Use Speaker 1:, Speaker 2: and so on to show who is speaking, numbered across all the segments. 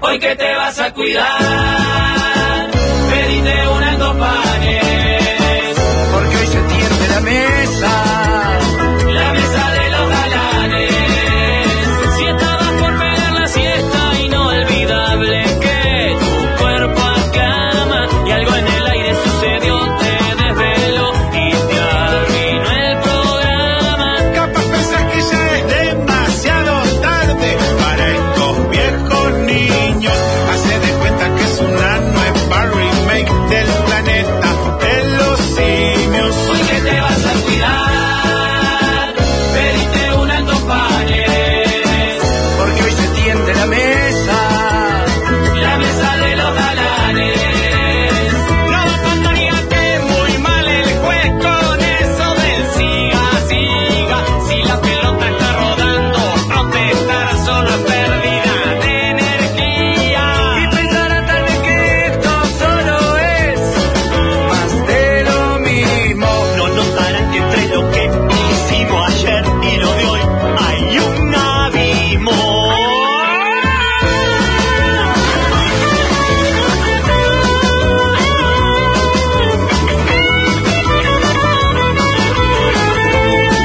Speaker 1: hoy que te vas a cuidar, pedite unas dos panes,
Speaker 2: porque hoy se tiende la mesa.
Speaker 1: la mesa de los galanes. Si estabas por pegar la siesta, inolvidable que tu cuerpo aclama y algo en el aire sucedió, te desveló y te arruinó el programa.
Speaker 2: Capaz pensás que ya es demasiado tarde para estos viejos niños. Hace de cuenta que es una nueva remake del planeta de los simios.
Speaker 1: Hoy que te vas a cuidar, pediste un alto panes,
Speaker 2: Porque hoy se tiende la mesa.
Speaker 1: la mesa de los galanes. No faltaría que muy mal el juez con eso del siga, siga. Si la pelota está rodando, protestar solo es pérdida de energía.
Speaker 2: Y pensará tal vez que esto solo es más de lo mismo.
Speaker 3: No notarán que entre lo que hicimos ayer y lo de hoy hay un abismo.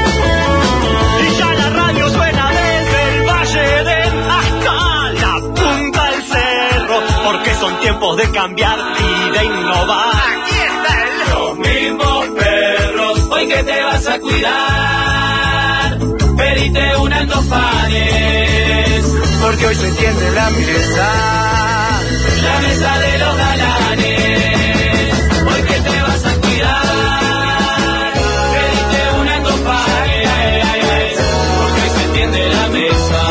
Speaker 3: Y ya la radio suena desde el Valle del hasta la punta del cerro, porque son tiempos de cambiar y de innovar. Aquí está el
Speaker 1: Los mismos perros, hoy que te vas a cuidar, pediste un alto panes.
Speaker 2: Porque hoy se tiende la mesa.
Speaker 1: La mesa de los galanes, hoy que te vas a cuidar, pediste una copa, ay, ay, ay, ay, porque hoy se entiende la mesa.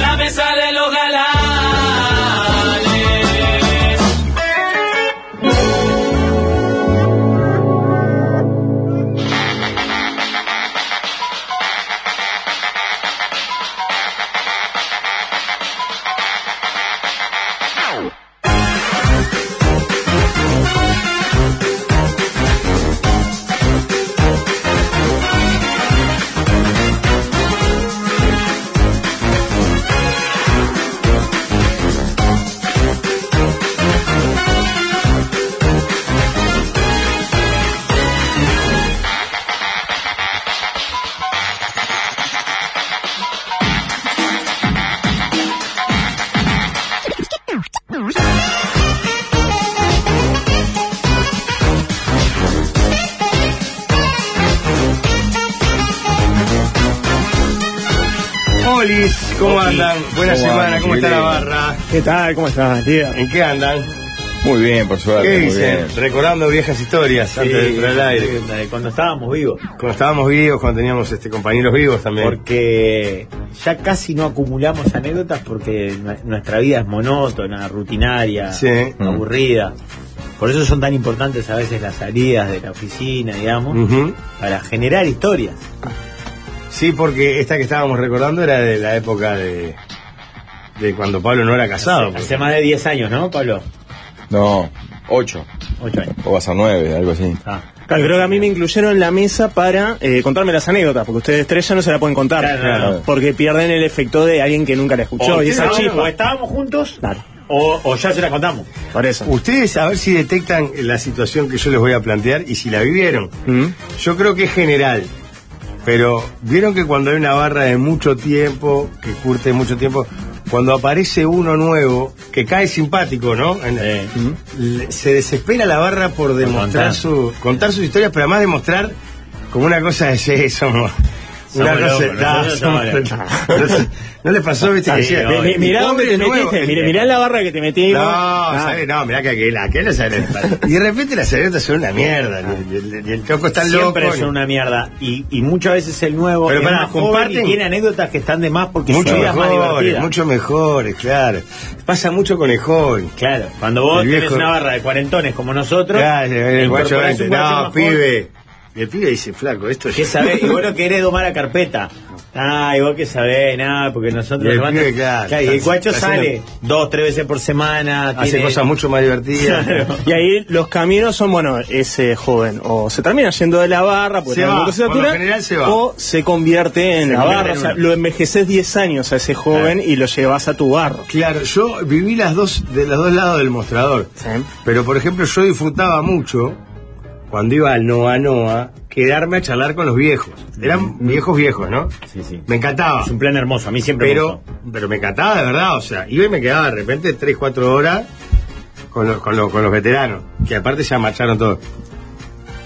Speaker 1: La mesa de los galanes.
Speaker 4: Polis, ¿cómo andan? Buena
Speaker 5: ¿Cómo
Speaker 4: semana,
Speaker 5: andan,
Speaker 4: ¿cómo está la
Speaker 5: Julián?
Speaker 4: barra?
Speaker 6: ¿Qué tal? ¿Cómo estás, tío?
Speaker 4: ¿En qué andan?
Speaker 5: Muy bien, por
Speaker 4: ¿Qué
Speaker 5: suerte. muy
Speaker 4: dicen?
Speaker 5: bien.
Speaker 4: Recordando viejas historias antes de entrar al aire.
Speaker 7: Eh, Cuando estábamos vivos.
Speaker 4: Cuando estábamos vivos, cuando teníamos este compañeros vivos también.
Speaker 7: Porque ya casi no acumulamos anécdotas porque nu- nuestra vida es monótona, rutinaria, Mm.
Speaker 4: Sí.
Speaker 7: aburrida. Por eso son tan importantes a veces las salidas de la oficina, digamos,
Speaker 4: Ujú.
Speaker 7: para generar historias.
Speaker 4: Sí, porque esta que estábamos recordando era de la época de, de cuando Pablo no era casado. pues.
Speaker 7: Hace más de 10 años, ¿no, Pablo?
Speaker 5: No, ocho.
Speaker 7: 8 años.
Speaker 5: O vas a nueve, algo así.
Speaker 7: Ah.
Speaker 6: Claro, creo que a mí me incluyeron en la mesa para eh, contarme las anécdotas, porque ustedes tres ya no se la pueden contar.
Speaker 7: Claro, claro.
Speaker 6: Porque pierden el efecto de alguien que nunca la escuchó
Speaker 7: o,
Speaker 6: y esa
Speaker 7: estábamos- o
Speaker 6: chispa.
Speaker 7: estábamos juntos
Speaker 6: Claro,
Speaker 7: o, o ya se la contamos.
Speaker 6: por eso.
Speaker 4: Ustedes a ver si detectan la situación que yo les voy a plantear y si la vivieron.
Speaker 6: ¿Mm?
Speaker 4: Yo creo que es general. Pero vieron que cuando hay una barra de mucho tiempo, que curte mucho tiempo, cuando aparece uno nuvo, que cae simpático, ¿no? En- Mm. le- Se desespera la barra por
Speaker 7: Eh.
Speaker 4: demostrar
Speaker 7: contar.
Speaker 4: su. contar sus historias, pero además demostrar como una cosa de sí, somos.
Speaker 7: Somos
Speaker 4: una cosa-
Speaker 7: locos,
Speaker 4: da,
Speaker 7: nosotros
Speaker 4: somos-
Speaker 7: somos
Speaker 4: no, les pasó, viste, que
Speaker 7: Sí,
Speaker 4: decía,
Speaker 7: obvio.
Speaker 4: mi-
Speaker 6: Mi-
Speaker 4: mi
Speaker 6: mirá dónde
Speaker 4: hombre
Speaker 6: te
Speaker 4: nuevo,
Speaker 6: metiste,
Speaker 4: este.
Speaker 6: mirá, mirá la barra que te metí.
Speaker 4: No,
Speaker 6: Ah,
Speaker 4: sabe, no, mirá que aquel, aquel es anécdota. Y de repente las anécdotas son una mierda. Y el, y el toco está
Speaker 7: Siempre
Speaker 4: loco.
Speaker 7: son una mierda. Y, y muchas veces el nuevo
Speaker 4: Pero
Speaker 7: es
Speaker 4: pará,
Speaker 7: más joven y
Speaker 4: comparten-
Speaker 7: tiene anécdotas que están de más porque
Speaker 4: Mucho
Speaker 7: su vida es más
Speaker 4: mejores,
Speaker 7: divertida.
Speaker 4: mucho mejores, claro. Pasa mucho con el joven.
Speaker 7: Claro, cuando vos
Speaker 4: El
Speaker 7: tenés
Speaker 4: viejo-
Speaker 7: una barra de cuarentones como nosotros,
Speaker 4: Claro, el guacho
Speaker 7: incorporás
Speaker 4: veinte,
Speaker 7: un guacho
Speaker 4: no,
Speaker 7: más joven
Speaker 4: pibe. Y el pibe dice, flaco, esto
Speaker 7: Que
Speaker 4: es...
Speaker 7: sabés, y bueno, querés domar la carpeta. Ay, vos que sabés, nada, porque nosotros...
Speaker 4: Y el
Speaker 7: nos
Speaker 4: pibe,
Speaker 7: levantan-
Speaker 4: claro,
Speaker 7: y el
Speaker 4: está-
Speaker 7: guacho
Speaker 4: está
Speaker 7: sale
Speaker 4: haciendo-
Speaker 7: dos, tres veces por semana.
Speaker 4: Hace
Speaker 7: tiene-
Speaker 4: cosas mucho más divertidas.
Speaker 6: Y ahí los caminos son, bueno, ese joven o se termina yendo de la barra,
Speaker 4: Se
Speaker 6: porque tiene
Speaker 4: va,
Speaker 6: mucha
Speaker 4: por lo
Speaker 6: satura,
Speaker 4: general se va.
Speaker 6: o se convierte en la
Speaker 4: convierte
Speaker 6: barra.
Speaker 4: en
Speaker 6: o sea,
Speaker 4: uno.
Speaker 6: lo envejeces 10 años a ese joven y lo llevas a tu barro.
Speaker 4: Claro, yo viví las dos de los dos lados del mostrador. Pero por ejemplo, yo disfrutaba mucho cuando iba al Noa Noa quedarme a charlar con los viejos. Eran viejos viejos, ¿no?
Speaker 7: Mm. Sí, sí.
Speaker 4: Me encantaba.
Speaker 7: Es un plan hermoso, a mí siempre me
Speaker 4: Pero
Speaker 7: gustó.
Speaker 4: pero me encantaba de verdad, o sea, iba y me quedaba de repente 3, 4 horas con los, con los, con los veteranos, que aparte ya marcharon todos.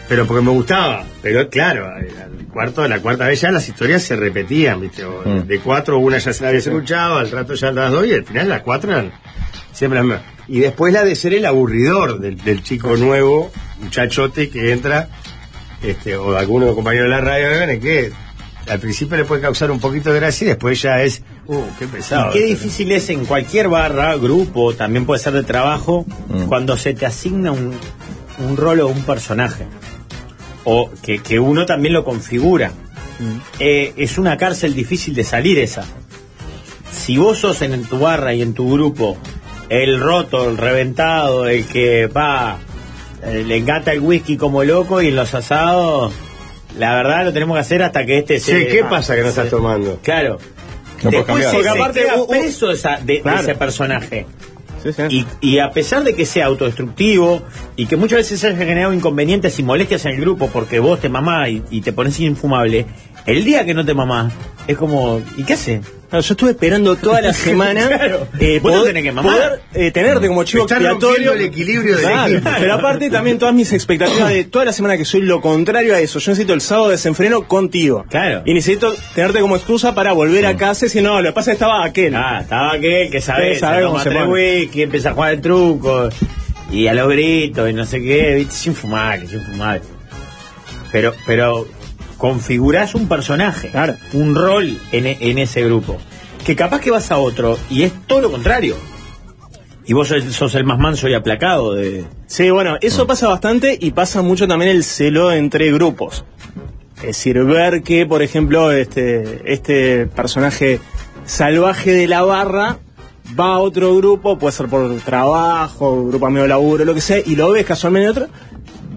Speaker 4: Pero porque me gustaba, pero claro, al cuarto, la cuarta vez ya las historias se repetían, ¿viste? O
Speaker 5: Mm.
Speaker 4: De cuatro una ya se la había escuchado, al rato ya las dos y al final las cuatro eran siempre las mismas. Y después la de ser el aburridor del, del chico nuevo, muchachote que entra, este, o de alguno compañero de la radio, ¿ven? que al principio le puede causar un poquito de gracia y después ya es, uh, qué pesado.
Speaker 7: Y qué difícil es en cualquier barra, grupo, también puede ser de trabajo,
Speaker 5: Mm.
Speaker 7: cuando se te asigna un, un rol o un personaje. O que, que uno también lo configura.
Speaker 4: Mm.
Speaker 7: Eh, es una cárcel difícil de salir esa. Si vos sos en, en tu barra y en tu grupo el roto, el reventado, el que va, eh, le engata el whisky como loco y en los asados, la verdad lo tenemos que hacer hasta que este
Speaker 4: Che, ¿qué pasa que no estás tomando?
Speaker 7: Claro.
Speaker 5: No puedes cambiar.
Speaker 7: Después se,
Speaker 5: Porque uh,
Speaker 7: se
Speaker 6: aparte
Speaker 7: queda
Speaker 6: u- u-
Speaker 7: preso esa- de, de
Speaker 6: Claro.
Speaker 7: ese personaje. Y, y a pesar de que sea autodestructivo y que muchas veces haya generado inconvenientes y molestias en el grupo porque vos te mamás y, y te pones infumable, el día que no te mamás es como, ¿y qué hace?
Speaker 6: Claro, Ah, yo estuve esperando toda la semana eh,
Speaker 7: Claro. Vos no tenés que mamar.
Speaker 6: poder, eh, tenerte como chivo
Speaker 4: Estás rompiendo
Speaker 6: expiatorio.
Speaker 4: el equilibrio del
Speaker 6: Claro,
Speaker 4: equipo.
Speaker 6: Pero aparte también todas mis expectativas de toda la semana que soy lo contrario a eso. Yo necesito el sábado desenfreno contigo.
Speaker 7: Claro.
Speaker 6: Y necesito tenerte como excusa para volver a casa y decir, no, lo que pasa es que estaba aquel.
Speaker 7: Ah, estaba aquel que sabe,
Speaker 6: Sí, sabe
Speaker 7: se
Speaker 6: cómo
Speaker 7: toma
Speaker 6: se
Speaker 7: tres
Speaker 6: pone.
Speaker 7: whisky, empieza a jugar el truco y a los gritos y no sé qué, viste, es infumable, es infumable. Pero, pero configurás un personaje,
Speaker 6: Claro.
Speaker 7: un rol en, e- en ese grupo. Que capaz que vas a otro y es todo lo contrario. Y vos sos, sos el más manso y aplacado de...
Speaker 6: Sí, bueno, eso pasa bastante y pasa mucho también el celo entre grupos. Es decir, ver que, por ejemplo, este, este personaje salvaje de la barra va a otro grupo, puede ser por trabajo, grupo amigo de laburo, lo que sea, y lo ves casualmente en otro,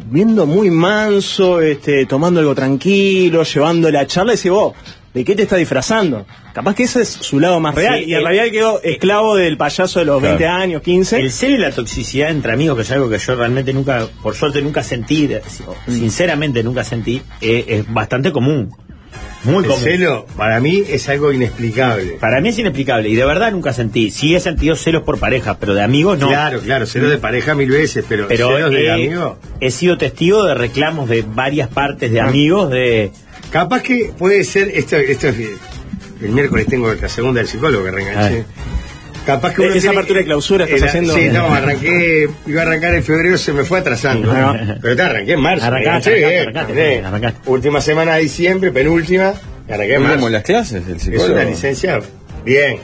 Speaker 6: viendo muy manso, este, tomando algo tranquilo, llevando la charla, y decís, vos, ¿de qué te está disfrazando? Capaz que ese es su lado más real,
Speaker 7: Sí,
Speaker 6: y en
Speaker 7: el-
Speaker 6: realidad quedó esclavo del payaso de los
Speaker 5: Claro.
Speaker 6: 20 años, 15.
Speaker 7: El celo y la toxicidad entre amigos, que es algo que yo realmente nunca, por suerte nunca sentí,
Speaker 6: Mm.
Speaker 7: o sinceramente nunca sentí, eh, es bastante común. Muy
Speaker 4: El
Speaker 7: común.
Speaker 4: celo, para mí, es algo inexplicable.
Speaker 7: Para mí es inexplicable y de verdad nunca sentí. Sí he sentido celos por pareja, pero de amigos no.
Speaker 4: Claro, claro, celos de pareja mil veces, pero,
Speaker 7: pero eh,
Speaker 4: celos de
Speaker 7: he,
Speaker 4: amigo. Ah.
Speaker 7: he sido testigo de reclamos de varias partes de amigos de
Speaker 4: Capaz que puede ser, esto, esto es bien. el miércoles tengo la segunda del psicólogo que
Speaker 7: Ah.
Speaker 4: reenganché. Capaz que uno
Speaker 6: Esa
Speaker 4: tiene-
Speaker 6: apertura y clausura estás
Speaker 4: Era-
Speaker 6: haciendo.
Speaker 4: Sí, no, arranqué, iba a arrancar en febrero, se me fue atrasando.
Speaker 6: Ahí va.
Speaker 4: Pero te arranqué en marzo.
Speaker 7: Arrancaste,
Speaker 4: me enganché,
Speaker 7: arrancaste,
Speaker 4: eh,
Speaker 7: arrancaste, arrancaste.
Speaker 4: Última semana de diciembre, penúltima, arranqué
Speaker 5: Es
Speaker 4: en marzo.
Speaker 5: como las clases, el
Speaker 4: Es
Speaker 5: psicólogo.
Speaker 4: una licencia, bien,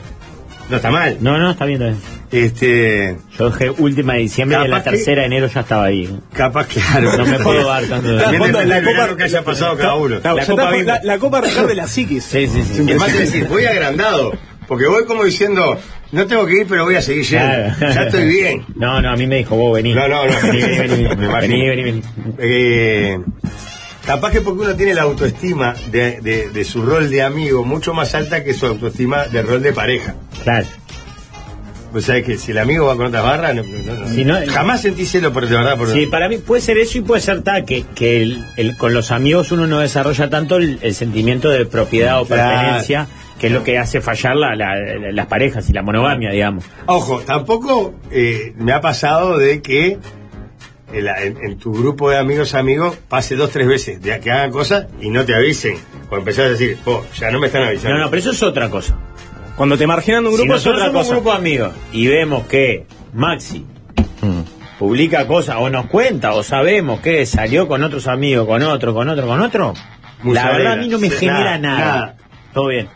Speaker 4: no está mal.
Speaker 7: No, no, está bien. está bien.
Speaker 4: Este,
Speaker 7: Yo dejé última de diciembre y en la
Speaker 4: Capaz que-
Speaker 7: tercera de enero ya estaba ahí.
Speaker 4: capaz, claro.
Speaker 7: No me puedo dar tanto.
Speaker 4: También
Speaker 6: Está
Speaker 4: depende
Speaker 6: fondo, la
Speaker 4: del
Speaker 6: copa-
Speaker 4: verano que haya pasado cada uno.
Speaker 6: Claro,
Speaker 7: La
Speaker 6: ya está,
Speaker 7: Copa
Speaker 6: la,
Speaker 7: Bimbo.
Speaker 6: la copa Ricardo de la psiquis.
Speaker 7: Sí, sí, sí.
Speaker 4: Es más, es decir, voy agrandado, porque voy como diciendo, no tengo que ir, pero voy a seguir yendo.
Speaker 7: Claro.
Speaker 4: Ya estoy bien.
Speaker 7: No, no, a mí me dijo, vos vení.
Speaker 4: No, no, no.
Speaker 7: Vení, vení, vení.
Speaker 4: Me imagino.
Speaker 7: Vení, vení, vení.
Speaker 4: Eh, capaz que porque uno tiene la autoestima de, de- de su rol de amigo mucho más alta que su autoestima de rol de pareja.
Speaker 7: Claro.
Speaker 4: Vos sabés que si el amigo va con otras barras, no- no- no-
Speaker 7: Si no- eh,
Speaker 4: jamás sentí celo por de verdad. Por
Speaker 7: Sí, para mí puede ser eso y puede ser ta, que, que el- el- con los amigos uno no desarrolla tanto el, el sentimiento de propiedad o
Speaker 4: Claro.
Speaker 7: pertenencia, que es lo que hace fallar la- la- la- las parejas y la monogamia, digamos.
Speaker 4: Ojo, tampoco eh, me ha pasado de que en, la- en- en tu grupo de amigos amigos pase dos, tres veces de que hagan cosas y no te avisen. O empezás a decir, oh, ya no me están avisando.
Speaker 7: No, no, pero eso es otra cosa.
Speaker 6: Cuando te marginan de un
Speaker 7: Si
Speaker 6: grupo es
Speaker 7: nosotros
Speaker 6: otra
Speaker 7: somos
Speaker 6: cosa.
Speaker 7: un grupo de amigos y vemos que Maxi
Speaker 5: Mm.
Speaker 7: publica cosas o nos cuenta o sabemos que salió con otros amigos, con otro, con otro, con otro,
Speaker 4: Musarela.
Speaker 7: la verdad a mí no me
Speaker 4: Sí,
Speaker 7: genera
Speaker 4: nada,
Speaker 7: nada.
Speaker 4: nada.
Speaker 7: Todo bien.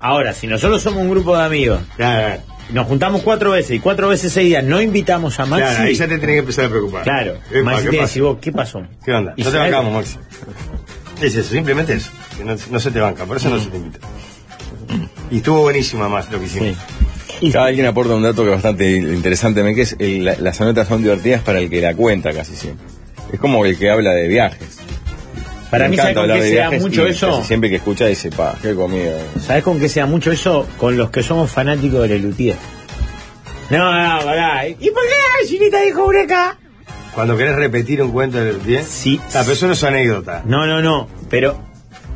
Speaker 7: Ahora, si nosotros somos un grupo de amigos
Speaker 4: Claro,
Speaker 7: nos juntamos cuatro veces y cuatro veces seguidas no invitamos a
Speaker 4: claro, ahí
Speaker 7: Maxi.
Speaker 4: ya te tenés que empezar a preocupar.
Speaker 7: Claro,
Speaker 4: Epa,
Speaker 7: Maxi
Speaker 4: ¿qué
Speaker 7: te
Speaker 4: pasa?
Speaker 7: dice, vos, ¿qué pasó?
Speaker 4: ¿Qué onda?
Speaker 7: Y
Speaker 4: No te
Speaker 7: sabes-
Speaker 4: bancamos, Maxi. Es eso, simplemente eso. que No, no se te banca, por eso no se te invita. Y estuvo buenísima más lo que hicimos.
Speaker 5: Cada alguien aporta un dato que es bastante interesante, ¿ven? que es el- la- las anécdotas son divertidas para el que la cuenta casi siempre. Es como el que habla de viajes.
Speaker 7: Para
Speaker 5: Me
Speaker 7: mí,
Speaker 5: encanta
Speaker 7: ¿sabes con
Speaker 5: hablar
Speaker 7: qué
Speaker 5: de
Speaker 7: se da
Speaker 5: viajes
Speaker 7: mucho
Speaker 5: y
Speaker 7: eso?
Speaker 5: casi siempre que escucha dice, pa, qué comida.
Speaker 7: ¿Sabes con qué sea mucho eso? Con los que somos fanáticos de Lelutier. No, no, pará. ¿Y por qué la gallinita dijo Eureka?
Speaker 4: Cuando querés repetir un cuento del pie.
Speaker 7: Sí.
Speaker 4: Ah, pero eso no es anécdota.
Speaker 7: No, no, no. Pero,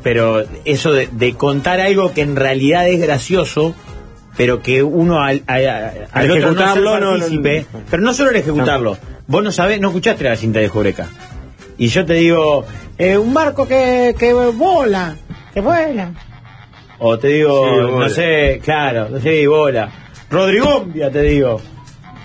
Speaker 7: pero eso de, de contar algo que en realidad es gracioso, pero que uno al, al- al
Speaker 6: Al
Speaker 7: otro no
Speaker 6: ejecutarlo,
Speaker 7: ser
Speaker 6: no, no, no.
Speaker 7: partícipe- Pero no solo el ejecutarlo. Vos no sabés, no escuchaste la cinta de Jureca. Y yo te digo, eh, un barco que, que vola, que vuela. O te digo,
Speaker 4: Sí,
Speaker 7: no
Speaker 4: vola.
Speaker 7: sé, claro, no sé, vola. Rodrigombia, te digo.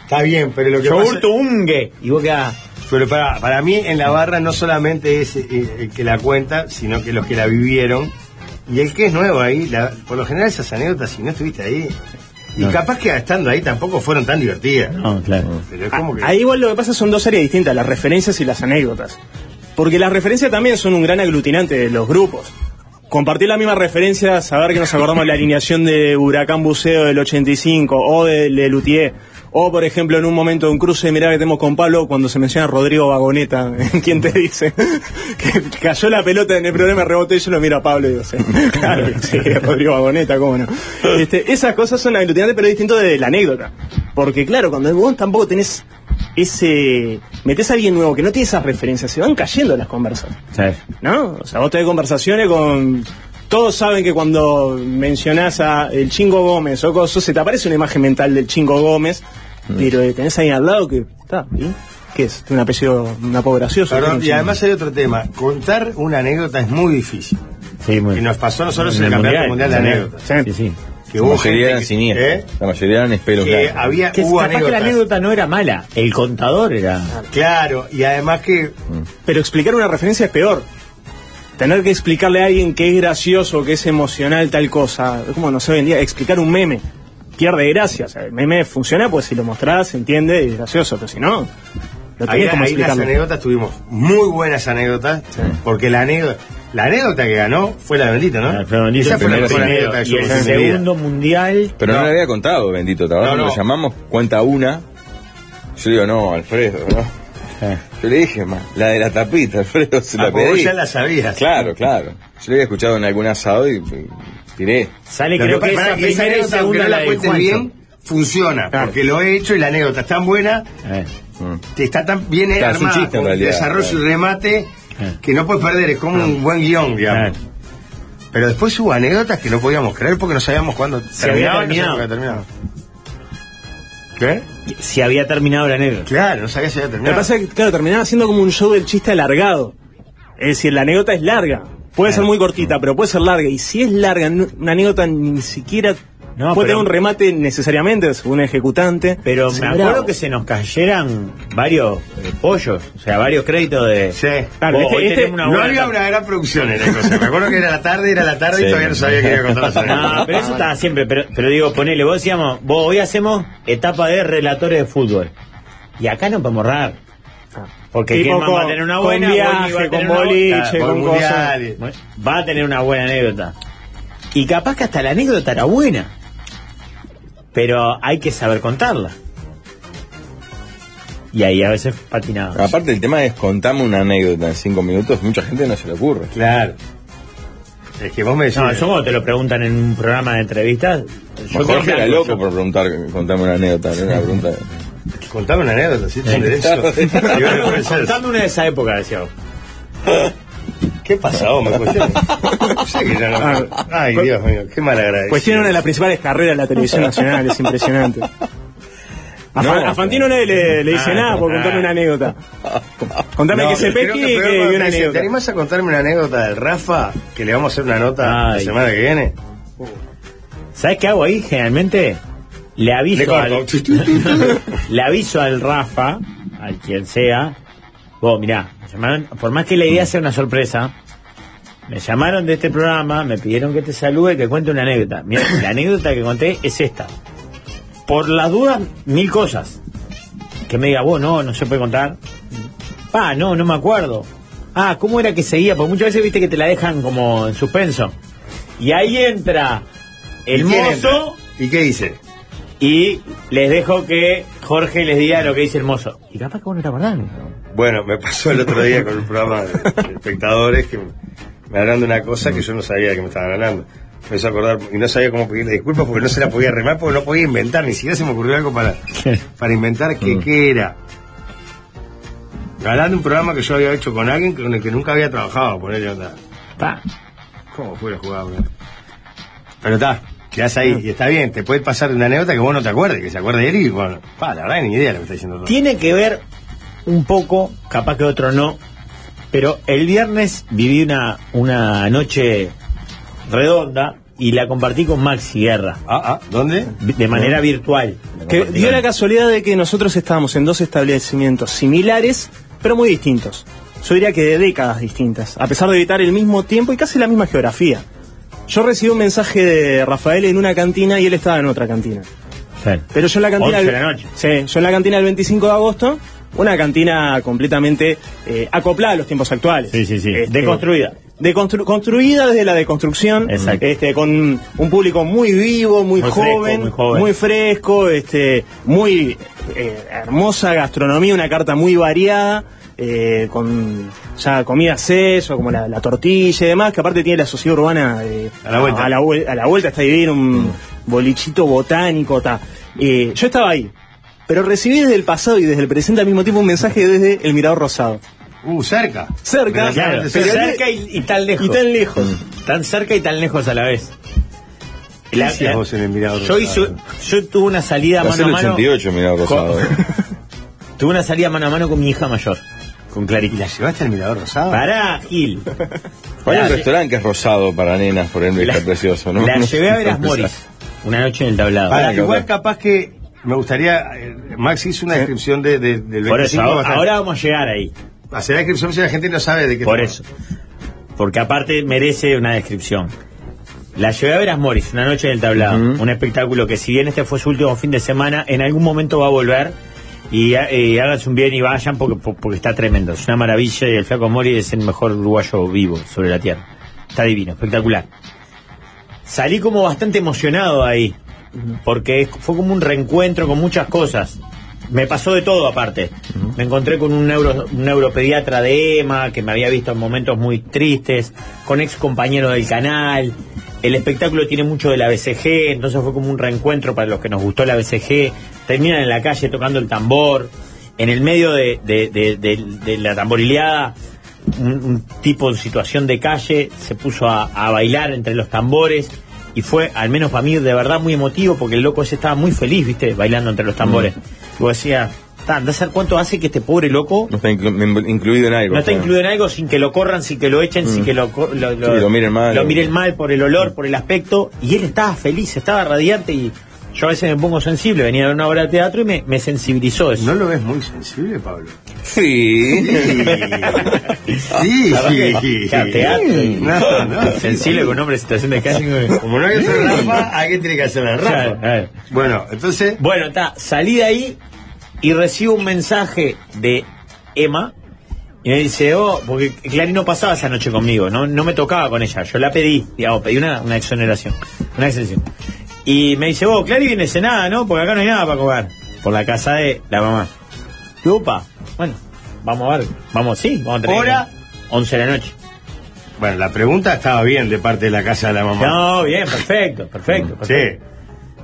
Speaker 4: Está bien, pero lo que pasa-
Speaker 7: Yogurto ungue. Y vos quedás.
Speaker 4: Pero para, para mí en la barra no solamente es eh, el que la cuenta, sino que los que la vivieron. Y el que es nuevo ahí, la- por lo general esas anécdotas, si no estuviste ahí, y
Speaker 7: No.
Speaker 4: capaz que estando ahí tampoco fueron tan divertidas.
Speaker 7: No, claro.
Speaker 4: Pero es como que...
Speaker 6: Ahí igual lo que pasa son dos áreas distintas, las referencias y las anécdotas. Porque las referencias también son un gran aglutinante de los grupos. Compartir la misma referencia, saber que nos acordamos de la alineación de Huracán Buceo del 85 o de Lelutier, o por ejemplo en un momento de un cruce, mirá que tenemos con Pablo cuando se menciona a Rodrigo Vagoneta, ¿quién te dice? que cayó la pelota en el programa rebote y yo lo miro a Pablo y digo, sí, claro que sí, Rodrigo Vagoneta, cómo no. Este, esas cosas son aglutinantes pero es distinto de la anécdota. Porque claro, cuando vos tampoco tenés ese... metés a alguien nuevo que no tiene esas referencias, se van cayendo las conversas. ¿no? O sea, vos tenés conversaciones con... Todos saben que cuando mencionás a el Chingo Gómez o cosas, se te aparece una imagen mental del Chingo Gómez,
Speaker 4: Mm.
Speaker 6: pero eh, tenés ahí al lado que... Está, ¿y? ¿Qué es? ¿Tiene un apellido, un apodo gracioso?
Speaker 4: Perdón,
Speaker 6: ¿Tiene
Speaker 4: y
Speaker 6: un
Speaker 4: además hay otro tema, contar una anécdota es muy difícil.
Speaker 7: Sí, muy
Speaker 4: Y nos pasó a nosotros en el
Speaker 7: el
Speaker 4: campeonato mundial de anécdotas.
Speaker 6: chingo? Sí.
Speaker 7: Sí, sí.
Speaker 4: Que
Speaker 5: la
Speaker 4: hubo
Speaker 5: mayoría
Speaker 4: gente
Speaker 5: eran
Speaker 4: que-
Speaker 5: siniestros.
Speaker 4: ¿eh?
Speaker 5: La mayoría eran espelos.
Speaker 4: Que
Speaker 5: largos.
Speaker 4: había,
Speaker 7: Que
Speaker 4: hubo
Speaker 7: capaz que la
Speaker 4: anécdotas.
Speaker 7: anécdota no era mala, el contador era.
Speaker 4: Claro, y además que
Speaker 6: Pero explicar una referencia es peor. Tener que explicarle a alguien que es gracioso, que es emocional, tal cosa. Es como no sé hoy en día, explicar un meme. Pierde gracia. O sea, el meme funciona pues si lo mostrás, se entiende y es gracioso, pero si no, no
Speaker 4: Ahí,
Speaker 6: tenés cómo
Speaker 4: ahí las
Speaker 6: explicarlo.
Speaker 4: anécdotas tuvimos muy buenas anécdotas, porque la anécdota, la anécdota que ganó fue la de Bendito, ¿no?
Speaker 7: La fue Bendito,
Speaker 4: Esa
Speaker 7: el
Speaker 4: fue la
Speaker 5: primero,
Speaker 4: mejor
Speaker 5: sí.
Speaker 4: anécdota que
Speaker 7: Y el
Speaker 4: yo conocí en mi vida.
Speaker 7: segundo mundial.
Speaker 5: Pero no,
Speaker 4: No.
Speaker 5: le había contado, bendito
Speaker 4: No,
Speaker 5: tabaco.
Speaker 4: no.
Speaker 5: Lo llamamos, cuenta una. Yo digo, no, Alfredo, no.
Speaker 7: Eh.
Speaker 5: Yo le dije, ma, la de la tapita, Alfredo, se
Speaker 4: Ah,
Speaker 5: la
Speaker 4: pues vos
Speaker 5: pedí.
Speaker 4: ya la sabías.
Speaker 5: Claro, claro. Yo lo había escuchado en algún asado y y tiré.
Speaker 7: Sale,
Speaker 4: Lo
Speaker 7: creo
Speaker 4: que
Speaker 7: que
Speaker 4: pasa
Speaker 7: esa
Speaker 4: es que esa
Speaker 7: primera y
Speaker 4: anécdota, aunque
Speaker 7: segunda
Speaker 4: no
Speaker 7: la
Speaker 4: la
Speaker 7: de
Speaker 4: cuentes
Speaker 7: Juancho.
Speaker 4: bien, funciona,
Speaker 6: Claro.
Speaker 4: porque lo he hecho y la anécdota es tan buena,
Speaker 7: Eh.
Speaker 5: Mm.
Speaker 4: que está tan bien
Speaker 5: Claro, es un
Speaker 4: armada,
Speaker 5: chiste en
Speaker 4: con
Speaker 5: realidad,
Speaker 4: desarrollo
Speaker 5: claro.
Speaker 4: y remate,
Speaker 7: Claro.
Speaker 4: que no puedes perder, es como un buen guión, digamos.
Speaker 7: Claro.
Speaker 4: Pero después hubo anécdotas que no podíamos creer porque no sabíamos cuándo
Speaker 7: había
Speaker 4: terminaban, no sabíamos cuándo terminaban. ¿Qué?
Speaker 7: Si había terminado la anécdota.
Speaker 4: Claro, no sabía si había
Speaker 6: Lo que
Speaker 4: terminado.
Speaker 6: pasa es que, claro, terminaba siendo como un show del chiste alargado. Es decir, la anécdota es larga. Puede ser muy cortita, pero puede ser larga. Y si es larga, no- una anécdota ni siquiera
Speaker 7: No,
Speaker 6: puede
Speaker 7: pero-
Speaker 6: tener un remate necesariamente, según el ejecutante.
Speaker 7: Pero me
Speaker 6: Sí,
Speaker 7: acuerdo
Speaker 6: bravo.
Speaker 7: que se nos cayeran varios eh, pollos, o sea, varios créditos de.
Speaker 4: Sí.
Speaker 6: Claro,
Speaker 7: Oh,
Speaker 6: este-
Speaker 7: hoy
Speaker 6: este-
Speaker 7: tenemos una
Speaker 4: no
Speaker 7: buena
Speaker 4: había
Speaker 7: tapa.
Speaker 4: una gran producción en la cosa. Me acuerdo que era la tarde, era la tarde
Speaker 5: Sí.
Speaker 4: y todavía no sabía que iba a contar las anécdotas.
Speaker 7: No, pero eso estaba siempre. Pero, pero digo, ponele, vos decíamos, vos hoy hacemos etapa de relatores de fútbol. Y acá no podemos errar. Porque
Speaker 6: Tipo
Speaker 7: ¿quién más va a
Speaker 6: con-
Speaker 7: tener una
Speaker 6: con
Speaker 7: buena?
Speaker 6: viaje,
Speaker 7: Boñi va a tener
Speaker 6: con
Speaker 7: una buena-
Speaker 6: boliche,
Speaker 7: Claro,
Speaker 4: Por
Speaker 6: con
Speaker 7: Boñi
Speaker 6: cosas.
Speaker 4: mundiales.
Speaker 7: Va a tener una buena anécdota. Y capaz que hasta la anécdota era buena. Pero hay que saber contarla. Y ahí a veces patinaba.
Speaker 5: Aparte, el tema es contame una anécdota en cinco minutos. Mucha gente no se le ocurre.
Speaker 4: Claro. Es que vos me decís.
Speaker 7: No, eso cuando te lo preguntan en un programa de entrevistas. yo creo
Speaker 5: Jorge
Speaker 7: que
Speaker 5: era
Speaker 7: algo
Speaker 5: loco
Speaker 7: yo-
Speaker 5: por preguntar, contame una anécdota. ¿no? Una pregunta.
Speaker 4: Contame una anécdota, ¿sí? Tenés derecho. Y bueno, puede ser.
Speaker 7: Contame una de esa época, decía vos.
Speaker 4: ¿Qué pasa, vos? Me cuestionas. Sé que ya no- Ay, Dios mío, qué mal agradecido.
Speaker 6: Pues tiene una de las principales carreras de la televisión nacional, es impresionante. A, Fan-
Speaker 5: No.
Speaker 6: a Fantino nadie le, le dice
Speaker 7: Ah,
Speaker 6: nada por contarme
Speaker 7: ah.
Speaker 6: una anécdota. Contame
Speaker 4: No,
Speaker 6: que se
Speaker 4: creo
Speaker 6: pesque y
Speaker 4: peor
Speaker 6: que
Speaker 4: cuando
Speaker 6: vi
Speaker 4: te
Speaker 6: una
Speaker 4: dicen, ¿Te
Speaker 6: anécdota.
Speaker 4: animás a contarme una anécdota del Rafa? Que le vamos a hacer una nota la
Speaker 7: Ay.
Speaker 4: semana que viene.
Speaker 7: ¿Sabes qué hago ahí? Generalmente le
Speaker 4: Le
Speaker 7: aviso, al,
Speaker 4: corto.
Speaker 7: le aviso al Rafa, al quien sea. Vos, mirá, me llamaron, por más que la idea sea una sorpresa, me llamaron de este programa, me pidieron que te salude y que cuente una anécdota. Mirá, la anécdota que conté es esta. Por las dudas, mil cosas. Que me diga, vos no, no se puede contar. Pa, no, no me acuerdo. Ah, ¿cómo era que seguía? Porque muchas veces viste que te la dejan como en suspenso. Y ahí entra el
Speaker 4: ¿Y quién
Speaker 7: mozo
Speaker 4: entra? ¿Y qué dice?
Speaker 7: y les dejo que Jorge les diga lo que dice el mozo. Y capaz que vos no te acordás.
Speaker 4: Bueno, me pasó el otro día con un programa de espectadores que me hablaron de una cosa que yo no sabía que me estaban hablando. Me empezó a acordar y no sabía cómo pedirle disculpas porque no se la podía remar porque no podía inventar, ni siquiera se me ocurrió algo para, para inventar qué, qué era. Hablando de un programa que yo había hecho con alguien con el que nunca había trabajado, ponerle onda. ¿Cómo fue la jugada, bro? Pero está, quedás ahí y está bien, te puede pasar una anécdota que vos no te acuerdes, que se acuerde él y bueno, pa, la verdad ni idea lo que está diciendo todo.
Speaker 7: Tiene que ver un poco, capaz que otro no, pero el viernes viví una, una noche redonda y la compartí con Maxi Guerra,
Speaker 4: Ah, ah, ¿dónde?
Speaker 7: vi- de manera virtual.
Speaker 6: Que dio la casualidad de que nosotros estábamos en dos establecimientos similares, pero muy distintos. Yo diría que de décadas distintas, a pesar de evitar el mismo tiempo y casi la misma geografía. Yo recibí un mensaje de Rafael en una cantina y él estaba en otra cantina. Pero yo en la cantina.
Speaker 7: 11 de la noche.
Speaker 6: Sí, yo en la cantina el 25 de agosto, una cantina completamente eh, acoplada a los tiempos actuales.
Speaker 7: Sí, sí, sí.
Speaker 6: Este,
Speaker 7: Deconstruida.
Speaker 6: deconstru- construida desde la deconstrucción.
Speaker 7: Exacto.
Speaker 6: Este, con un público muy vivo, muy,
Speaker 7: Muy fresco,
Speaker 6: joven,
Speaker 7: muy joven.
Speaker 6: fresco, este, muy eh, hermosa gastronomía, una carta muy variada. eh, con ya comida seso, como la, la tortilla y demás, que aparte tiene la sociedad urbana eh,
Speaker 4: A la vuelta.
Speaker 6: a la, vuel- a la vuelta está divino, un bolichito botánico. ta. Eh, yo estaba ahí, pero recibí desde el pasado y desde el presente al mismo tiempo un mensaje desde el Mirador Rosado.
Speaker 4: Uh, cerca.
Speaker 6: Cerca,
Speaker 4: Claro,
Speaker 6: pero
Speaker 7: Pero
Speaker 6: le-
Speaker 7: cerca y, y tan lejos.
Speaker 6: y tan lejos.
Speaker 7: Tan cerca y tan lejos a la vez.
Speaker 4: ¿Qué hacías vos en el Mirador
Speaker 7: yo,
Speaker 4: Rosado?
Speaker 7: hice- yo tuve una salida
Speaker 5: Hace
Speaker 7: mano a
Speaker 5: el
Speaker 7: mano.
Speaker 5: 88, mira, Rosado. eh.
Speaker 7: Tuve una salida mano a mano con mi hija mayor, con
Speaker 4: ¿Y
Speaker 7: Clarita.
Speaker 4: la llevaste al Mirador Rosado?
Speaker 7: Pará, Gil.
Speaker 5: Hay un
Speaker 7: La-
Speaker 5: restaurante que es rosado para nenas, por ejemplo, y está precioso, ¿no?
Speaker 7: La llevé a ver a Moris. Una noche en el tablado.
Speaker 4: Pará,
Speaker 5: Ah,
Speaker 4: igual
Speaker 5: claro.
Speaker 4: capaz que me gustaría... eh, Max hizo una descripción de, de- del
Speaker 7: Por eso,
Speaker 4: 25
Speaker 7: ahora,
Speaker 4: bastante-
Speaker 7: ahora vamos a llegar ahí.
Speaker 4: Hacer la descripción si la gente no sabe de qué
Speaker 7: Por
Speaker 4: estamos.
Speaker 7: eso. Porque aparte merece una descripción. La llevé a ver a Morris, una noche en el tablado. Un espectáculo que si bien este fue su último fin de semana, en algún momento va a volver. Y, ha- y háganse un bien y vayan porque, po- porque está tremendo. Es una maravilla y el flaco Morris es el mejor uruguayo vivo sobre la tierra. Está divino, espectacular. Salí como bastante emocionado ahí. Porque es- fue como un reencuentro con muchas cosas. Me pasó de todo aparte. Me encontré con un, neuro- un neuropediatra de EMA que me había visto en momentos muy tristes, con ex compañeros del canal. El espectáculo tiene mucho de la BCG, entonces fue como un reencuentro para los que nos gustó la BCG. Terminan en la calle tocando el tambor. En el medio de, de- de- de- de la tamborileada, un, un tipo en situación de calle se puso a, a bailar entre los tambores. Y fue, al menos para mí, de verdad muy emotivo porque el loco ese estaba muy feliz, ¿viste? Bailando entre los tambores. Y vos decías, "Tan, de ser cuánto hace que este pobre loco
Speaker 5: No está inclu- incluido en algo.
Speaker 7: no está
Speaker 5: claro.
Speaker 7: incluido en algo sin que lo corran, sin que lo echen, sin que lo, co- lo,
Speaker 5: Sí, lo miren mal.
Speaker 7: lo miren mal por el olor, por el aspecto. Y él estaba feliz, estaba radiante y yo a veces me pongo sensible. Venía a ver una obra de teatro y me, me sensibilizó eso.
Speaker 4: ¿No lo ves muy sensible, Pablo?
Speaker 5: Sí.
Speaker 4: Sí, sí.
Speaker 7: Ya, teatro y-
Speaker 4: No, no.
Speaker 7: Sensible con hombre en situación de calle.
Speaker 4: Como no hay que hacer la rafa, alguien tiene que hacer la
Speaker 7: Claro,
Speaker 4: rafa.
Speaker 7: claro.
Speaker 4: Bueno, entonces...
Speaker 7: Bueno, está, salí de ahí y recibo un mensaje de Emma y me dice, oh, porque Clarín no pasaba esa noche conmigo, no, no me tocaba con ella, yo la pedí, digamos, pedí una, una exoneración, una exención. Y me dice, oh, Clarín viene cenada, ¿no? Porque acá no hay nada para comer, por la casa de la mamá. Y opa, bueno, vamos a ver, vamos, sí, vamos a tener que-
Speaker 4: ¿Hora?
Speaker 7: 11 de la noche.
Speaker 4: Bueno, la pregunta estaba bien de parte de la casa de la mamá.
Speaker 7: No, bien, perfecto, perfecto,
Speaker 4: Sí,
Speaker 7: perfecto.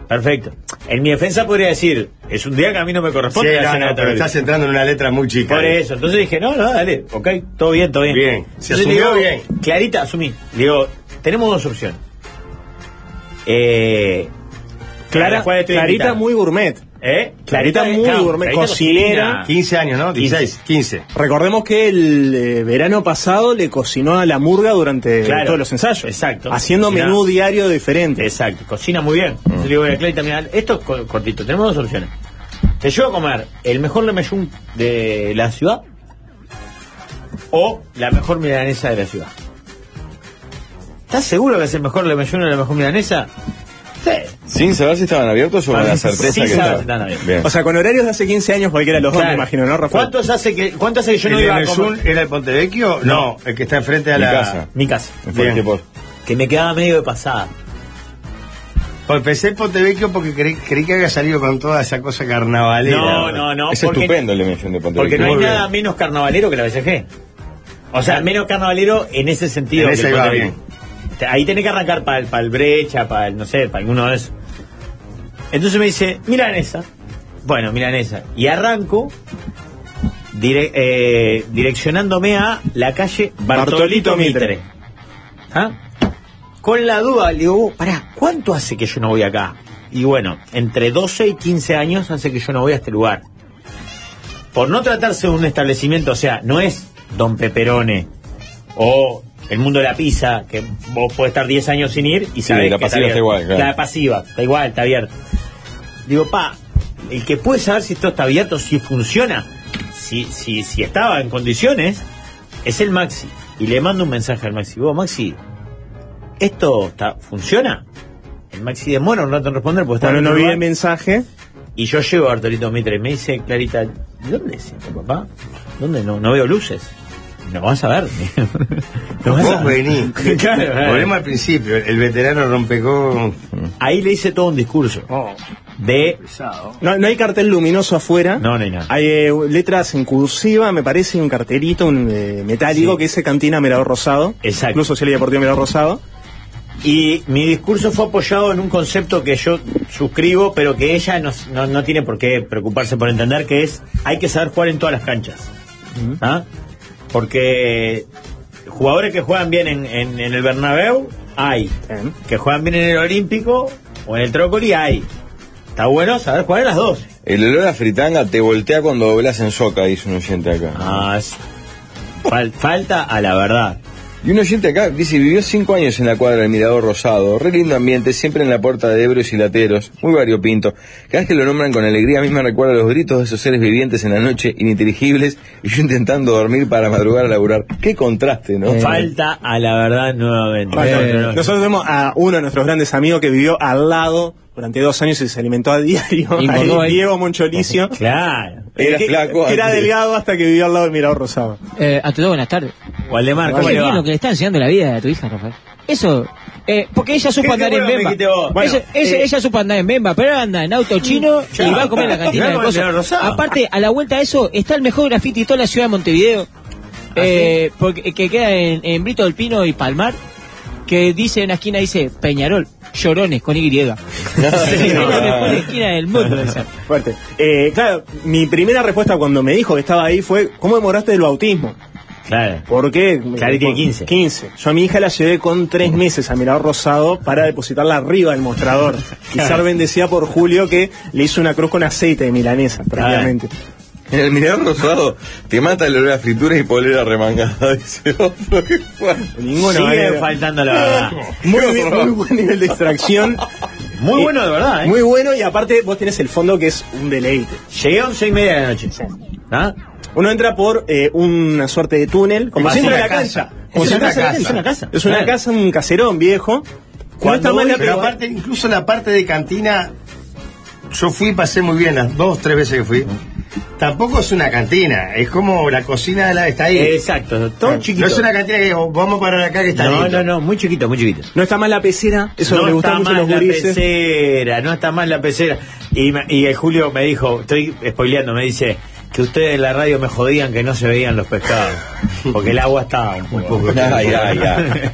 Speaker 7: Perfecto. En mi defensa podría decir, es un día que a mí no me
Speaker 4: sí,
Speaker 7: corresponde la
Speaker 4: no,
Speaker 7: cena
Speaker 4: no,
Speaker 7: de
Speaker 4: pero
Speaker 7: Torres.
Speaker 4: estás entrando en una letra muy chica.
Speaker 7: Por eso, entonces dije, no, no, dale, ok, todo bien, todo bien.
Speaker 4: Bien, se
Speaker 7: Entonces le
Speaker 4: asumió
Speaker 7: digo,
Speaker 4: bien.
Speaker 7: Clarita, asumí. Le digo, tenemos dos opciones. Eh, a
Speaker 6: Clara,
Speaker 7: la cual estoy
Speaker 6: Clarita
Speaker 7: invitada.
Speaker 6: muy gourmet.
Speaker 7: ¿Eh?
Speaker 6: Clarita muy gourmet, cocinera.
Speaker 4: 15 años, ¿no? 16, 15.
Speaker 6: Recordemos que el eh, verano pasado le cocinó a la murga durante
Speaker 7: Claro.
Speaker 6: todos los ensayos.
Speaker 7: Exacto.
Speaker 6: Haciendo
Speaker 7: Cocinaba.
Speaker 6: menú diario diferente.
Speaker 7: Exacto, cocina muy
Speaker 6: Mm.
Speaker 7: bien. Entonces le digo, bueno, Clarita, mira, esto es co- cortito, tenemos dos opciones. Te llevo a comer el mejor lemeyún de la ciudad o la mejor milanesa de la ciudad. ¿Estás seguro que es el mejor lemeyún o la mejor milanesa? Sí.
Speaker 5: Sin saber si estaban abiertos o con la certeza
Speaker 7: Sin
Speaker 5: que
Speaker 7: Ah, saber si
Speaker 5: estaba.
Speaker 7: estaban abiertos.
Speaker 5: Bien.
Speaker 6: O sea, con horarios de hace 15 años cualquiera de los dos,
Speaker 7: Claro.
Speaker 6: me imagino, ¿no, Rafael?
Speaker 7: ¿Cuántos hace que, cuánto hace que yo
Speaker 4: ¿El
Speaker 7: no iba a
Speaker 4: de Sur
Speaker 7: comer?
Speaker 4: era el Pontevecchio? No, el que está enfrente a
Speaker 5: Mi
Speaker 4: la
Speaker 5: casa.
Speaker 7: Mi casa.
Speaker 5: Fue
Speaker 4: Bien.
Speaker 5: tipo-
Speaker 7: Que me quedaba medio de pasada.
Speaker 4: Pues pensé Pontevecchio porque creí, creí que había salido con toda esa cosa carnavalera.
Speaker 7: No, no, no.
Speaker 5: es
Speaker 7: porque-
Speaker 5: estupendo el dimensión de
Speaker 7: Porque
Speaker 5: Pontevedra.
Speaker 7: no hay
Speaker 4: Muy
Speaker 7: nada menos carnavalero que la BCG. O sea, menos carnavalero en ese sentido.
Speaker 4: En
Speaker 7: que
Speaker 4: ese
Speaker 7: el
Speaker 4: va
Speaker 7: Ponte
Speaker 4: bien.
Speaker 7: Vedra. Te- Ahí tenés que arrancar para el, brecha, para el, no sé, para alguno de esos. Entonces me dice, milanesa. Bueno, milanesa. Y arranco dire- eh, direccionándome a la calle Bartolito,
Speaker 6: Bartolito
Speaker 7: Mitre.
Speaker 6: Mitre.
Speaker 7: ¿Ah? Con la duda, le digo, "Oh, pará, ¿cuánto hace que yo no voy acá? Y bueno, entre 12 y 15 años hace que yo no voy a este lugar por no tratarse de un establecimiento, o sea, no es Don Peperone o el mundo de la pizza, que vos podés estar 10 años sin ir y
Speaker 5: Sí,
Speaker 7: sabés
Speaker 5: la
Speaker 7: que
Speaker 5: pasiva está
Speaker 7: abierto.
Speaker 5: igual, claro.
Speaker 7: La pasiva, está igual, está abierto. Digo, pa, el que puede saber si esto está abierto, si funciona, si, si, si estaba en condiciones, es el Maxi. Y le mando un mensaje al Maxi. Vos, Maxi, ¿esto está, funciona? El Maxi demora un rato en responder porque está
Speaker 6: Cuando
Speaker 7: en
Speaker 6: no
Speaker 7: otro
Speaker 6: vi
Speaker 7: lugar.
Speaker 6: el mensaje,
Speaker 7: Y yo llego a Bartolito Mitre y me dice Clarita, ¿y ¿dónde es esto, papá? ¿Dónde no, no veo luces? No vas a ver. no vas a
Speaker 4: Vos
Speaker 7: ver.
Speaker 4: venís.
Speaker 7: Claro, claro.
Speaker 4: Volvemos al principio. El veterano rompecón.
Speaker 7: Ahí le hice todo un discurso de
Speaker 6: no, no hay cartel luminoso afuera.
Speaker 7: no, no hay nada.
Speaker 6: Hay eh, letras en cursiva, me parece, y un cartelito un, eh, metálico
Speaker 7: Sí.
Speaker 6: que dice Cantina Mirador Rosado.
Speaker 7: Exacto.
Speaker 6: Club Social y Deportivo Mirador Rosado.
Speaker 7: Y mi discurso fue apoyado en un concepto que yo suscribo, pero que ella no, no- no tiene por qué preocuparse por entender, que es hay que saber jugar en todas las canchas. ¿Ah? Porque jugadores que juegan bien en, en- en el Bernabéu, hay.
Speaker 6: Bien.
Speaker 7: Que juegan bien en el Olímpico o en el Trócoli, hay. Está bueno saber jugar en las dos.
Speaker 5: El olor a fritanga te voltea cuando doblas en soca, dice un oyente acá.
Speaker 7: Ah, es- fal- falta a la verdad.
Speaker 5: Y un oyente acá dice, vivió cinco años en la cuadra del Mirador Rosado, re lindo ambiente, siempre en la puerta de ebrios y lateros, muy variopinto. Cada vez que lo nombran con alegría, a mí me recuerda los gritos de esos seres vivientes en la noche, ininteligibles, y yo intentando dormir para madrugar a laburar. Qué contraste, ¿no?
Speaker 7: Eh. Falta a la verdad nuevamente.
Speaker 6: Bueno,
Speaker 7: Eh,
Speaker 6: Nosotros tenemos a uno de nuestros grandes amigos que vivió al lado durante dos años y se alimentó a diario.
Speaker 8: Y
Speaker 6: Ahí,
Speaker 8: engordó ahí.
Speaker 6: Diego Moncholicio. eh,
Speaker 7: Claro.
Speaker 5: Era
Speaker 6: que-
Speaker 5: flaco
Speaker 6: que era
Speaker 5: antes.
Speaker 6: delgado hasta que vivió al lado del Mirador Rosado.
Speaker 8: Eh, ante todo, buenas tardes.
Speaker 7: Waldemar, ¿cómo
Speaker 8: Qué
Speaker 7: le va?
Speaker 8: bien lo que le está enseñando la vida a tu hija, Rafael. Eso, eh, porque ella
Speaker 7: Qué-
Speaker 8: supo andar
Speaker 7: qué bueno
Speaker 8: en
Speaker 7: me dijiste
Speaker 8: Bemba.
Speaker 7: vos. Bueno,
Speaker 8: ella, ella-
Speaker 7: eh,
Speaker 8: ella supo andar en Bemba, pero ahora anda en auto chino
Speaker 7: Ya,
Speaker 8: y va a comer en la cantina
Speaker 7: ya
Speaker 8: de
Speaker 7: con el León
Speaker 8: cosas.
Speaker 7: Rosado.
Speaker 8: Aparte, a la vuelta de eso, está el mejor graffiti de toda la ciudad de Montevideo,
Speaker 7: ¿Ah,
Speaker 8: eh, porque, que queda en, en Brito del Pino y Palmar, que dice en la esquina, dice Peñarol, llorones con Y. es la mejor esquina del mundo esa.
Speaker 6: Fuerte. Eh, claro, mi primera respuesta cuando me dijo que estaba ahí fue, ¿cómo demoraste del bautismo?
Speaker 7: Claro.
Speaker 6: ¿Por qué?
Speaker 7: Claro, tiene 15.
Speaker 6: 15. Yo a mi hija la llevé con tres meses a Mirador Rosado para depositarla arriba del mostrador. Y ser bendecida por Julio que le hizo una cruz con aceite de milanesa, prácticamente.
Speaker 5: En el Mirador Rosado te mata el olor a frituras y polera remangada, dice otro. Qué fuerte.
Speaker 6: Ninguno
Speaker 7: Sigue
Speaker 6: era-
Speaker 7: faltando la verdad.
Speaker 6: Muy, bien, muy buen nivel de extracción.
Speaker 7: Muy bueno de verdad, ¿eh?
Speaker 6: Muy bueno y aparte vos tenés el fondo que es un deleite.
Speaker 7: Llegué a once y media de la noche. ¿Ah?
Speaker 6: Uno entra por eh, una suerte de túnel, como
Speaker 7: Es
Speaker 6: si entra
Speaker 7: una
Speaker 6: a la
Speaker 7: casa.
Speaker 6: cancha.
Speaker 7: Es
Speaker 6: Como si
Speaker 7: una
Speaker 6: entras a la
Speaker 7: casa, es una casa.
Speaker 6: Es una
Speaker 7: Claro.
Speaker 6: casa, un caserón viejo. No
Speaker 4: Cuando
Speaker 6: está mal
Speaker 4: voy,
Speaker 6: la
Speaker 4: pero
Speaker 6: pero-
Speaker 4: aparte, incluso la parte de cantina, yo fui y pasé muy bien las dos, tres veces que fui. Tampoco es una cantina, es como la cocina de la está ahí.
Speaker 7: Exacto, todo chiquito.
Speaker 4: No es una cantina que digo, vamos a parar acá que está
Speaker 7: no,
Speaker 4: lindo.
Speaker 7: no, no, muy chiquito, muy chiquito.
Speaker 6: No está mal la pecera, eso
Speaker 7: no
Speaker 6: le gusta
Speaker 7: está
Speaker 6: mucho a
Speaker 7: mal
Speaker 6: los
Speaker 7: la
Speaker 6: gurises.
Speaker 7: pecera, no está mal la pecera. Y, me- y el Julio me dijo, estoy spoileando, me dice que ustedes en la radio me jodían que no se veían los pescados, porque el agua estaba un poco.
Speaker 5: Ay, ay, ay.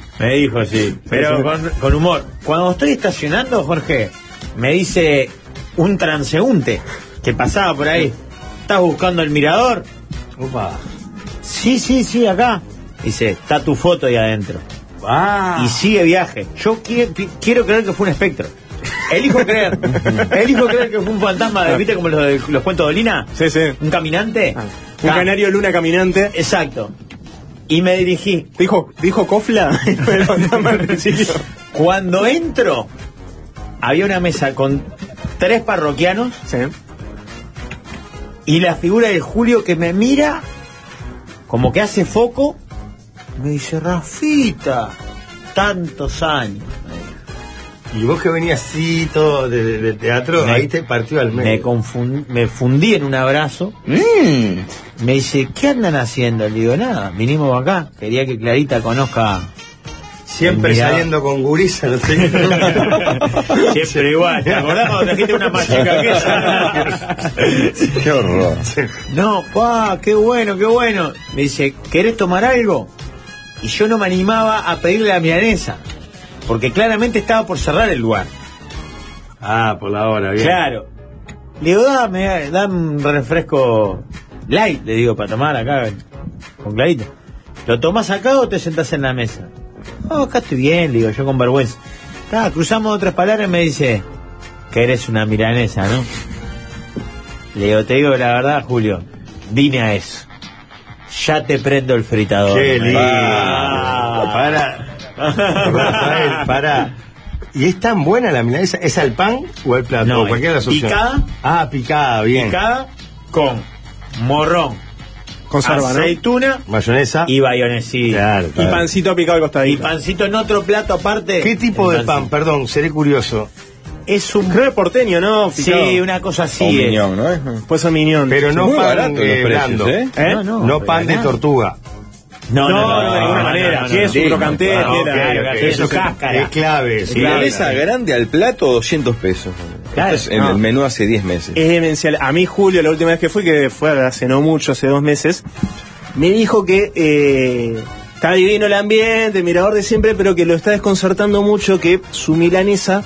Speaker 7: Me dijo, sí. Pero con, con humor. Cuando estoy estacionando, Jorge, me dice un transeúnte que pasaba por ahí. ¿Estás buscando el mirador? Opa. Sí, sí, sí, acá. Dice, está tu foto ahí adentro.
Speaker 6: Ah.
Speaker 7: Y sigue viaje. Yo qui- qui- quiero creer que fue un espectro. Elijo creer. Elijo creer que fue un fantasma, de- ¿viste como los, de- los cuentos de Olina?
Speaker 6: Sí, sí.
Speaker 7: Un caminante.
Speaker 6: Un
Speaker 7: Ah,
Speaker 6: canario luna caminante.
Speaker 7: Exacto. Y me dirigí.
Speaker 6: ¿Te dijo, te dijo Cofla? Me lo contaba al principio.
Speaker 7: Cuando entro, había una mesa con tres parroquianos
Speaker 6: Sí.
Speaker 7: y la figura de Julio que me mira, como que hace foco, me dice, Rafita, tantos años.
Speaker 4: Y vos que venías así todo de, de- de teatro,
Speaker 7: Me-
Speaker 4: ahí te partió al
Speaker 7: Me,
Speaker 4: medio.
Speaker 7: confun- me fundí en un abrazo. Me dice, ¿qué andan haciendo? Le digo, nada, vinimos acá. Quería que Clarita conozca
Speaker 4: Siempre
Speaker 7: Mirá.
Speaker 4: saliendo con gurisa, ¿no?
Speaker 7: Siempre igual. ¿Te acordás cuando trajiste una machica que esa?
Speaker 5: Qué horror.
Speaker 7: No, pa, qué bueno, qué bueno. Me dice, ¿querés tomar algo? Y yo no me animaba a pedirle la milanesa, porque claramente estaba por cerrar el lugar.
Speaker 4: Ah, por la hora, bien.
Speaker 7: Claro. Le digo, dame, dame un refresco light, le digo, para tomar acá, con clarito. ¿Lo tomás acá o te sentás en la mesa? No, acá estoy bien, le digo, yo con vergüenza. Ta, cruzamos otras palabras y me dice, que eres una milanesa, ¿no? Le digo, te digo la verdad, Julio, vine a eso. Ya te prendo el fritador.
Speaker 4: Qué lindo.
Speaker 7: Ah.
Speaker 4: Para. Rafael, para. ¿Y es tan buena la milanesa? ¿Es al pan o al plato?
Speaker 7: No,
Speaker 4: O cualquiera de las opciones.
Speaker 7: picada.
Speaker 4: Ah, picada, bien.
Speaker 7: Picada con morrón,
Speaker 6: Conserva, ¿no?
Speaker 7: aceituna
Speaker 4: Mayonesa.
Speaker 7: y bayonesilla.
Speaker 4: Claro,
Speaker 6: Y
Speaker 4: claro.
Speaker 6: pancito picado al
Speaker 7: Y
Speaker 6: costadito.
Speaker 7: pancito en otro plato aparte.
Speaker 4: ¿Qué tipo
Speaker 7: El
Speaker 4: de pan? Perdón, seré curioso.
Speaker 7: Es un.
Speaker 6: Creo que porteño, ¿no? Picado.
Speaker 7: Sí, una cosa así.
Speaker 5: O
Speaker 7: es.
Speaker 5: miñón, ¿no?
Speaker 6: Pues a Minion.
Speaker 4: Pero no
Speaker 5: Muy
Speaker 4: pan
Speaker 5: barato los
Speaker 4: eh,
Speaker 5: precios,
Speaker 4: blando.
Speaker 5: ¿eh?
Speaker 6: ¿Eh?
Speaker 7: No, no.
Speaker 4: No pan de
Speaker 7: Barato.
Speaker 4: tortuga.
Speaker 7: No, no, no,
Speaker 6: de ninguna manera.
Speaker 7: no, no,
Speaker 6: Queso,
Speaker 7: no.
Speaker 6: crocante,
Speaker 7: Ah,
Speaker 6: tela.
Speaker 7: ok, ok.
Speaker 4: Eso
Speaker 7: Queso
Speaker 4: es-
Speaker 7: cáscara.
Speaker 4: Es clave. sí.
Speaker 5: Milanesa grande al plato, 200 pesos.
Speaker 7: Claro,
Speaker 5: Esto es en
Speaker 7: no. Eh.
Speaker 5: el menú hace 10 meses.
Speaker 6: Es demencial. A mí, Julio, la última vez que fui, que fue hace no mucho, hace dos meses, me dijo que eh, está divino el ambiente, mirador de siempre, pero que lo está desconcertando mucho que su milanesa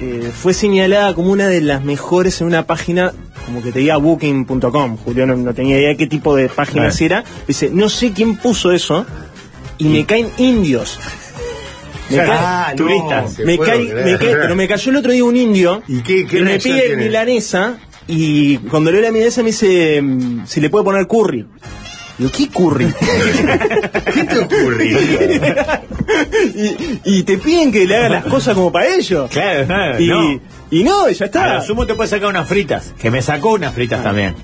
Speaker 6: eh, fue señalada como una de las mejores en una página, como que te diga booking.com. Julio no, no tenía idea de qué tipo de página era. Dice, no sé quién puso eso y me caen indios. Me
Speaker 4: Ah,
Speaker 6: caen
Speaker 4: no,
Speaker 6: turistas.
Speaker 4: te
Speaker 6: me
Speaker 4: puedo
Speaker 6: cae,
Speaker 4: creer.
Speaker 6: me cae- pero me cayó el otro día un indio
Speaker 4: ¿Y qué- qué
Speaker 6: que me
Speaker 4: reacción
Speaker 6: pide
Speaker 4: tiene?
Speaker 6: milanesa y cuando le doy la milanesa me dice mm, si le puede poner curry. Digo, ¿qué curry?
Speaker 4: ¿Qué te ocurre?
Speaker 6: y, y te piden que le hagan las cosas como para ellos.
Speaker 7: Claro, claro.
Speaker 6: Y
Speaker 7: no.
Speaker 6: y no, y ya
Speaker 7: A
Speaker 6: está.
Speaker 7: lo sumo te puedes sacar unas fritas. Que me sacó unas fritas también.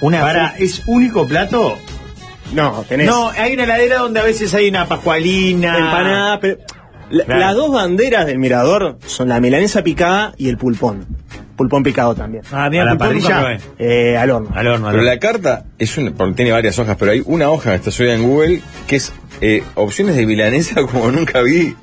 Speaker 7: Una
Speaker 4: Para, ¿es único plato?
Speaker 6: No, tenés
Speaker 7: No, hay una heladera donde a veces hay una pascualina.
Speaker 6: empanadas, pero la-
Speaker 7: Claro.
Speaker 6: las dos banderas del mirador son la milanesa picada y el pulpón. Pulpón picado también.
Speaker 7: Ah, mira,
Speaker 4: A la
Speaker 7: pulpo nunca
Speaker 4: parrilla.
Speaker 7: probé.
Speaker 6: Eh, al horno.
Speaker 7: Al horno, al
Speaker 5: Pero
Speaker 7: horno.
Speaker 5: la carta es una, porque tiene varias hojas, pero hay una hoja, está subida en Google, que es eh, opciones de milanesa como nunca vi.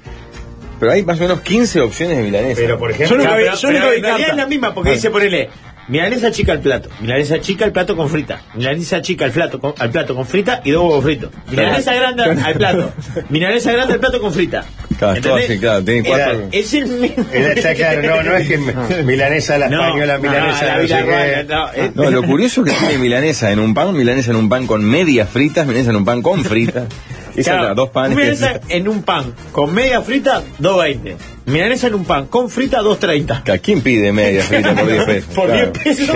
Speaker 5: Pero hay más o menos 15 opciones de milanesa.
Speaker 4: Pero, por
Speaker 6: Yo
Speaker 4: ejemplo,
Speaker 6: nunca
Speaker 7: Claro,
Speaker 6: vi-
Speaker 7: pero-
Speaker 6: yo
Speaker 7: pero
Speaker 6: nunca vi
Speaker 7: en realidad
Speaker 6: carta.
Speaker 7: es la misma, porque dice ponele. Milanesa chica al plato, milanesa chica al plato con frita, milanesa chica al plato con, al plato con frita y dos huevos fritos, milanesa grande al- al plato, milanesa grande al plato con frita.
Speaker 5: Claro, todo
Speaker 7: ¿Entendés?
Speaker 5: así, claro, tiene cuatro-
Speaker 7: Era- Es el mismo.
Speaker 4: Eh, Está claro, no, no es que me- milanesa a la
Speaker 7: No,
Speaker 4: española,
Speaker 7: no,
Speaker 4: milanesa
Speaker 7: la
Speaker 4: no sé
Speaker 7: Villarroel,
Speaker 4: qué.
Speaker 7: no, eh,
Speaker 5: No, lo curioso es que tiene milanesa en un pan, milanesa en un pan con medias fritas, milanesa en un pan con fritas. Esa
Speaker 7: Claro,
Speaker 5: es la- dos panes. que-
Speaker 7: Milanesa en un pan con media frita, 2.20. Milanesa en un pan con frita, 2.30.
Speaker 5: Claro, ¿Quién pide medias fritas por 10 pesos?
Speaker 7: Por
Speaker 5: Claro.
Speaker 7: 10 pesos.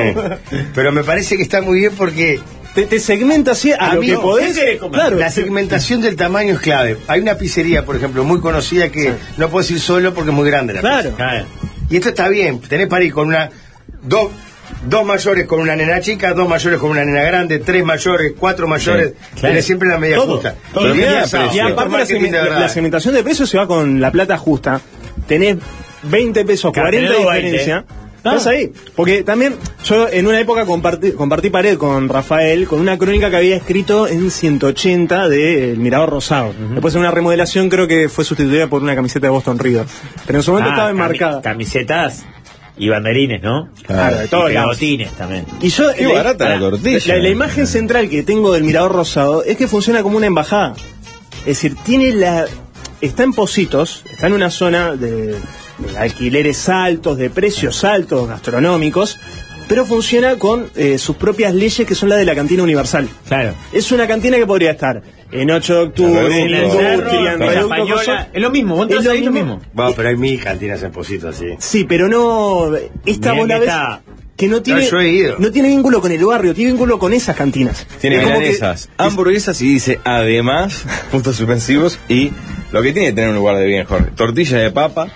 Speaker 4: Sí. Pero me parece que está muy bien porque
Speaker 6: Te, te segmentas así
Speaker 7: Ah,
Speaker 6: a lo
Speaker 4: Amigo,
Speaker 6: que podés.
Speaker 7: ¿qué querés comer?
Speaker 6: Claro.
Speaker 4: la segmentación del tamaño es clave. Hay una pizzería, por ejemplo, muy conocida que no puedes ir solo porque es muy grande la
Speaker 6: Claro.
Speaker 7: Claro.
Speaker 4: pizza. Y esto está bien, tenés para ir con una... Dos, dos mayores con una nena chica, dos mayores con una nena grande, tres mayores, cuatro mayores.
Speaker 7: claro.
Speaker 4: Tenés siempre la media
Speaker 7: Todo,
Speaker 4: justa.
Speaker 7: todo.
Speaker 4: Y
Speaker 6: Y,
Speaker 4: bien
Speaker 6: nada,
Speaker 4: asado.
Speaker 6: y aparte la,
Speaker 4: Marketing de
Speaker 6: segmen-
Speaker 4: verdad.
Speaker 6: la segmentación de precios se va con la plata justa. Tenés 20 pesos,
Speaker 7: Claro,
Speaker 6: 40 de
Speaker 7: tenés Ah. 20.
Speaker 6: diferencia. Estás ahí. Porque también yo en una época compartí, compartí pared con Rafael con una crónica que había escrito en 180 de El Mirador Rosado. Después en una remodelación creo que fue sustituida por una camiseta de Boston River. Pero en su momento
Speaker 7: Ah,
Speaker 6: estaba
Speaker 7: cami-
Speaker 6: enmarcada.
Speaker 7: Camisetas y banderines, ¿no?
Speaker 6: Claro, de todos
Speaker 7: Y
Speaker 6: lados.
Speaker 7: pegotines también.
Speaker 6: Y yo,
Speaker 5: Qué barata la tortilla.
Speaker 6: La, la imagen central que tengo del Mirador Rosado es que funciona como una embajada. Es decir, tiene la. Está en Positos, está en una zona de, de alquileres altos, de precios altos, gastronómicos, pero funciona con eh, sus propias leyes que son las de la cantina universal.
Speaker 7: Claro.
Speaker 6: es una cantina que podría estar en 8 de
Speaker 5: Claro,
Speaker 6: octubre, en la
Speaker 5: en el
Speaker 6: industria, en
Speaker 5: Cerro,
Speaker 6: Reducto,
Speaker 7: Española,
Speaker 6: cosas.
Speaker 7: es lo mismo, vos
Speaker 6: Es
Speaker 7: entras ahí, es lo mismo.
Speaker 4: Bueno, pero hay mil cantinas en Posito así.
Speaker 6: Sí, pero no. Esta
Speaker 7: Mirá
Speaker 6: vos la
Speaker 7: que
Speaker 6: ves
Speaker 7: está.
Speaker 6: que no tiene,
Speaker 4: yo he ido.
Speaker 6: no tiene vínculo con el barrio, tiene vínculo con esas cantinas.
Speaker 5: Tiene
Speaker 6: Es como que-
Speaker 5: milanesas, hamburguesas y dice además, puntos suspensivos, y lo que tiene que tener un lugar de bien, Jorge. Tortilla de papa,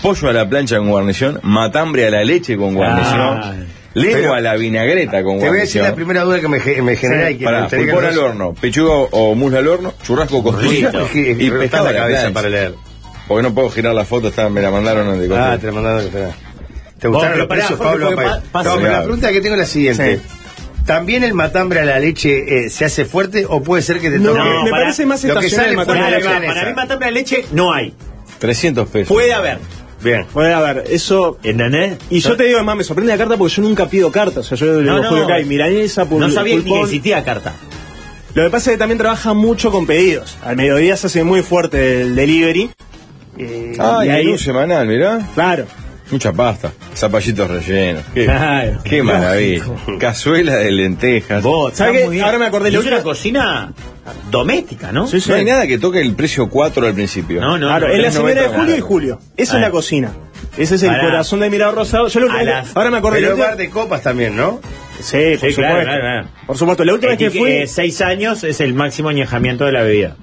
Speaker 5: pollo a la plancha con guarnición, matambre a la leche con guarnición,
Speaker 7: Ay.
Speaker 5: lengua
Speaker 4: Ah. Pero-
Speaker 5: a la vinagreta con
Speaker 4: Te voy a decir
Speaker 5: guarnición.
Speaker 4: la primera duda que me, ge- me genera y que me
Speaker 5: Pará,
Speaker 4: gustaría que
Speaker 5: pulpón
Speaker 4: nos-
Speaker 5: al horno, pechuga o muslo al horno, churrasco con costilla
Speaker 4: Es que- es que
Speaker 5: y
Speaker 4: rota
Speaker 5: pescado a
Speaker 4: la cabeza
Speaker 5: plancha.
Speaker 4: para leer.
Speaker 5: Porque no puedo girar la foto, está- me la mandaron de
Speaker 4: Ah,
Speaker 5: costilla.
Speaker 4: te la mandaron. espera. ¿Te gustaron
Speaker 7: pero
Speaker 4: los
Speaker 7: pará,
Speaker 4: precios,
Speaker 7: Jorge,
Speaker 4: Pablo?
Speaker 7: porque
Speaker 4: Pa-
Speaker 7: pa- pasa-
Speaker 4: No, pero la pregunta que tengo es la siguiente. ¿También el matambre a la leche eh, se hace fuerte o puede ser que te
Speaker 6: No,
Speaker 4: toque?
Speaker 6: me
Speaker 7: para-
Speaker 6: parece más
Speaker 4: lo que
Speaker 6: estacional
Speaker 4: sale
Speaker 6: el matambre a
Speaker 4: fuera
Speaker 6: la
Speaker 4: de
Speaker 7: Claro,
Speaker 6: leche.
Speaker 4: la
Speaker 7: claro,
Speaker 4: cabeza.
Speaker 7: para mí matambre de leche no hay.
Speaker 4: Ah.
Speaker 5: 300 pesos.
Speaker 7: Puede haber.
Speaker 4: Bien.
Speaker 6: Bueno, a ver, eso.
Speaker 7: ¿Entendés?
Speaker 6: Y yo te digo, además, me sorprende la carta porque yo nunca pido cartas. O sea, yo
Speaker 7: No,
Speaker 6: le
Speaker 7: no.
Speaker 6: digo, "Joder, hay milanesa, pul-
Speaker 7: No sabía ni que
Speaker 6: pulpón".
Speaker 7: existía carta.
Speaker 6: Lo que pasa es que también trabaja mucho con pedidos. Al mediodía se hace muy fuerte el delivery. Eh,
Speaker 5: Ah,
Speaker 6: y
Speaker 5: y
Speaker 6: ahí-
Speaker 5: menú semanal, mirá.
Speaker 6: Claro.
Speaker 5: Mucha pasta. Zapallitos rellenos. Qué,
Speaker 7: Claro.
Speaker 5: qué maravilla. Cazuela de lentejas.
Speaker 7: Vos,
Speaker 6: ¿Sabés
Speaker 7: está
Speaker 6: qué?
Speaker 7: muy bien.
Speaker 6: Ahora me acordé,
Speaker 7: Y
Speaker 6: lo
Speaker 7: Es
Speaker 6: que-
Speaker 7: una cocina doméstica, ¿no?
Speaker 6: Sí, sí.
Speaker 5: No hay nada que toque el precio 4 al principio.
Speaker 7: No, no.
Speaker 6: Claro, es la
Speaker 5: es
Speaker 6: semana de
Speaker 5: 90
Speaker 6: julio y
Speaker 5: grado.
Speaker 6: julio. Esa
Speaker 7: Ah.
Speaker 6: es la cocina. Ese es el
Speaker 7: Pará.
Speaker 6: corazón de Mirador Rosado. Yo lo
Speaker 7: A
Speaker 6: que
Speaker 7: las-
Speaker 6: ahora me acordé. la
Speaker 4: Pero es
Speaker 6: última-
Speaker 4: bar de copas también, ¿no?
Speaker 6: Sí, por
Speaker 7: Sí,
Speaker 6: supuesto.
Speaker 7: claro, claro, claro.
Speaker 6: Por supuesto, la última vez que
Speaker 7: Etiqueta-
Speaker 6: fui.
Speaker 7: eh, seis años es el máximo añejamiento de la bebida.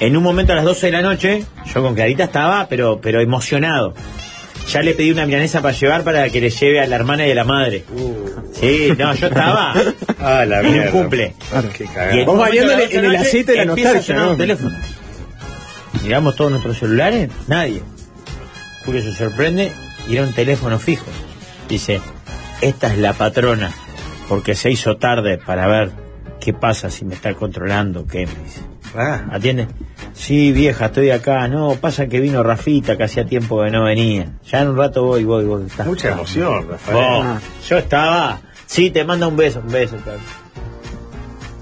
Speaker 7: En un momento a las 12 de la noche, yo con Clarita estaba, pero, pero emocionado. Ya le pedí una milanesa para llevar para que le lleve a la hermana y a la madre. Sí, no, yo estaba
Speaker 4: Uh. Ah, la
Speaker 7: en un
Speaker 4: mierda.
Speaker 7: cumple.
Speaker 4: Claro. Qué
Speaker 7: Y
Speaker 4: cagada.
Speaker 7: en
Speaker 6: Vos
Speaker 7: un momento
Speaker 6: bañándole
Speaker 7: a las 12
Speaker 6: en el
Speaker 7: noche
Speaker 6: aceite de Eh, la
Speaker 7: empieza a
Speaker 6: nostalgia,
Speaker 7: sonar un
Speaker 6: ¿no?
Speaker 7: teléfono. Miramos todos nuestros celulares, nadie. Julio se sorprende y era un teléfono fijo. Dice, esta es la patrona, porque se hizo tarde para ver qué pasa si me está controlando, qué me dice.
Speaker 4: Ah,
Speaker 7: ¿Atiende? Sí, vieja, estoy acá. No, pasa que vino Rafita, que hacía tiempo que no venía. Ya en un rato voy, voy, voy. Está-
Speaker 4: mucha
Speaker 7: está.
Speaker 4: emoción, Rafael.
Speaker 7: Vos, yo estaba. Sí, te manda un beso, un beso. tal.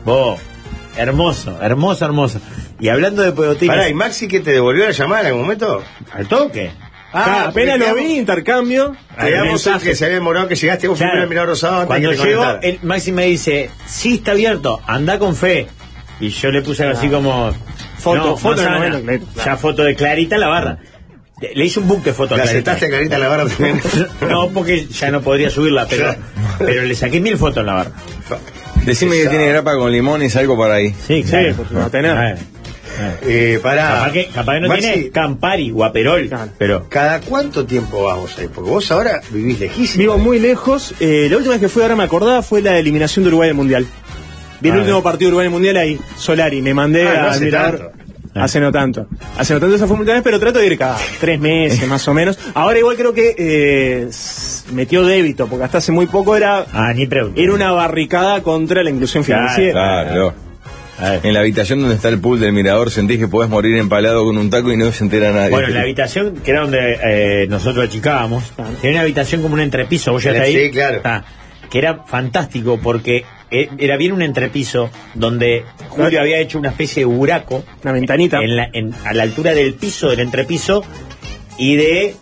Speaker 7: Vos, hermoso, hermoso, hermoso. Y hablando de pedotines,
Speaker 4: Pará, ¿y Maxi que te devolvió la llamada en algún momento?
Speaker 7: al toque.
Speaker 6: Ah, apenas lo
Speaker 4: porque
Speaker 6: vi, intercambio.
Speaker 4: Habíamos
Speaker 7: mensaje.
Speaker 4: que se había demorado que llegaste vos
Speaker 7: Claro.
Speaker 4: primero al Mirador Rosado antes
Speaker 7: Cuando
Speaker 4: que te
Speaker 7: llego,
Speaker 4: conectara.
Speaker 7: el Maxi me dice, sí está abierto, anda con fe. Y yo le puse algo así como
Speaker 6: Foto,
Speaker 7: no,
Speaker 6: foto de
Speaker 7: manzana.
Speaker 6: novela, claro.
Speaker 7: ya foto de Clarita en la barra. Le hice un book de fotos a
Speaker 4: La
Speaker 7: Clarita.
Speaker 4: sentaste clarita en la barra también.
Speaker 7: No, porque ya no podría subirla, pero, pero le saqué mil fotos en la barra.
Speaker 5: Decime que tiene grapa con limón y salgo por ahí.
Speaker 7: Sí,
Speaker 6: claro. porque va a tener.
Speaker 7: Claro. Claro.
Speaker 4: Eh, pará.
Speaker 7: Capaz que, capaz que no
Speaker 4: Maxi,
Speaker 7: tiene Campari, Guaperol,
Speaker 6: Claro.
Speaker 7: pero
Speaker 4: ¿Cada cuánto tiempo vas vos ahí? Porque vos ahora vivís lejísimo.
Speaker 6: Vivo muy lejos. Eh, la última vez que fui, ahora me acordaba, fue la eliminación de Uruguay del Mundial. Vi el
Speaker 7: Ah,
Speaker 6: último
Speaker 7: bien.
Speaker 6: partido de Uruguay del Mundial ahí, Solari. Me mandé
Speaker 4: Ah, no
Speaker 6: a
Speaker 4: hace
Speaker 6: mirar.
Speaker 4: tanto.
Speaker 6: Hace no tanto. Hace no tanto esa fue muy vez, pero trato de ir cada tres meses más o menos. Ahora igual creo que eh, s- metió débito, porque hasta hace muy poco era,
Speaker 7: ah, ni pregunta.
Speaker 6: era una barricada contra la inclusión
Speaker 7: Claro,
Speaker 6: financiera.
Speaker 5: Claro.
Speaker 7: A ver.
Speaker 5: En la habitación donde está el pool del mirador sentís que podés morir empalado con un taco y no se entera nadie.
Speaker 7: Bueno, la habitación que era donde eh, nosotros achicábamos,
Speaker 6: Claro.
Speaker 7: tenía una habitación como un entrepiso, vos ya
Speaker 4: Sí,
Speaker 7: está ahí.
Speaker 4: claro.
Speaker 7: Ah, que era fantástico porque eh, era bien un entrepiso donde Julio había hecho una especie de buraco
Speaker 6: Una ventanita.
Speaker 7: en la- en- a la altura del piso del entrepiso y de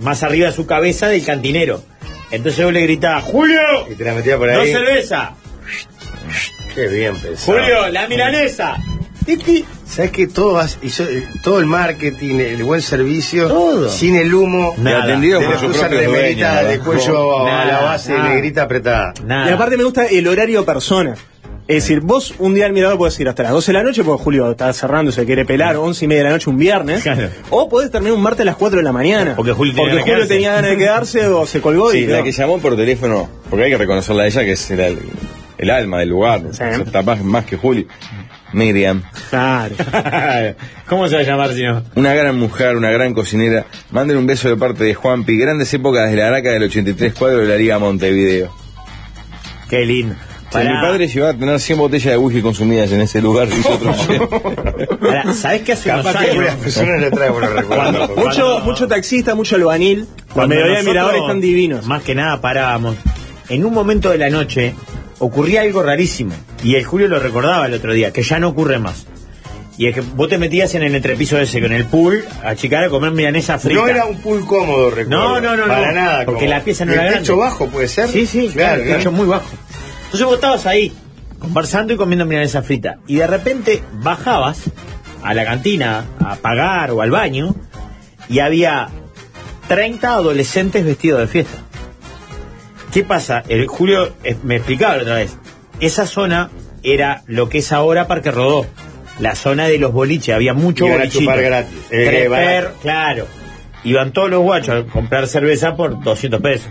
Speaker 7: más arriba de su cabeza del cantinero. Entonces yo le gritaba, Julio,
Speaker 4: Y te la metía por
Speaker 7: no
Speaker 4: ahí.
Speaker 7: cerveza,
Speaker 4: Qué bien pensado.
Speaker 7: Julio, la milanesa.
Speaker 4: ¿Sabes que todo, vas- hizo- eh, todo el marketing, el buen servicio,
Speaker 7: Todo.
Speaker 4: sin el humo,
Speaker 5: Me
Speaker 7: Nada.
Speaker 5: atendieron
Speaker 4: de
Speaker 5: por
Speaker 4: la
Speaker 5: su
Speaker 4: excusa
Speaker 5: propio
Speaker 4: remerita
Speaker 5: dueño.
Speaker 4: de cuello a la
Speaker 7: Nada,
Speaker 4: base
Speaker 7: nada.
Speaker 4: negrita apretada.
Speaker 7: Nada.
Speaker 6: Y aparte me gusta el horario persona. Es decir, vos un día al mirador podés ir hasta las 12 de la noche, porque Julio está cerrando, se quiere pelar, 11 y media de la noche un viernes.
Speaker 7: Claro.
Speaker 6: O podés terminar un martes a las 4 de la mañana.
Speaker 7: Porque Julio tenía ganas de
Speaker 6: Julio
Speaker 7: quedarse.
Speaker 6: tenía ganas de quedarse o se colgó
Speaker 5: Sí,
Speaker 6: y
Speaker 5: la
Speaker 6: quedó.
Speaker 5: que llamó por teléfono, porque hay que reconocerla a ella, que es el, el alma del lugar.
Speaker 6: Sí.
Speaker 5: O sea, está más, más que Juli. Miriam,
Speaker 6: Claro.
Speaker 7: ¿Cómo se va a llamar si no?
Speaker 5: una gran mujer, una gran cocinera. Manden un beso de parte de Juanpi. Grandes épocas de la Araca del 83 cuadro de la Liga Montevideo.
Speaker 7: Qué lindo.
Speaker 5: Si mi padre llevaba a tener 100 botellas de whisky consumidas en ese lugar, y otros 100.
Speaker 7: Pará, ¿Sabés qué hace unos
Speaker 4: Capaz que
Speaker 7: años?
Speaker 4: algunas personas le trae buenos recuerdos.
Speaker 7: Cuando-
Speaker 6: mucho, mucho taxista, mucho albanil. La
Speaker 7: Cuando
Speaker 6: mediodía de
Speaker 7: nosotros,
Speaker 6: miradores están divinos.
Speaker 7: Más que nada parábamos. En un momento de la noche ocurría algo rarísimo. Y el Julio lo recordaba el otro día, que ya no ocurre más. Y es que vos te metías en el entrepiso ese, con el pool, a chicar a comer milanesa frita.
Speaker 4: No era un pool cómodo, recuerdo.
Speaker 7: No, no, no,
Speaker 4: Para
Speaker 7: no.
Speaker 4: nada.
Speaker 7: Porque
Speaker 4: como-
Speaker 7: la pieza no
Speaker 4: ¿Y
Speaker 7: era
Speaker 4: el
Speaker 7: grande.
Speaker 4: techo bajo, puede ser.
Speaker 7: Sí, sí, claro,
Speaker 4: claro.
Speaker 7: el techo
Speaker 4: claro.
Speaker 7: muy bajo. Entonces vos estabas ahí, conversando y comiendo milanesa frita. Y de repente bajabas a la cantina a pagar o al baño y había 30 adolescentes vestidos de fiesta. ¿Qué pasa? El Julio eh, me explicaba la otra vez. Esa zona era lo que es ahora Parque Rodó. La zona de los boliches, había mucho
Speaker 4: Iban a
Speaker 7: bolichito.
Speaker 4: chupar gratis. Eh,
Speaker 7: Tres
Speaker 4: eh, barato.
Speaker 7: per- claro. Iban todos los guachos a comprar cerveza por 200 pesos.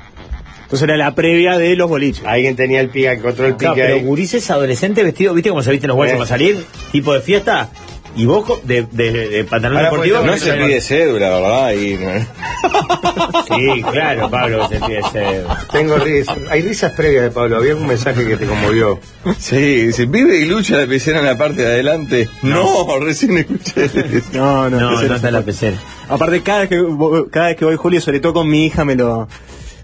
Speaker 6: Entonces era la previa de los boliches.
Speaker 4: Alguien tenía el pica, eh, encontró el
Speaker 7: Claro,
Speaker 4: pica
Speaker 7: pero
Speaker 4: ahí.
Speaker 7: gurises adolescentes vestidos, ¿viste cómo se visten los guachos
Speaker 4: Eh.
Speaker 7: para salir? Tipo de fiesta. Y vos co- de, de- de pantalón
Speaker 4: Ahora,
Speaker 7: deportivo.
Speaker 4: pues,
Speaker 5: No
Speaker 7: con-
Speaker 5: se pide cédula, ¿verdad? Y,
Speaker 7: Sí, claro, Pablo, se pide cédula.
Speaker 4: Tengo risas. Hay risas previas de Pablo. Había algún mensaje que te conmovió.
Speaker 5: sí, dice, vive y lucha la piscina en la parte de adelante. No, recién escuché.
Speaker 6: No, no,
Speaker 7: No,
Speaker 6: ese
Speaker 7: no
Speaker 6: no
Speaker 7: está
Speaker 6: fue.
Speaker 7: en la pecera.
Speaker 6: Aparte, cada vez, que, vo- cada vez que voy, Julio, sobre todo con mi hija, me lo.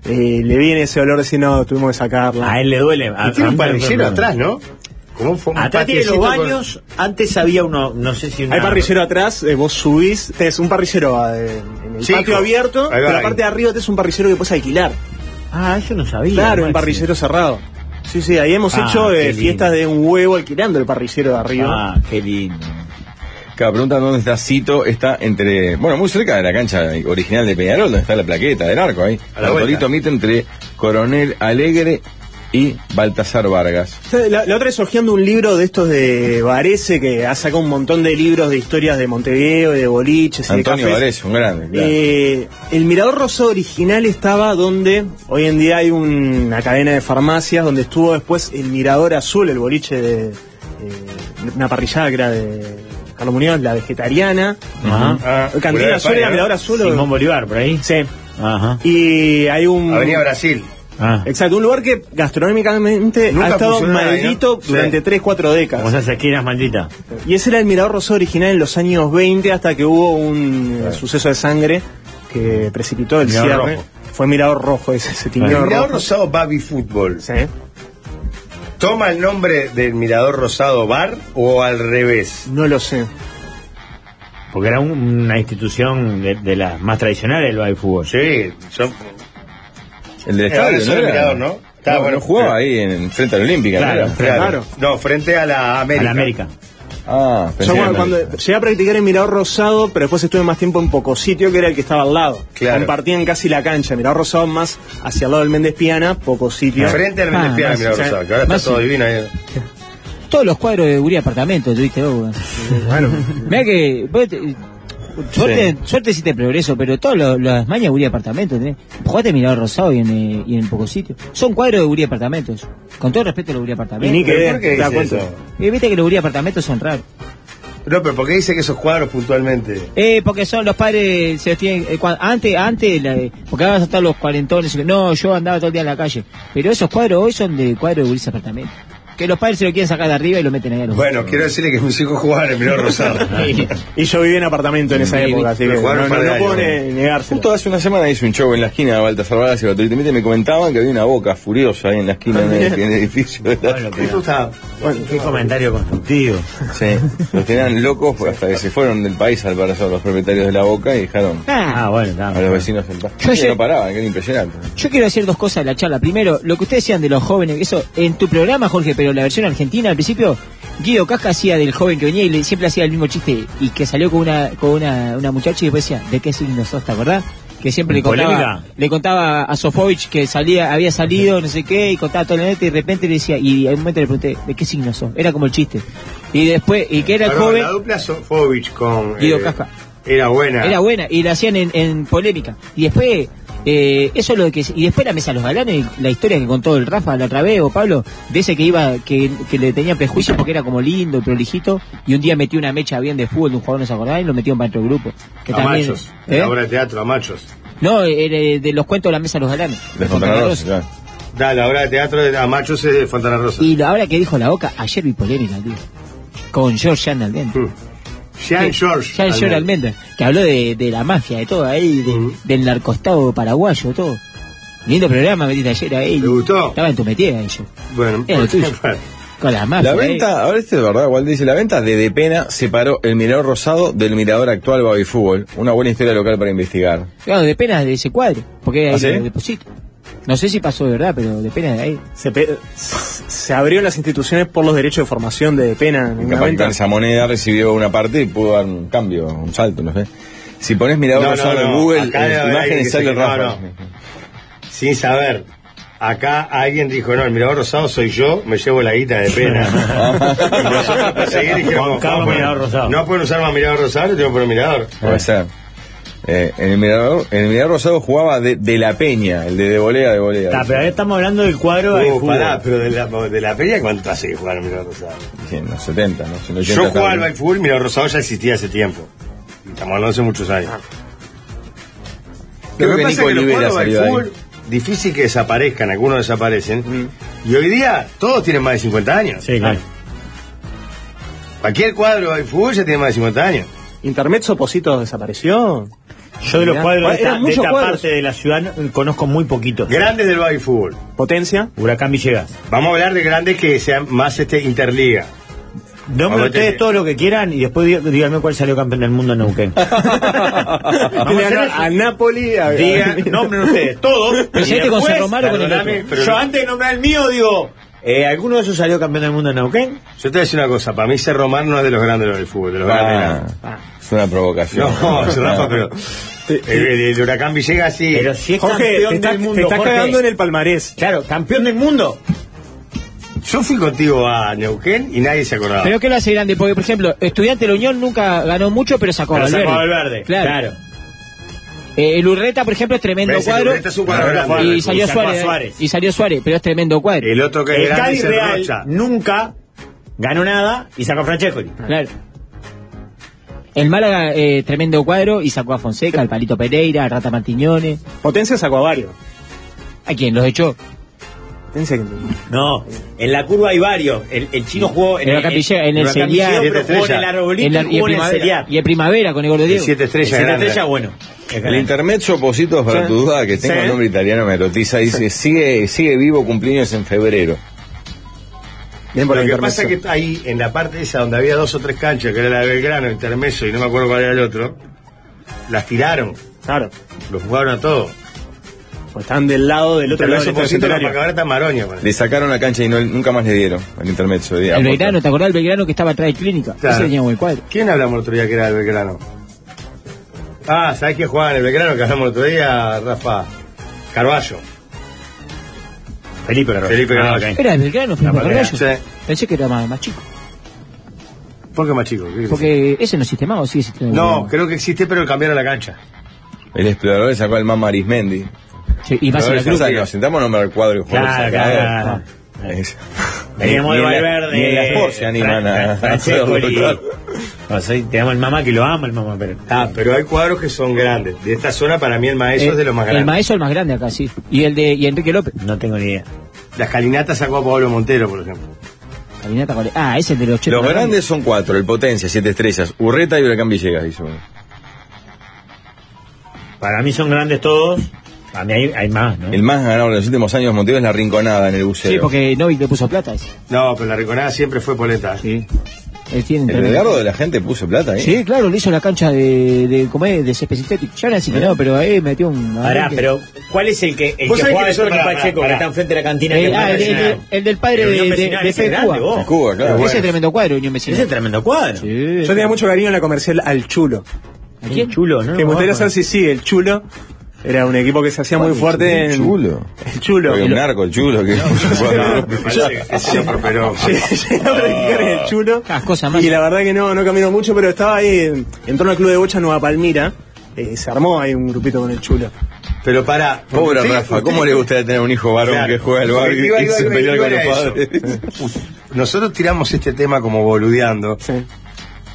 Speaker 6: eh, le viene ese olor de si no, tuvimos que sacarla.
Speaker 7: A él le duele. A,
Speaker 4: Y tiene
Speaker 7: a mí me
Speaker 4: un parrillero
Speaker 7: duele.
Speaker 4: atrás, ¿no? Como fue un
Speaker 7: Ah, Atrás tiene los
Speaker 4: patiecito con-
Speaker 7: baños. Antes había uno, no sé si una-
Speaker 6: Hay parrillero atrás, eh, vos subís, tenés un parrillero ah, de- en el
Speaker 4: Chico.
Speaker 6: patio abierto,
Speaker 4: Ahí va,
Speaker 6: pero la
Speaker 4: ahí.
Speaker 6: parte de arriba tenés un parrillero que puedes alquilar.
Speaker 7: Ah, eso no sabía.
Speaker 6: Claro, un
Speaker 7: Maxi.
Speaker 6: parrillero cerrado. Sí, sí, ahí hemos
Speaker 7: Ah,
Speaker 6: hecho eh,
Speaker 7: qué lindo.
Speaker 6: fiestas de un huevo alquilando el parrillero de arriba.
Speaker 7: Ah, qué lindo.
Speaker 5: Cada pregunta dónde está Cito, está entre, bueno, muy cerca de la cancha original de Peñarol, donde está la plaqueta del arco ahí.
Speaker 4: A la vuelta.
Speaker 5: Artorito Mite entre Coronel Alegre y Baltasar Vargas.
Speaker 6: La, la otra es hojeando un libro de estos de Varese, que ha sacado un montón de libros de historias de Montevideo, y de boliches y
Speaker 5: Antonio
Speaker 6: de cafés.
Speaker 5: Varese, un grande. claro.
Speaker 6: Eh, el Mirador Rosado original estaba donde hoy en día hay una cadena de farmacias donde estuvo después el Mirador Azul, el boliche de eh, una parrillada que era de Carlos Muñoz, la vegetariana.
Speaker 7: Ajá.
Speaker 4: Ah,
Speaker 6: Cantina
Speaker 4: Boulevard
Speaker 6: Azul
Speaker 4: España,
Speaker 6: era
Speaker 4: ¿no?
Speaker 6: Mirador Azul. o-
Speaker 7: Simón Bolívar, por ahí.
Speaker 6: Sí.
Speaker 7: Ajá.
Speaker 6: Y hay un.
Speaker 4: Avenida Brasil.
Speaker 7: Ah.
Speaker 6: Exacto, un lugar que gastronómicamente
Speaker 4: Nunca
Speaker 6: ha estado
Speaker 4: funcionó ahí, ¿no?
Speaker 6: maldito
Speaker 4: Sí.
Speaker 6: durante 3-4 décadas.
Speaker 7: Como esas esquinas malditas.
Speaker 6: Y ese era el Mirador Rosado original en los años 20 hasta que hubo un eh, suceso de sangre que precipitó el
Speaker 7: Mirador
Speaker 6: cierre.
Speaker 7: rojo.
Speaker 6: Fue Mirador Rojo ese, se tiñó de
Speaker 4: El Mirador
Speaker 6: rojo.
Speaker 4: Rosado Baby Fútbol.
Speaker 6: Sí.
Speaker 4: ¿Toma el nombre del Mirador Rosado Bar o al revés?
Speaker 6: No lo sé.
Speaker 7: Porque era un- una institución de, de las más tradicionales del baile fútbol.
Speaker 4: Sí, yo.
Speaker 5: el del
Speaker 4: Ahora
Speaker 5: estadio,
Speaker 4: es
Speaker 5: ¿no?
Speaker 4: Eh, el
Speaker 5: era?
Speaker 4: Mirador, ¿no? Está,
Speaker 5: no,
Speaker 4: bueno,
Speaker 5: no jugaba
Speaker 4: claro.
Speaker 5: ahí en, en frente a la Olímpica, ¿no
Speaker 7: Claro.
Speaker 5: era?
Speaker 6: Claro.
Speaker 4: No, frente a la América.
Speaker 7: A la América.
Speaker 5: Ah, pensé
Speaker 6: Yo
Speaker 5: que
Speaker 6: cuando,
Speaker 5: era-
Speaker 6: cuando llegué a practicar en Mirador Rosado, pero después estuve más tiempo en Pocositio, que era el que estaba al lado.
Speaker 4: Claro.
Speaker 6: Compartían casi la cancha. Mirador Rosado más hacia el lado del Méndez Piana, Pocositio.
Speaker 4: Frente al Méndez
Speaker 8: Ah,
Speaker 4: Piana,
Speaker 8: más-
Speaker 4: Mirador
Speaker 8: o sea,
Speaker 4: Rosado, que ahora está
Speaker 8: más-
Speaker 4: todo divino ahí.
Speaker 8: Todos los cuadros de Uri Apartamento, tuviste vos, weón. Mira que. vos te- suerte, suerte si te progreso, pero todas lo- las mañas de Uri Apartamento,
Speaker 7: ¿eh?
Speaker 8: tenés. Jugate en Mirador Rosado y en, eh, y en poco sitio. Son cuadros de Uri Apartamentos. Con todo respeto a los Uri
Speaker 6: Y
Speaker 8: Apartamentos.
Speaker 6: ni que
Speaker 4: ¿Pero
Speaker 6: ver,
Speaker 4: por qué
Speaker 6: te das
Speaker 4: dices
Speaker 6: cuenta.
Speaker 4: eso?
Speaker 8: Y viste que los Uri Apartamentos son raros.
Speaker 4: No, pero ¿por qué dice que esos cuadros puntualmente?
Speaker 8: Eh, porque son los padres, se tienen, eh, cuan- antes, antes, la- eh, porque ahora están los cuarentones, no, yo andaba todo el día en la calle, pero esos cuadros hoy son de cuadros de Uri Apartamento. Que los padres se lo quieren sacar de arriba y lo meten ahí a los
Speaker 4: Bueno, quiero decirle que mis hijos jugaban en Mirador Rosado.
Speaker 6: Y yo viví en apartamento en esa
Speaker 8: Sí,
Speaker 6: época, así
Speaker 4: pero
Speaker 6: que no,
Speaker 4: jugaron un
Speaker 6: no-
Speaker 4: par de
Speaker 6: no puedo
Speaker 4: años,
Speaker 6: ne- negárselo.
Speaker 5: Justo hace una semana hice un show en la esquina de Baltasar Vargas y Baturito Mite, me comentaban que había una boca furiosa ahí en la esquina en el, en el edificio. de la-
Speaker 7: Bueno,
Speaker 4: ¿Qué te
Speaker 7: pero-
Speaker 4: gustaba?
Speaker 7: qué comentario constructivo.
Speaker 5: Sí, los tenían locos pues, hasta que se fueron del país al parecer los propietarios de la boca y dejaron
Speaker 8: Ah,
Speaker 7: Ah, bueno, está.
Speaker 5: a los vecinos sentados.
Speaker 8: Yo
Speaker 5: Y
Speaker 8: ayer-
Speaker 5: no paraban, que era impresionante.
Speaker 8: Yo quiero decir dos cosas de la charla. Primero, lo que ustedes decían de los jóvenes, eso en tu programa, Jorge, pero la versión argentina al principio, Guido Casca hacía del joven que venía y le- siempre hacía el mismo chiste y que salió con una con una, una muchacha y después decía, ¿de qué signo sos, te acordás? Que siempre le contaba,
Speaker 7: Polémica.
Speaker 8: le contaba a Sofovich que salía, había salido, no sé qué, y contaba todo el neta y de repente le decía, y en un momento le pregunté, ¿de qué signo sos? Era como el chiste. Y después, y que era el
Speaker 4: Perdón,
Speaker 8: joven,
Speaker 4: La dupla Sofovich con. eh,
Speaker 8: Guido Casca.
Speaker 4: Era buena.
Speaker 8: era buena, y la hacían en, en polémica. Y después, eh, eso es lo que. Y después la mesa de los galanes, la historia que contó el Rafa la otra vez, o Pablo, de ese que iba, que, que le tenía prejuicio porque era como lindo, prolijito, y un día metió una mecha bien de fútbol de un jugador, no se acordaba, y lo metió en para otro grupo. Que
Speaker 4: a
Speaker 8: también-
Speaker 4: machos.
Speaker 8: ¿eh?
Speaker 4: La obra de teatro, a machos.
Speaker 8: No, era de los cuentos de la mesa de los galanes.
Speaker 5: De
Speaker 8: de
Speaker 5: Fontana
Speaker 8: Fontana
Speaker 5: Rosa,
Speaker 8: Rosa.
Speaker 5: claro.
Speaker 4: Da, la obra de teatro de a machos es de Fontana Rosa.
Speaker 8: Y la hora que dijo la boca, ayer vi polémica, tío. Con George Yan Almendra.
Speaker 4: Mm. Jean
Speaker 8: Sí,
Speaker 4: George.
Speaker 8: Jean George
Speaker 4: Almendra.
Speaker 8: Almendra, que habló de, de la mafia, de todo ahí, de-
Speaker 4: Ujú.
Speaker 8: del narcostado paraguayo, todo. Lindo programa, metiste ayer ahí.
Speaker 4: ¿Te gustó?
Speaker 8: Estaba en tu metida ellos.
Speaker 4: Bueno,
Speaker 8: Era lo tuyo. Con la mafia.
Speaker 5: La
Speaker 8: Ah, ahí.
Speaker 5: venta, ahora este es verdad, igual dice, la venta de Depena separó el mirador rosado del mirador actual Baby Fútbol. Una buena historia local para investigar.
Speaker 8: Claro, de penas de ese cuadro, porque ahí
Speaker 5: ¿Ah, sí?
Speaker 8: lo deposito. No sé si pasó de verdad, pero de penas de ahí.
Speaker 6: Se, pe- se abrieron las instituciones por los derechos de formación de pena. en una
Speaker 5: Capaz que
Speaker 6: venta.
Speaker 5: con esa moneda recibió una parte y pudo dar un cambio, un salto, no sé. Si pones mirador
Speaker 4: No, no,
Speaker 5: rosado en
Speaker 4: no,
Speaker 5: Google,
Speaker 4: acá debe
Speaker 5: en
Speaker 4: haber alguien
Speaker 5: imágenes
Speaker 4: que
Speaker 5: sale
Speaker 4: se- no,
Speaker 5: Rafa.
Speaker 4: no. Sin saber. Acá alguien dijo, no, el mirador rosado soy yo, me llevo la guita de pena. Y nosotros para seguir dijimos,
Speaker 7: Juan Carlos
Speaker 4: vamos a poner-
Speaker 7: Mirador Rosado.
Speaker 4: No pueden usar más mirador rosado, le tengo por el mirador.
Speaker 5: Puede ser. Eh, en, el mirador, en el mirador rosado jugaba de, de la peña, el de, de volea de
Speaker 8: Ah,
Speaker 5: volea.
Speaker 7: Está, pero ahora estamos hablando del cuadro de
Speaker 4: Uh,
Speaker 7: fútbol.
Speaker 4: pará, pero de la, de la feria, ¿cuánto hace que jugar el mirador rosado?
Speaker 5: Sí, sí, en los 70, ¿no? En los 80
Speaker 4: Yo jugaba al
Speaker 5: también.
Speaker 4: back fútbol, mira, Rosado ya existía hace tiempo. Estamos hablando hace muchos años.
Speaker 5: Creo que Nico
Speaker 4: los
Speaker 5: Olivera
Speaker 4: juegos de
Speaker 5: salió
Speaker 4: backfútbol, difícil que desaparezcan, algunos desaparecen. Y hoy día todos tienen más de 50 años.
Speaker 7: Sí, claro.
Speaker 4: Cualquier cuadro de fútbol ya tiene más de 50 años.
Speaker 6: Internet Sopositos desapareció.
Speaker 7: Yo de los
Speaker 6: Mirá,
Speaker 7: cuadros de
Speaker 6: eran
Speaker 7: esta, de
Speaker 6: muchos
Speaker 7: esta
Speaker 6: cuadros.
Speaker 7: parte de la ciudad eh, conozco muy poquitos.
Speaker 4: Grandes del back fútbol.
Speaker 6: Potencia.
Speaker 7: Huracán Villegas.
Speaker 4: Vamos a hablar de grandes que sean más este interliga.
Speaker 7: Nombren
Speaker 4: Ahora
Speaker 7: ustedes
Speaker 4: te-
Speaker 7: todo lo que quieran y después dí- díganme cuál salió campeón del mundo en Neuquén.
Speaker 6: Le ganó a Napoli. a-
Speaker 7: Digan, nombren ustedes todos.
Speaker 8: Pero
Speaker 7: y
Speaker 8: si este con
Speaker 7: después-
Speaker 8: Cerro Malo, con el
Speaker 4: perdóname,
Speaker 7: Yo
Speaker 4: pero
Speaker 7: Yo
Speaker 4: no-
Speaker 7: antes de nombrar el mío digo, eh, ¿alguno de esos salió campeón del mundo en Neuquén?
Speaker 4: Yo te voy a decir una cosa, para mí Cerro Mar no es de los grandes del fútbol, de los
Speaker 5: Ah,
Speaker 4: grandes.
Speaker 5: es una provocación.
Speaker 4: No, no Rafa, pero eh, el, el- el huracán Villegas sí.
Speaker 7: Pero si es
Speaker 6: Jorge,
Speaker 7: campeón
Speaker 6: te está,
Speaker 7: del mundo.
Speaker 6: te está
Speaker 7: Jorge.
Speaker 6: cagando en el palmarés.
Speaker 7: Claro, campeón del mundo.
Speaker 4: Yo fui contigo a Neuquén y nadie se acordaba.
Speaker 8: Pero que lo hace grande, porque por ejemplo, Estudiante de la Unión nunca ganó mucho, pero sacó a
Speaker 7: Pero
Speaker 8: Valverde.
Speaker 7: sacó a Valverde,
Speaker 8: Claro.
Speaker 7: claro.
Speaker 8: Eh, el Urreta, por ejemplo, es tremendo
Speaker 4: ¿Ves? El
Speaker 8: cuadro.
Speaker 4: Urreta es un cuadro grande.
Speaker 8: y salió
Speaker 7: Y sacó a
Speaker 8: Suárez,
Speaker 7: Suárez.
Speaker 8: Y salió Suárez, pero es tremendo cuadro.
Speaker 4: El otro que es
Speaker 7: El
Speaker 4: grande
Speaker 7: Cádiz
Speaker 4: es el
Speaker 7: Real
Speaker 4: Rocha.
Speaker 7: nunca ganó nada y sacó a Francescoli.
Speaker 8: Claro. El Málaga, eh, tremendo cuadro, y sacó a Fonseca, al Palito Pereira, al Rata Martiñones.
Speaker 6: Potencia sacó a varios.
Speaker 8: ¿A quién? ¿Los echó?
Speaker 6: Potencia que-
Speaker 7: No, en la curva hay varios. El, el chino jugó en
Speaker 8: En
Speaker 7: el,
Speaker 8: Huracán Villegas, en el
Speaker 7: Huracán
Speaker 8: Celiar,
Speaker 7: Villegas, pero
Speaker 4: Siete
Speaker 7: jugó en el
Speaker 4: Estrellas.
Speaker 7: Arbolito
Speaker 8: En la-
Speaker 7: y
Speaker 8: y, en
Speaker 7: jugó en el
Speaker 8: primavera,
Speaker 7: Celiar.
Speaker 8: y en primavera con el gordo
Speaker 4: El
Speaker 8: Diego.
Speaker 4: siete estrellas
Speaker 7: Siete
Speaker 4: grande.
Speaker 7: Estrellas, bueno. Es
Speaker 5: El
Speaker 7: grande.
Speaker 5: intermezzo Positos para
Speaker 6: Sí.
Speaker 5: tu duda, que tengo
Speaker 6: Sí.
Speaker 5: el nombre italiano, me erotiza, dice, sigue, sigue vivo cumpleaños en febrero.
Speaker 6: Bien por
Speaker 4: Lo
Speaker 6: la
Speaker 4: que pasa
Speaker 6: intervención.
Speaker 4: es que ahí, en la parte esa donde había dos o tres canchas, que era la de Belgrano, Intermeso y no me acuerdo cuál era el otro, las tiraron,
Speaker 6: Claro.
Speaker 4: los jugaron a todos.
Speaker 6: Pues están del lado del otro
Speaker 4: Pero
Speaker 6: lado
Speaker 4: eso
Speaker 6: del
Speaker 4: por ciento
Speaker 6: centenario.
Speaker 4: la está Maroña. parece.
Speaker 5: Le sacaron la cancha y no- nunca más le dieron al intermezzo. de-
Speaker 8: El Belgrano, ¿te acordás del Belgrano que estaba atrás de Clínica?
Speaker 4: Claro.
Speaker 8: Ese tenía buen cuadro.
Speaker 4: ¿Quién hablamos el otro día que era de Belgrano? Ah, ¿sabés quién jugaba en el Belgrano que hablamos el otro día, Rafa? Carballo.
Speaker 7: Felipe Garrocha.
Speaker 4: Felipe
Speaker 7: Ah,
Speaker 4: Garrocha.
Speaker 7: ok.
Speaker 8: Era del Belgrano, Felipe
Speaker 4: Belgrano,
Speaker 8: Carballo.
Speaker 4: sí.
Speaker 8: Pensé que era más, más chico.
Speaker 4: ¿Por qué más chico? ¿Qué
Speaker 8: Porque ese no existe más, ¿o sigue existiendo?
Speaker 4: No, creo que existe, pero cambiaron la cancha.
Speaker 5: El explorador le sacó al mamá Arismendi.
Speaker 8: Sí, y más en la
Speaker 5: Explorador,
Speaker 8: cruz.
Speaker 5: ya está, Nos sentamos a nombrar cuadro que jugamos
Speaker 7: Claro,
Speaker 5: acá.
Speaker 7: claro.
Speaker 5: Es-
Speaker 7: Teníamos
Speaker 5: Ni en
Speaker 7: el
Speaker 5: la-
Speaker 7: Valverde.
Speaker 5: ni en las Sport se animan
Speaker 7: Fran-
Speaker 5: a-
Speaker 7: Francescoli.
Speaker 5: a-
Speaker 7: O sea, te llamo el mamá que lo ama el mamá, pero.
Speaker 4: Ah, pero hay cuadros que son grandes. De esta zona, para mí, el
Speaker 7: Eh,
Speaker 4: maestro es de los más
Speaker 8: eh, El
Speaker 4: grandes.
Speaker 8: maestro el más grande acá, sí. Y el de y Enrique López.
Speaker 7: No tengo ni idea.
Speaker 4: La escalinata sacó a Pablo Montero, por ejemplo.
Speaker 8: Caminata con- Ah, ese es el del 80.
Speaker 5: Los grandes son cuatro, el Potencia, siete estrellas, Urreta y Huracán Villegas, dice uno.
Speaker 7: Para mí son grandes todos. Para mí hay, hay más, ¿no?
Speaker 5: El más ganado en los últimos años de Montevideo es la Rinconada en el buceo.
Speaker 8: Sí, porque Novik le puso plata ese.
Speaker 4: No, pero la Reconada siempre fue poleta.
Speaker 8: Sí. Él tiene
Speaker 5: El
Speaker 8: tremendo-
Speaker 5: Edgardo de la gente puso plata ahí.
Speaker 8: Sí, claro, le hizo la cancha de, de ¿cómo es? de césped sintético. Ya no así que no, pero ahí metió un.
Speaker 7: Pará,
Speaker 8: que-
Speaker 7: pero ¿cuál es el que, el
Speaker 4: ¿Vos
Speaker 7: que
Speaker 4: sabés
Speaker 7: juega
Speaker 4: quiénes son?
Speaker 7: Tony
Speaker 4: Pará, pará,
Speaker 7: Pacheco
Speaker 4: pará.
Speaker 7: que está enfrente de la cantina?
Speaker 8: Eh,
Speaker 7: que
Speaker 8: ah, el,
Speaker 7: juega en
Speaker 8: el-
Speaker 7: Vecinal?
Speaker 8: el- el del padre
Speaker 7: El Unión
Speaker 8: de, de,
Speaker 7: Vecinal,
Speaker 8: de
Speaker 7: ese es
Speaker 8: Fede
Speaker 7: grande,
Speaker 8: Cuba.
Speaker 7: vos.
Speaker 5: Cuba, claro.
Speaker 8: Ese es tremendo cuadro, Unión
Speaker 7: Ese es
Speaker 8: Vecinal.
Speaker 7: tremendo cuadro.
Speaker 8: Sí.
Speaker 6: Yo tenía mucho cariño en la comercial al Chulo.
Speaker 8: ¿A quién?
Speaker 7: Chulo, ¿no?
Speaker 6: que me gustaría
Speaker 7: Vamos.
Speaker 6: saber si sí, el Chulo era un equipo que se hacía muy fuerte
Speaker 5: El
Speaker 6: en.
Speaker 5: chulo.
Speaker 6: El Chulo.
Speaker 5: Porque un narco, el chulo. Que
Speaker 4: Ese no prosperó.
Speaker 6: Llegaba a practicar en el Chulo.
Speaker 8: Ah, cosas más.
Speaker 6: Y la verdad que no, no caminó mucho, pero estaba ahí en, en torno al club de Bocha Nueva Palmira. Eh, se armó ahí un grupito con el Chulo.
Speaker 4: Pero para.
Speaker 5: Pobre Rafa, ¿cómo le gustaría tener un hijo varón
Speaker 4: Claro.
Speaker 5: que juega al bar y,
Speaker 4: Iba-
Speaker 5: y
Speaker 4: iba-
Speaker 5: se
Speaker 4: iba-
Speaker 5: pelea
Speaker 4: iba
Speaker 5: con los
Speaker 4: a
Speaker 5: padres?
Speaker 4: Nosotros tiramos este tema como boludeando,
Speaker 6: Sí.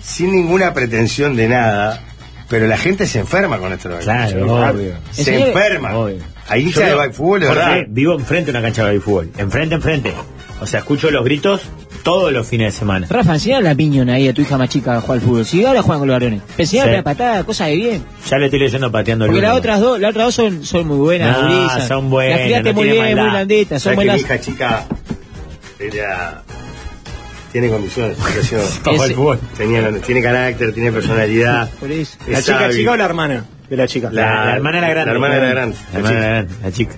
Speaker 4: sin ninguna pretensión de nada, pero la gente se enferma con esto. de back
Speaker 7: Claro,
Speaker 4: fútbol.
Speaker 7: obvio.
Speaker 4: Se
Speaker 8: ¿En serio?
Speaker 4: enferma.
Speaker 7: Obvio.
Speaker 4: Hay
Speaker 7: Yo
Speaker 4: hinchas de
Speaker 7: veo-
Speaker 4: back fútbol, de
Speaker 7: Jorge,
Speaker 4: verdad.
Speaker 7: Vivo enfrente de una cancha de fútbol. Enfrente, enfrente. O sea, escucho los gritos todos los fines de semana.
Speaker 8: Rafa, enseñale a la piñón ahí a tu hija más chica a jugar al fútbol. Si ahora juegan con los varones. Enseñale
Speaker 7: Sí.
Speaker 8: la patada, cosa de bien.
Speaker 7: Ya le estoy leyendo pateando el
Speaker 8: Porque las
Speaker 7: uno.
Speaker 8: otras dos, las otras dos son, son muy buenas,
Speaker 7: No,
Speaker 8: gurisas.
Speaker 7: son buenas,
Speaker 8: Las criaste
Speaker 7: no
Speaker 8: muy
Speaker 7: tienen
Speaker 8: bien,
Speaker 7: maldad.
Speaker 8: muy blanditas, son
Speaker 4: ¿Sabes que mi
Speaker 8: buenas.
Speaker 4: hija chica era- tiene condiciones, pareció-
Speaker 8: Ese-
Speaker 7: al fútbol.
Speaker 4: Tenía- tiene carácter, tiene personalidad.
Speaker 8: Por eso.
Speaker 4: es
Speaker 6: ¿La chica
Speaker 4: hábil.
Speaker 6: chica o la hermana de la chica?
Speaker 7: La, la hermana era grande.
Speaker 4: La hermana era grande.
Speaker 7: La hermana era grande, la chica.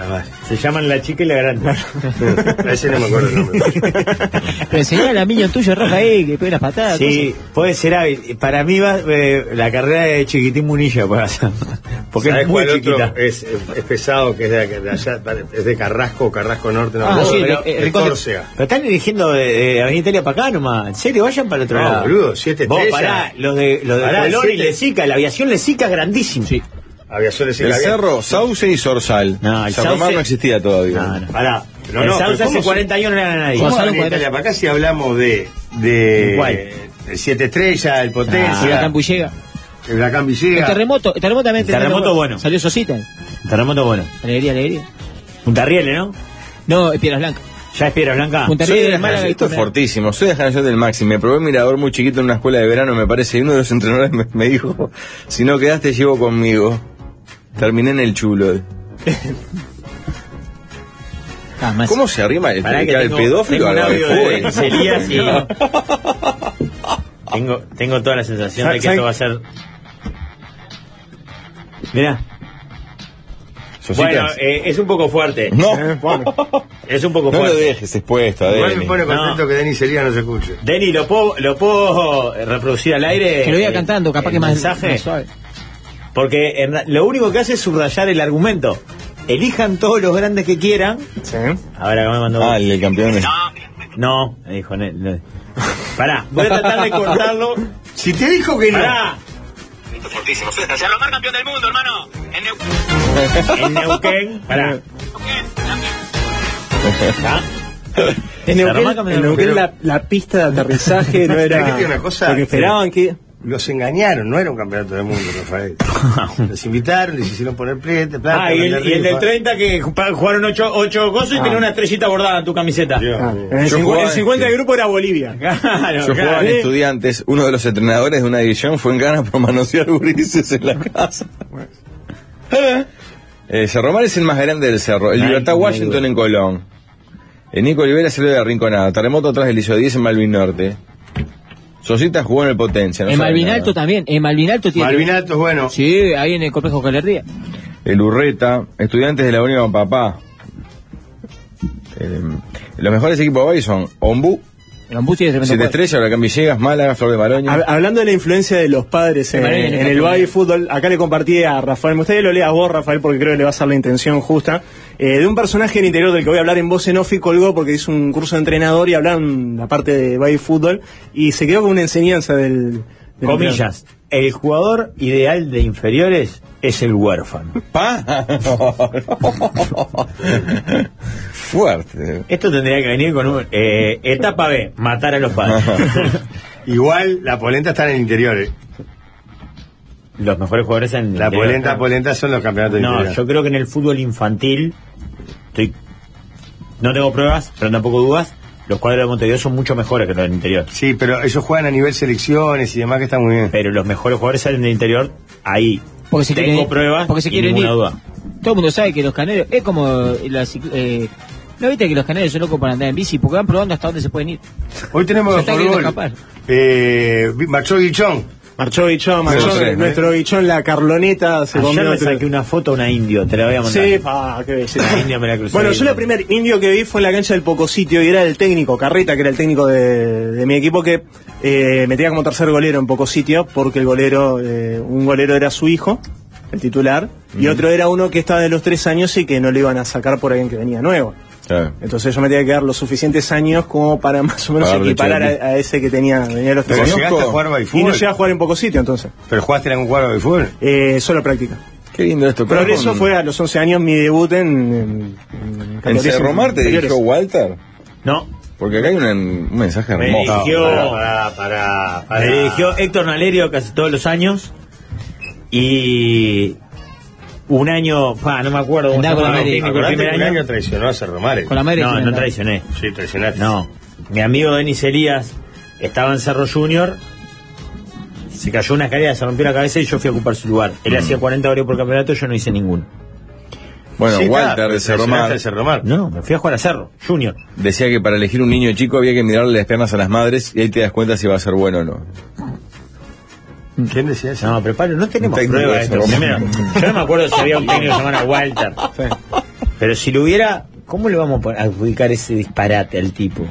Speaker 4: Está mal.
Speaker 7: Se llaman la chica y la grande.
Speaker 4: A ese no me acuerdo el nombre.
Speaker 8: Pero enseñale a la piñón tuya, Rafa, ahí, que pegue las patadas.
Speaker 7: Sí, puede ser hábil. Para mí va eh, la carrera de Chiquitín Munilla para hacer. Porque
Speaker 4: ¿Sabés
Speaker 7: es muy
Speaker 4: cuál otro Eh,
Speaker 7: chiquita.
Speaker 4: Es, es pesado, que es de, de allá, es de Carrasco, Carrasco Norte, no
Speaker 8: Ah,
Speaker 4: me acuerdo,
Speaker 8: sí,
Speaker 4: pero
Speaker 8: de-
Speaker 4: de
Speaker 8: eh, Ricote.
Speaker 4: Córcega.
Speaker 7: Pero están dirigiendo de, de Avenida Italia para acá nomás. En serio, vayan para el otro
Speaker 4: No,
Speaker 7: lado.
Speaker 4: boludo, siete
Speaker 7: Vos
Speaker 4: estrellas.
Speaker 7: pará, los de, los de
Speaker 4: Pará,
Speaker 7: Colón y
Speaker 4: siete-
Speaker 7: Lezica, la aviación Lezica es grandísima.
Speaker 4: Aviaciones y
Speaker 5: El
Speaker 4: Gavial.
Speaker 5: cerro, Sauce y Sorsal.
Speaker 7: No, el
Speaker 5: Cerro Mar
Speaker 7: Sauce-
Speaker 5: no existía todavía.
Speaker 7: No, no.
Speaker 4: Pará, No,
Speaker 7: el
Speaker 4: no,
Speaker 7: Sauce
Speaker 4: pero
Speaker 7: hace
Speaker 4: ¿cómo
Speaker 7: 40 años no le gana a nadie.
Speaker 4: ¿Cómo
Speaker 8: Gonzalo
Speaker 4: habría
Speaker 8: Cuadrado.
Speaker 4: Italia? Para acá si hablamos de. de
Speaker 7: ¿Cuál?
Speaker 4: el Siete estrellas, el
Speaker 8: Ah,
Speaker 4: potencia,
Speaker 8: Huracán Bullega.
Speaker 4: el huracán
Speaker 8: El
Speaker 4: Villega.
Speaker 8: terremoto, el terremoto también.
Speaker 7: El terremoto, bueno.
Speaker 8: Salió Sosita.
Speaker 7: Terremoto bueno.
Speaker 8: Alegría, alegría.
Speaker 7: Punta Riele, ¿no?
Speaker 8: No, es Piedras Blancas.
Speaker 7: Ya es Piedra Blanca.
Speaker 8: Punta
Speaker 5: Soy de
Speaker 8: Riel,
Speaker 5: la
Speaker 8: Málaga.
Speaker 5: generación-
Speaker 8: y
Speaker 5: esto es
Speaker 8: Tucumán.
Speaker 5: fortísimo. Soy de la generación del Maxi. Me probé un mirador muy chiquito en una escuela de verano, me parece. Y uno de los entrenadores me, me dijo: Si no quedaste, llevo conmigo. Terminé en el chulo.
Speaker 8: Ah, más.
Speaker 5: ¿Cómo se arrima el,
Speaker 7: Pará que
Speaker 5: el
Speaker 7: tengo-
Speaker 5: pedófilo
Speaker 7: tengo
Speaker 5: a
Speaker 7: un
Speaker 5: la
Speaker 7: audio
Speaker 5: de
Speaker 7: de
Speaker 5: fútbol?
Speaker 7: Elías y... tengo, tengo toda la sensación de que esto va a ser... Mirá.
Speaker 5: Sositas,
Speaker 7: Bueno, eh, es un poco fuerte.
Speaker 5: no,
Speaker 7: Es un poco
Speaker 5: no lo
Speaker 7: fuerte.
Speaker 5: dejes expuesto,
Speaker 4: Igual
Speaker 5: Adele.
Speaker 4: me pone contento
Speaker 7: No.
Speaker 4: que Denis Elías no se escuche.
Speaker 7: Denny, ¿lo puedo, ¿lo puedo reproducir al aire?
Speaker 8: Que lo
Speaker 7: eh,
Speaker 8: iba cantando, capaz
Speaker 7: el
Speaker 8: que más,
Speaker 7: mensaje?
Speaker 8: más suave.
Speaker 7: Porque en ra- lo único que hace es subrayar el argumento. Elijan todos los grandes que quieran. Ahora que me mandó.
Speaker 5: Ah, el campeón.
Speaker 7: No, me dijo. ne- ne- Pará, voy a tratar de cortarlo.
Speaker 4: Si te dijo que no.
Speaker 7: Pará.
Speaker 2: Fortísimo. Se lo campeón del mundo, hermano. En Neuquén.
Speaker 7: En Neuquén. Pará. ¿Ah?
Speaker 6: En Neuquén,
Speaker 7: Arrancame de
Speaker 6: en
Speaker 7: nuevo.
Speaker 6: Neuquén
Speaker 4: Pero-
Speaker 6: la, la pista de aterrizaje no
Speaker 4: ¿Sabés
Speaker 6: era
Speaker 4: que tiene una cosa?
Speaker 6: lo que esperaban que...
Speaker 4: Los engañaron, no era un campeonato del mundo, Rafael. Los invitaron, les hicieron poner plata. plata,
Speaker 7: Ah, y el,
Speaker 4: vender
Speaker 7: y el del
Speaker 4: rifa.
Speaker 7: 30 que pa- jugaron 8 ocho cosas
Speaker 4: Ah.
Speaker 7: y tenía una estrellita bordada en tu camiseta.
Speaker 4: Dios
Speaker 6: Ah,
Speaker 4: mío.
Speaker 6: en el,
Speaker 5: Yo
Speaker 6: cincu-
Speaker 5: jugaba
Speaker 6: el
Speaker 5: en-
Speaker 6: 50 del grupo era Bolivia.
Speaker 7: Claro,
Speaker 5: Yo jugaba en
Speaker 7: claro.
Speaker 5: estudiantes, uno de los entrenadores de una división fue en Ghana por manosear gurises en la casa. Eh, Cerro Mar es el más grande del cerro. El
Speaker 7: Ay,
Speaker 5: Libertad
Speaker 7: muy
Speaker 5: Washington
Speaker 7: bueno.
Speaker 5: en Colón. El Nico Olivera salió de Arrinconado. Terremoto atrás del Liceo 10 en Malvin Norte. Sosita jugó en el Potencia. no
Speaker 8: en
Speaker 5: sabe
Speaker 8: Malvin
Speaker 5: nada.
Speaker 8: Alto también. En Malvin Alto tiene.
Speaker 4: Malvinato, bueno.
Speaker 8: Sí, ahí en el complejo Calerría.
Speaker 5: El Urreta. Estudiantes de la Unión con Papá. Eh, los mejores equipos de hoy son Ombú,
Speaker 8: El Ombú tiene tremendo
Speaker 5: Siete
Speaker 8: cuadro.
Speaker 5: Estrellas, Huracán Villegas, Málaga, Flor de Maroño.
Speaker 6: Hab- Hablando de la influencia de los padres en,
Speaker 8: Maravilla,
Speaker 6: en
Speaker 8: en
Speaker 6: el
Speaker 8: Japón.
Speaker 6: baby fútbol, acá le compartí a Rafael, me gustaría que lo leas vos, Rafael, porque creo que le va a ser la intención justa, eh, de un personaje del interior del que voy a hablar en voz en off y colgó porque hizo un curso de entrenador y hablaron la parte de baby fútbol y se quedó con una enseñanza del... del
Speaker 7: Comillas. El jugador ideal de inferiores es el huérfano.
Speaker 5: Pa. Fuerte.
Speaker 7: Esto tendría que venir con un. eh, etapa B, matar a los padres.
Speaker 4: Igual la polenta está en el interior. eh.
Speaker 7: los mejores jugadores en.
Speaker 4: La
Speaker 7: de-
Speaker 4: polenta, polenta son los campeonatos
Speaker 7: No,
Speaker 4: interiores.
Speaker 7: yo creo que en el fútbol infantil. Estoy, no tengo pruebas, pero tampoco dudas. Los cuadros de Montevideo son mucho mejores que los del interior.
Speaker 4: Sí, pero ellos juegan a nivel selecciones y demás que está muy bien.
Speaker 7: Pero los mejores jugadores salen del interior ahí.
Speaker 8: Porque se
Speaker 7: tengo
Speaker 8: quieren ir-
Speaker 7: pruebas
Speaker 8: porque se
Speaker 7: y
Speaker 8: quieren
Speaker 7: ninguna
Speaker 8: ir.
Speaker 7: duda.
Speaker 8: Todo el mundo sabe que los caneros. Es como. las cicl- eh, ¿No viste que los caneros son locos para andar en bici? Porque van probando hasta dónde se pueden ir.
Speaker 4: Hoy tenemos
Speaker 8: Se está
Speaker 4: fútbol.
Speaker 8: queriendo escapar.
Speaker 4: Eh, Maxo Guichón.
Speaker 6: Marchó Guichón, marchó
Speaker 5: Sí, sí, sí.
Speaker 6: nuestro Guichón, la Carloneta, se
Speaker 7: Ayer
Speaker 6: comió
Speaker 7: me
Speaker 6: otro-
Speaker 7: saqué una foto a una indio, te la voy a mandar.
Speaker 6: Sí, pa, qué belleza.
Speaker 7: La India me la crucé
Speaker 6: bueno,
Speaker 7: Pues ahí,
Speaker 6: yo
Speaker 7: ¿no?
Speaker 6: el primer indio que vi fue en la cancha del Pocositio y era el técnico, Carreta, que era el técnico de, de mi equipo, que eh, metía como tercer golero en Pocositio porque el golero, eh, un golero era su hijo, el titular, y otro era uno que estaba de los tres años y que no lo iban a sacar por alguien que venía nuevo.
Speaker 4: Eh,
Speaker 5: Claro.
Speaker 6: Entonces yo me tenía que dar los suficientes años como para más o menos
Speaker 5: Pagarle
Speaker 6: equiparar a,
Speaker 5: cheque.
Speaker 6: a ese que tenía, venía de los
Speaker 4: Pero
Speaker 6: tres años.
Speaker 4: llegaste a jugar al
Speaker 6: Y no
Speaker 4: fútbol.
Speaker 6: llega a jugar en Pocositio entonces.
Speaker 4: Pero jugaste en algún cuadro de fútbol.
Speaker 6: Eh, solo práctica.
Speaker 5: Qué lindo esto.
Speaker 6: Progreso
Speaker 5: Con-
Speaker 6: fue a los 11 años mi debut en. En, en
Speaker 5: ¿En
Speaker 6: categorías
Speaker 5: Cerro Mar te
Speaker 6: inferiores.
Speaker 5: dirigió Walter?
Speaker 7: No,
Speaker 5: Porque acá hay un, un mensaje
Speaker 7: me
Speaker 5: hermoso.
Speaker 7: dirigió.
Speaker 4: Para, Ah, para,
Speaker 7: Me dirigió Héctor Nalerio casi todos los años. Y un año, pa, no me acuerdo. cómo
Speaker 8: Andá
Speaker 7: se
Speaker 8: con la
Speaker 7: llamaba el
Speaker 8: madre.
Speaker 7: técnico, el primer
Speaker 4: un
Speaker 7: año.
Speaker 4: año traicionó a Cerro Mares.
Speaker 8: Con la madre que
Speaker 7: No,
Speaker 8: me
Speaker 7: no
Speaker 8: andaba.
Speaker 7: traicioné.
Speaker 4: Sí, traicionaste.
Speaker 7: No. Mi amigo Denis Elías estaba en Cerro Junior. Se cayó una escalera, se rompió la cabeza y yo fui a ocupar su lugar.
Speaker 4: Mm.
Speaker 7: Él hacía 40 goles por campeonato, yo no hice ninguno.
Speaker 5: Bueno,
Speaker 4: Sí, está,
Speaker 5: Walter de
Speaker 4: pero
Speaker 5: Cerro
Speaker 4: traicionaste
Speaker 5: Mar
Speaker 4: a Cerro Mar.
Speaker 7: No, me fui a jugar a Cerro Junior.
Speaker 5: decía que para elegir un niño chico había que mirarle las piernas a las madres y ahí te das cuenta si va a ser bueno o no.
Speaker 4: ¿Quién decía eso?
Speaker 7: No, pero Pablo, no tenemos
Speaker 5: Técnico
Speaker 7: pruebas de
Speaker 5: de
Speaker 7: esto.
Speaker 5: Cerro Mar.
Speaker 7: Primero, yo no me acuerdo si había un técnico llamado Walter. Pero si lo hubiera, ¿cómo le vamos a poner- a ubicar ese disparate al tipo?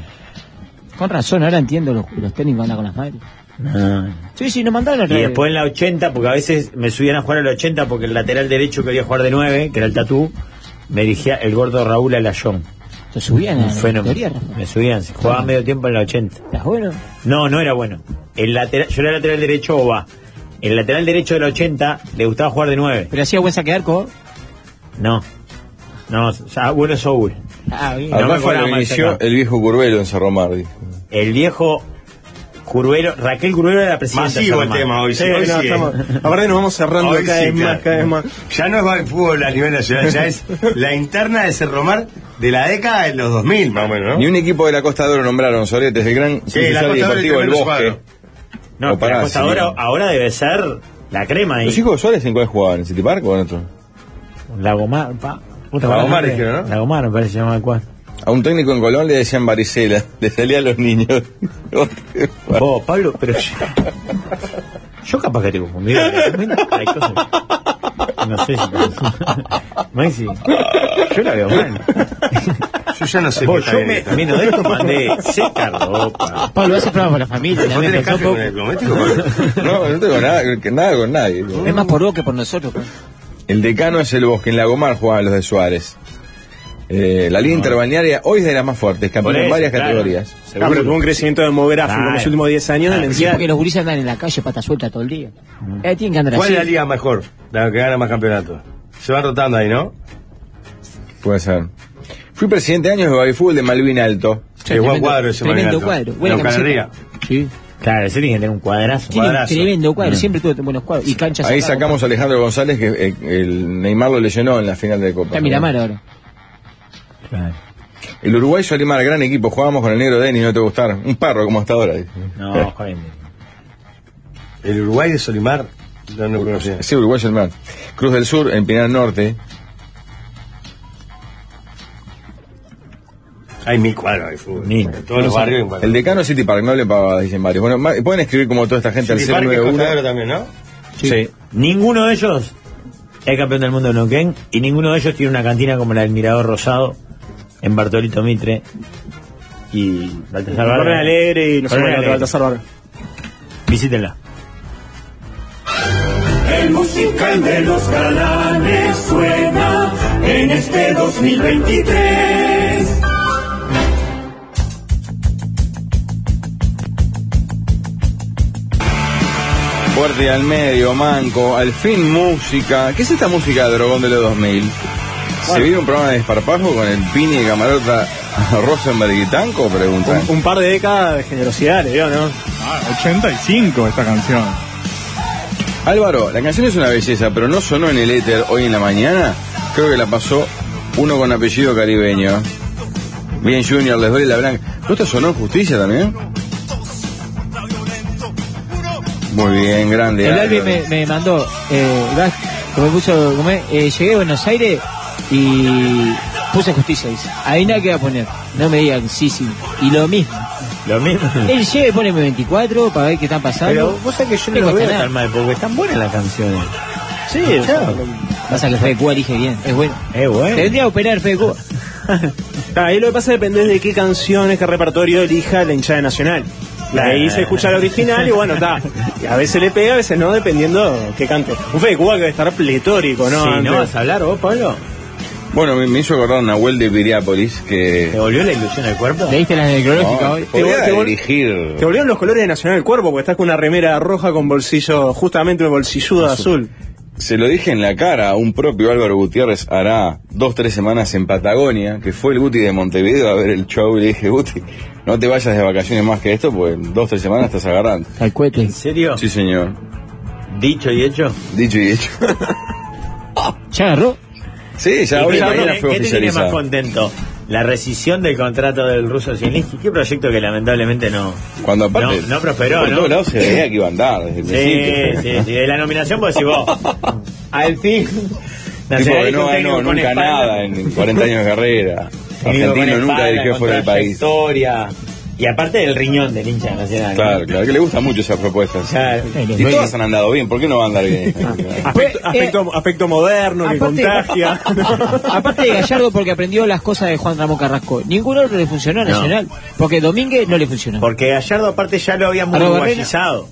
Speaker 8: Con razón, ahora entiendo los, los técnicos andan con las madres.
Speaker 7: No.
Speaker 8: Sí, sí, nos mandaron otra
Speaker 7: Y
Speaker 8: vez.
Speaker 7: después en la 80, porque a veces me subían a jugar a la 80 porque el lateral derecho quería jugar de 9, que era el tatú, me dirigía el gordo Raúl Alayón.
Speaker 8: Te subían a
Speaker 7: Un
Speaker 8: la
Speaker 7: fenómeno.
Speaker 8: teoría, Rafa.
Speaker 7: Me subían, se jugaba medio tiempo en la 80.
Speaker 8: ¿Estás bueno?
Speaker 7: No, no era bueno. El lateral, yo era lateral derecho o va. El lateral derecho de la 80 le gustaba jugar de 9.
Speaker 8: Pero hacía buen saque de arco.
Speaker 7: No. No, o sea, bueno es Soul.
Speaker 8: Ah, bien.
Speaker 7: No me
Speaker 5: Acá fue
Speaker 7: acordaba
Speaker 5: lo
Speaker 7: más
Speaker 5: inició
Speaker 7: acá.
Speaker 5: el viejo Curbelo en Cerro Mar, dijo.
Speaker 7: El viejo Curbelo, Raquel Curbelo era la presidenta. de
Speaker 4: Masivo
Speaker 7: San
Speaker 4: el
Speaker 7: Marcos.
Speaker 4: tema hoy, sí,
Speaker 6: Sí,
Speaker 4: hoy
Speaker 6: no,
Speaker 4: sí.
Speaker 6: estamos- aparte nos vamos cerrando
Speaker 4: Hoy
Speaker 6: cada
Speaker 4: sí,
Speaker 6: vez más,
Speaker 4: claro.
Speaker 6: cada vez más.
Speaker 4: Ya no es el fútbol a nivel nacional, ya es la interna de Cerro Mar de la década de los 2000, más o menos,
Speaker 5: Ni
Speaker 4: ¿no?
Speaker 5: un equipo de la Costa de Oro nombraron, Soletes, el gran
Speaker 4: Sí,
Speaker 5: sucesorio
Speaker 4: la Costa de Oro
Speaker 5: deportivo
Speaker 4: y
Speaker 5: del
Speaker 4: tremendo
Speaker 5: Bosque.
Speaker 4: cuadro.
Speaker 7: No,
Speaker 5: O pará,
Speaker 7: la cosa
Speaker 5: sí.
Speaker 7: ahora, ahora debe ser la crema ahí.
Speaker 5: ¿Los hijos de Suárez en cuál jugaban? ¿En City Park o en otro?
Speaker 7: La Gomar, pa. Puta,
Speaker 4: La
Speaker 7: ¿cuál
Speaker 4: Gomar
Speaker 7: es?
Speaker 4: dijeron, ¿no?
Speaker 7: La Gomar me parece que se llamaba el cuadro.
Speaker 5: A un técnico en Colón le decían varicela, le salía a los niños.
Speaker 7: Vos, Pablo, pero yo, yo capaz que te confundí. Hay cosas que- No sé si. Messi, yo la veo mal.
Speaker 4: Yo ya no sé
Speaker 7: Vos,
Speaker 4: qué está
Speaker 7: yo
Speaker 4: bien
Speaker 7: me,
Speaker 4: esto.
Speaker 7: menos de esto mandé seca ropa.
Speaker 8: Pablo, hace programa para la familia.
Speaker 4: ¿Vos
Speaker 8: también,
Speaker 4: tenés
Speaker 8: pero
Speaker 4: café
Speaker 8: son
Speaker 4: con
Speaker 8: poco.
Speaker 4: el diplomático, Pablo?
Speaker 5: No, no tengo nada, que- nada con nadie.
Speaker 8: Es más por vos que por nosotros. pues.
Speaker 5: El decano es el bosque, en Lagomar jugaban los de Suárez. Eh, la liga interbalnearia hoy es de las más fuertes,
Speaker 7: Por
Speaker 5: campeón en
Speaker 7: eso,
Speaker 5: varias
Speaker 7: claro.
Speaker 5: categorías.
Speaker 6: Ah, pero tuvo un
Speaker 7: Seguro.
Speaker 6: crecimiento demográfico en los
Speaker 7: Claro.
Speaker 6: últimos 10 años. en el
Speaker 8: Sí,
Speaker 6: día-
Speaker 8: porque los gurises andan en la calle pata suelta todo el día. Eh, tienen que andar
Speaker 4: ¿Cuál
Speaker 8: así.
Speaker 4: es la liga mejor? La que gana más campeonatos. Se van rotando ahí, ¿no?
Speaker 5: Puede ser. Fui presidente de años de Babifútbol de Malvin Alto.
Speaker 4: Qué buen cuadro ese
Speaker 8: Tremendo
Speaker 4: Marinato.
Speaker 8: cuadro. Buena
Speaker 4: Neuquén
Speaker 8: camiseta.
Speaker 4: Ría.
Speaker 8: Sí.
Speaker 7: Claro, ese tiene que tener un cuadrazo.
Speaker 8: Tiene
Speaker 4: Cuadrazo.
Speaker 8: tremendo cuadro. Siempre tuvo buenos cuadros. Y canchas.
Speaker 5: Ahí
Speaker 8: acá,
Speaker 5: sacamos a Alejandro González, que eh, el Neymar lo lesionó en la final de Copa.
Speaker 8: Está Miramar ahora.
Speaker 7: Claro.
Speaker 5: El Uruguay Solimar, gran equipo. Jugábamos con el negro Denis, no te gustaron. Un parro como hasta ahora.
Speaker 7: No, joven.
Speaker 4: El Uruguay de Solimar, no, no conocía.
Speaker 5: Sí, Uruguay Solimar. Cruz del Sur, en Pinar Norte.
Speaker 4: Hay mil cuadros de fútbol.
Speaker 7: Mil.
Speaker 4: En todos los barrios. hay un cuadro.
Speaker 5: El decano City Park, no le pagaba, dicen varios. Bueno, ma- pueden escribir como toda esta gente al
Speaker 4: City Park es
Speaker 5: 091.
Speaker 4: Costa de Oro también, ¿no?
Speaker 5: Sí.
Speaker 7: Ninguno de ellos es campeón del mundo en Neuquén y ninguno de ellos tiene una cantina como la del Mirador Rosado en Bartolito Mitre y Baltasar
Speaker 6: Corren
Speaker 7: Vargas.
Speaker 6: alegre y nos
Speaker 7: Corren
Speaker 6: vemos en
Speaker 7: Alegre.
Speaker 6: otro Baltasar Vargas.
Speaker 7: Visítenla.
Speaker 3: El musical de los galanes suena en este 2023.
Speaker 5: Fuerte al medio, manco. Al fin música. ¿Qué es esta música de Dragón de los 2000? ¿Se vive un programa de desparpajo con el Pini, Camarota, Rosenberg y Tanco? Preguntan.
Speaker 6: Un, un par de décadas de generosidad, le digo, ¿no?
Speaker 9: Ah, 85 esta canción.
Speaker 5: Álvaro, la canción es una belleza, pero no sonó en el éter hoy en la mañana. Creo que la pasó uno con apellido caribeño. Bien, Junior, les doy la blanca. ¿No te sonó en justicia también? Muy bien, grande.
Speaker 8: El
Speaker 5: Álvaro.
Speaker 8: Albi me, me mandó, eh, Gas, que me puso, como es, eh, llegué a Buenos Aires y puse justicia, dice. Ahí nada que va a poner. No me digan, sí, sí. Y lo mismo.
Speaker 7: Lo mismo.
Speaker 8: Él llega y pone 24 para ver qué está pasando.
Speaker 7: Pero vos sabés que yo no
Speaker 8: Me
Speaker 7: lo
Speaker 8: cuesta
Speaker 7: veo
Speaker 8: nada.
Speaker 7: tan mal porque están buenas las canciones.
Speaker 6: Sí,
Speaker 8: Pasa que Fede Cuba dije bien, es bueno.
Speaker 7: Es bueno.
Speaker 8: Tendría que operar Fede Cuba.
Speaker 6: Claro, ahí lo que pasa depende de qué canciones, qué repertorio elija la hinchada nacional. La de ahí se escucha la original y bueno, está. Y A veces le pega, a veces no, dependiendo qué cante. Un Fede Cuba que debe estar pletórico, ¿no?
Speaker 7: Si
Speaker 6: Antes.
Speaker 7: no vas a hablar vos, Pablo,
Speaker 5: Bueno, me, me hizo acordar Nahuel de Piriápolis
Speaker 7: ¿te
Speaker 5: que.
Speaker 7: volvió la ilusión al cuerpo?
Speaker 8: Leíste la necrológica
Speaker 5: No,
Speaker 8: hoy.
Speaker 5: podía
Speaker 6: te vol-
Speaker 5: dirigir.
Speaker 6: Te volvieron los colores de Nacional del Cuerpo porque estás con una remera roja con bolsillo, justamente un bolsilludo azul.
Speaker 5: Se lo dije en la cara a un propio Álvaro Gutiérrez hará dos, tres semanas en Patagonia, que fue el Guti de Montevideo a ver el show y le dije, Guti, no te vayas de vacaciones más que esto, pues en dos, tres semanas estás agarrando.
Speaker 8: Al cohete.
Speaker 7: ¿En serio?
Speaker 5: Sí, señor.
Speaker 7: Dicho y hecho.
Speaker 5: Dicho y hecho.
Speaker 8: ¿Ya agarró?
Speaker 5: sí, ya
Speaker 7: ¿Y
Speaker 5: hoy
Speaker 7: qué,
Speaker 5: en la
Speaker 7: te
Speaker 5: mañana
Speaker 7: tiene-
Speaker 5: fue
Speaker 7: qué te tiene más
Speaker 5: oficializado.
Speaker 7: contento? La rescisión del contrato del ruso Zielinski, qué proyecto que lamentablemente no.
Speaker 5: Cuando aparte,
Speaker 7: No, no prosperó,
Speaker 5: por
Speaker 7: ¿no?
Speaker 5: todos lados se veía que iba a andar desde el
Speaker 7: Sí,
Speaker 5: principio.
Speaker 7: sí, sí. De la nominación vos decís vos. Al fin.
Speaker 5: Tipo
Speaker 7: Nacional
Speaker 5: que
Speaker 7: hizo
Speaker 5: no
Speaker 7: un técnico
Speaker 5: ganó
Speaker 7: con
Speaker 5: nunca
Speaker 7: espalda.
Speaker 5: nada en 40 años de carrera.
Speaker 7: Técnico con
Speaker 5: Argentino nunca
Speaker 7: espalda,
Speaker 5: dirigió
Speaker 7: con
Speaker 5: fuera del país.
Speaker 7: trayectoria. Y aparte del riñón del hincha nacional.
Speaker 5: Claro, claro, que le gustan mucho esas propuestas.
Speaker 7: Claro.
Speaker 5: Y todas han andado bien, ¿por qué no va a andar bien? Ah,
Speaker 6: Aspecto, aspecto- aspecto moderno que
Speaker 8: eh, aparte-
Speaker 6: contagia.
Speaker 8: Aparte de Gallardo porque aprendió las cosas de Juan Ramón Carrasco. Ningún otro le funcionó a
Speaker 7: No.
Speaker 8: Nacional. Porque Domínguez no le funcionó.
Speaker 7: Porque Gallardo aparte ya lo había muy
Speaker 8: Arroba
Speaker 7: guayizado.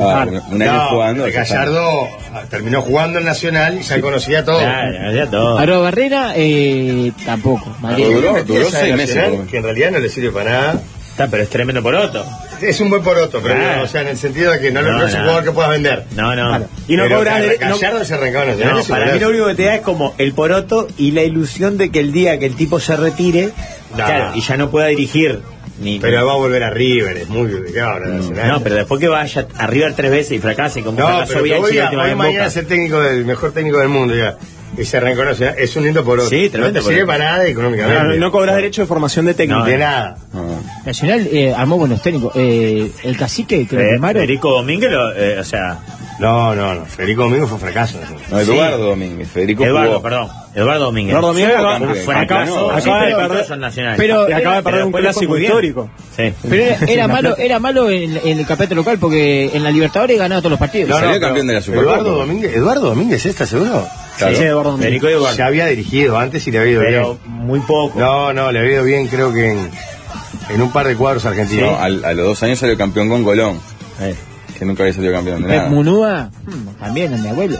Speaker 5: Ah, un año
Speaker 4: No,
Speaker 5: jugando.
Speaker 4: porque
Speaker 5: ya está.
Speaker 4: Gallardo ah, terminó jugando en Nacional y ya conocía todo.
Speaker 7: Claro, ya todo.
Speaker 8: Aroa Barrera, eh, tampoco. Madrid.
Speaker 5: Duró-
Speaker 4: Metí
Speaker 5: duró
Speaker 4: esa
Speaker 5: seis
Speaker 4: de
Speaker 5: meses,
Speaker 4: Nacional,
Speaker 5: ¿no?
Speaker 4: Que en realidad no le sirve para nada.
Speaker 7: Está, pero es tremendo poroto.
Speaker 4: es un buen poroto, pero
Speaker 7: Claro.
Speaker 4: no, o sea, en el sentido de que no, no,
Speaker 7: No,
Speaker 4: es un
Speaker 7: no.
Speaker 4: jugador que puedas vender.
Speaker 7: No, no.
Speaker 4: Claro.
Speaker 6: Y no
Speaker 4: Pero
Speaker 6: cobras
Speaker 4: Car-
Speaker 6: dere- no-
Speaker 4: Gallardo se arrancaba Nacional.
Speaker 7: No,
Speaker 4: es un
Speaker 7: para mí
Speaker 4: golazo.
Speaker 7: lo único que te da es como el poroto y la ilusión de que el día que el tipo se retire
Speaker 4: No.
Speaker 7: claro, y ya no pueda dirigir. Ni,
Speaker 4: Pero va a volver a River, es muy complicado ahora Nacional.
Speaker 7: no, pero después que vaya a River tres veces y fracase, como
Speaker 4: No,
Speaker 7: fracasó
Speaker 4: pero que
Speaker 7: Bianchi
Speaker 4: hoy,
Speaker 7: la
Speaker 4: a-
Speaker 7: última
Speaker 4: hoy
Speaker 7: vez en
Speaker 4: mañana
Speaker 7: Boca.
Speaker 4: es el técnico del mejor técnico del mundo, ya. Y se reconoce, ¿eh? es un lindo poroto.
Speaker 7: Sí, tremendo
Speaker 4: No te sirve
Speaker 7: poroto.
Speaker 4: para nada
Speaker 6: No, no,
Speaker 4: económicamente.
Speaker 6: no cobras derecho de formación de técnico.
Speaker 7: No, eh.
Speaker 4: De nada.
Speaker 5: Ah.
Speaker 8: Nacional eh, armó buenos técnicos. Eh, el cacique que lo
Speaker 7: Eh,
Speaker 8: firmaron.
Speaker 7: Federico Domínguez, lo- eh, o sea,
Speaker 4: No, no, no. Federico Domingo fue un fracaso. Nacional.
Speaker 5: No, Eduardo Domínguez, Federico
Speaker 7: Eduardo,
Speaker 5: jugó.
Speaker 7: perdón, Eduardo Domínguez.
Speaker 6: Eduardo Domínguez
Speaker 5: Sí,
Speaker 6: acaba-
Speaker 5: campeón.
Speaker 7: Fue
Speaker 6: acaba-
Speaker 7: fracaso,
Speaker 6: acaba
Speaker 7: sí, pero
Speaker 6: de perder.
Speaker 7: exitoso en Nacional.
Speaker 8: Pero
Speaker 6: y acaba de perder un
Speaker 7: después lo fue
Speaker 6: clásico
Speaker 7: muy bien.
Speaker 6: histórico.
Speaker 7: Sí.
Speaker 8: Pero era, era malo, era malo en, en el campeonato local porque en la Libertadores ganaba todos los partidos.
Speaker 5: No, no. Salió campeón
Speaker 4: pero-
Speaker 5: de la Supercopa.
Speaker 4: Eduardo Domínguez, Eduardo Domínguez, ¿esta seguro?
Speaker 5: Claro.
Speaker 6: Sí, Eduardo Domínguez.
Speaker 7: Federico Eduardo.
Speaker 4: Ya había dirigido antes y le había ido
Speaker 7: Pero
Speaker 4: bien.
Speaker 7: muy poco.
Speaker 4: No, no, le había ido bien, creo que en, en un par de cuadros argentinos.
Speaker 5: No, al- a los dos años salió campeón con Colón,
Speaker 7: Eh.
Speaker 5: que nunca había salido campeón de
Speaker 8: Pep
Speaker 5: nada.
Speaker 8: Munúa, mm, también a mi abuelo.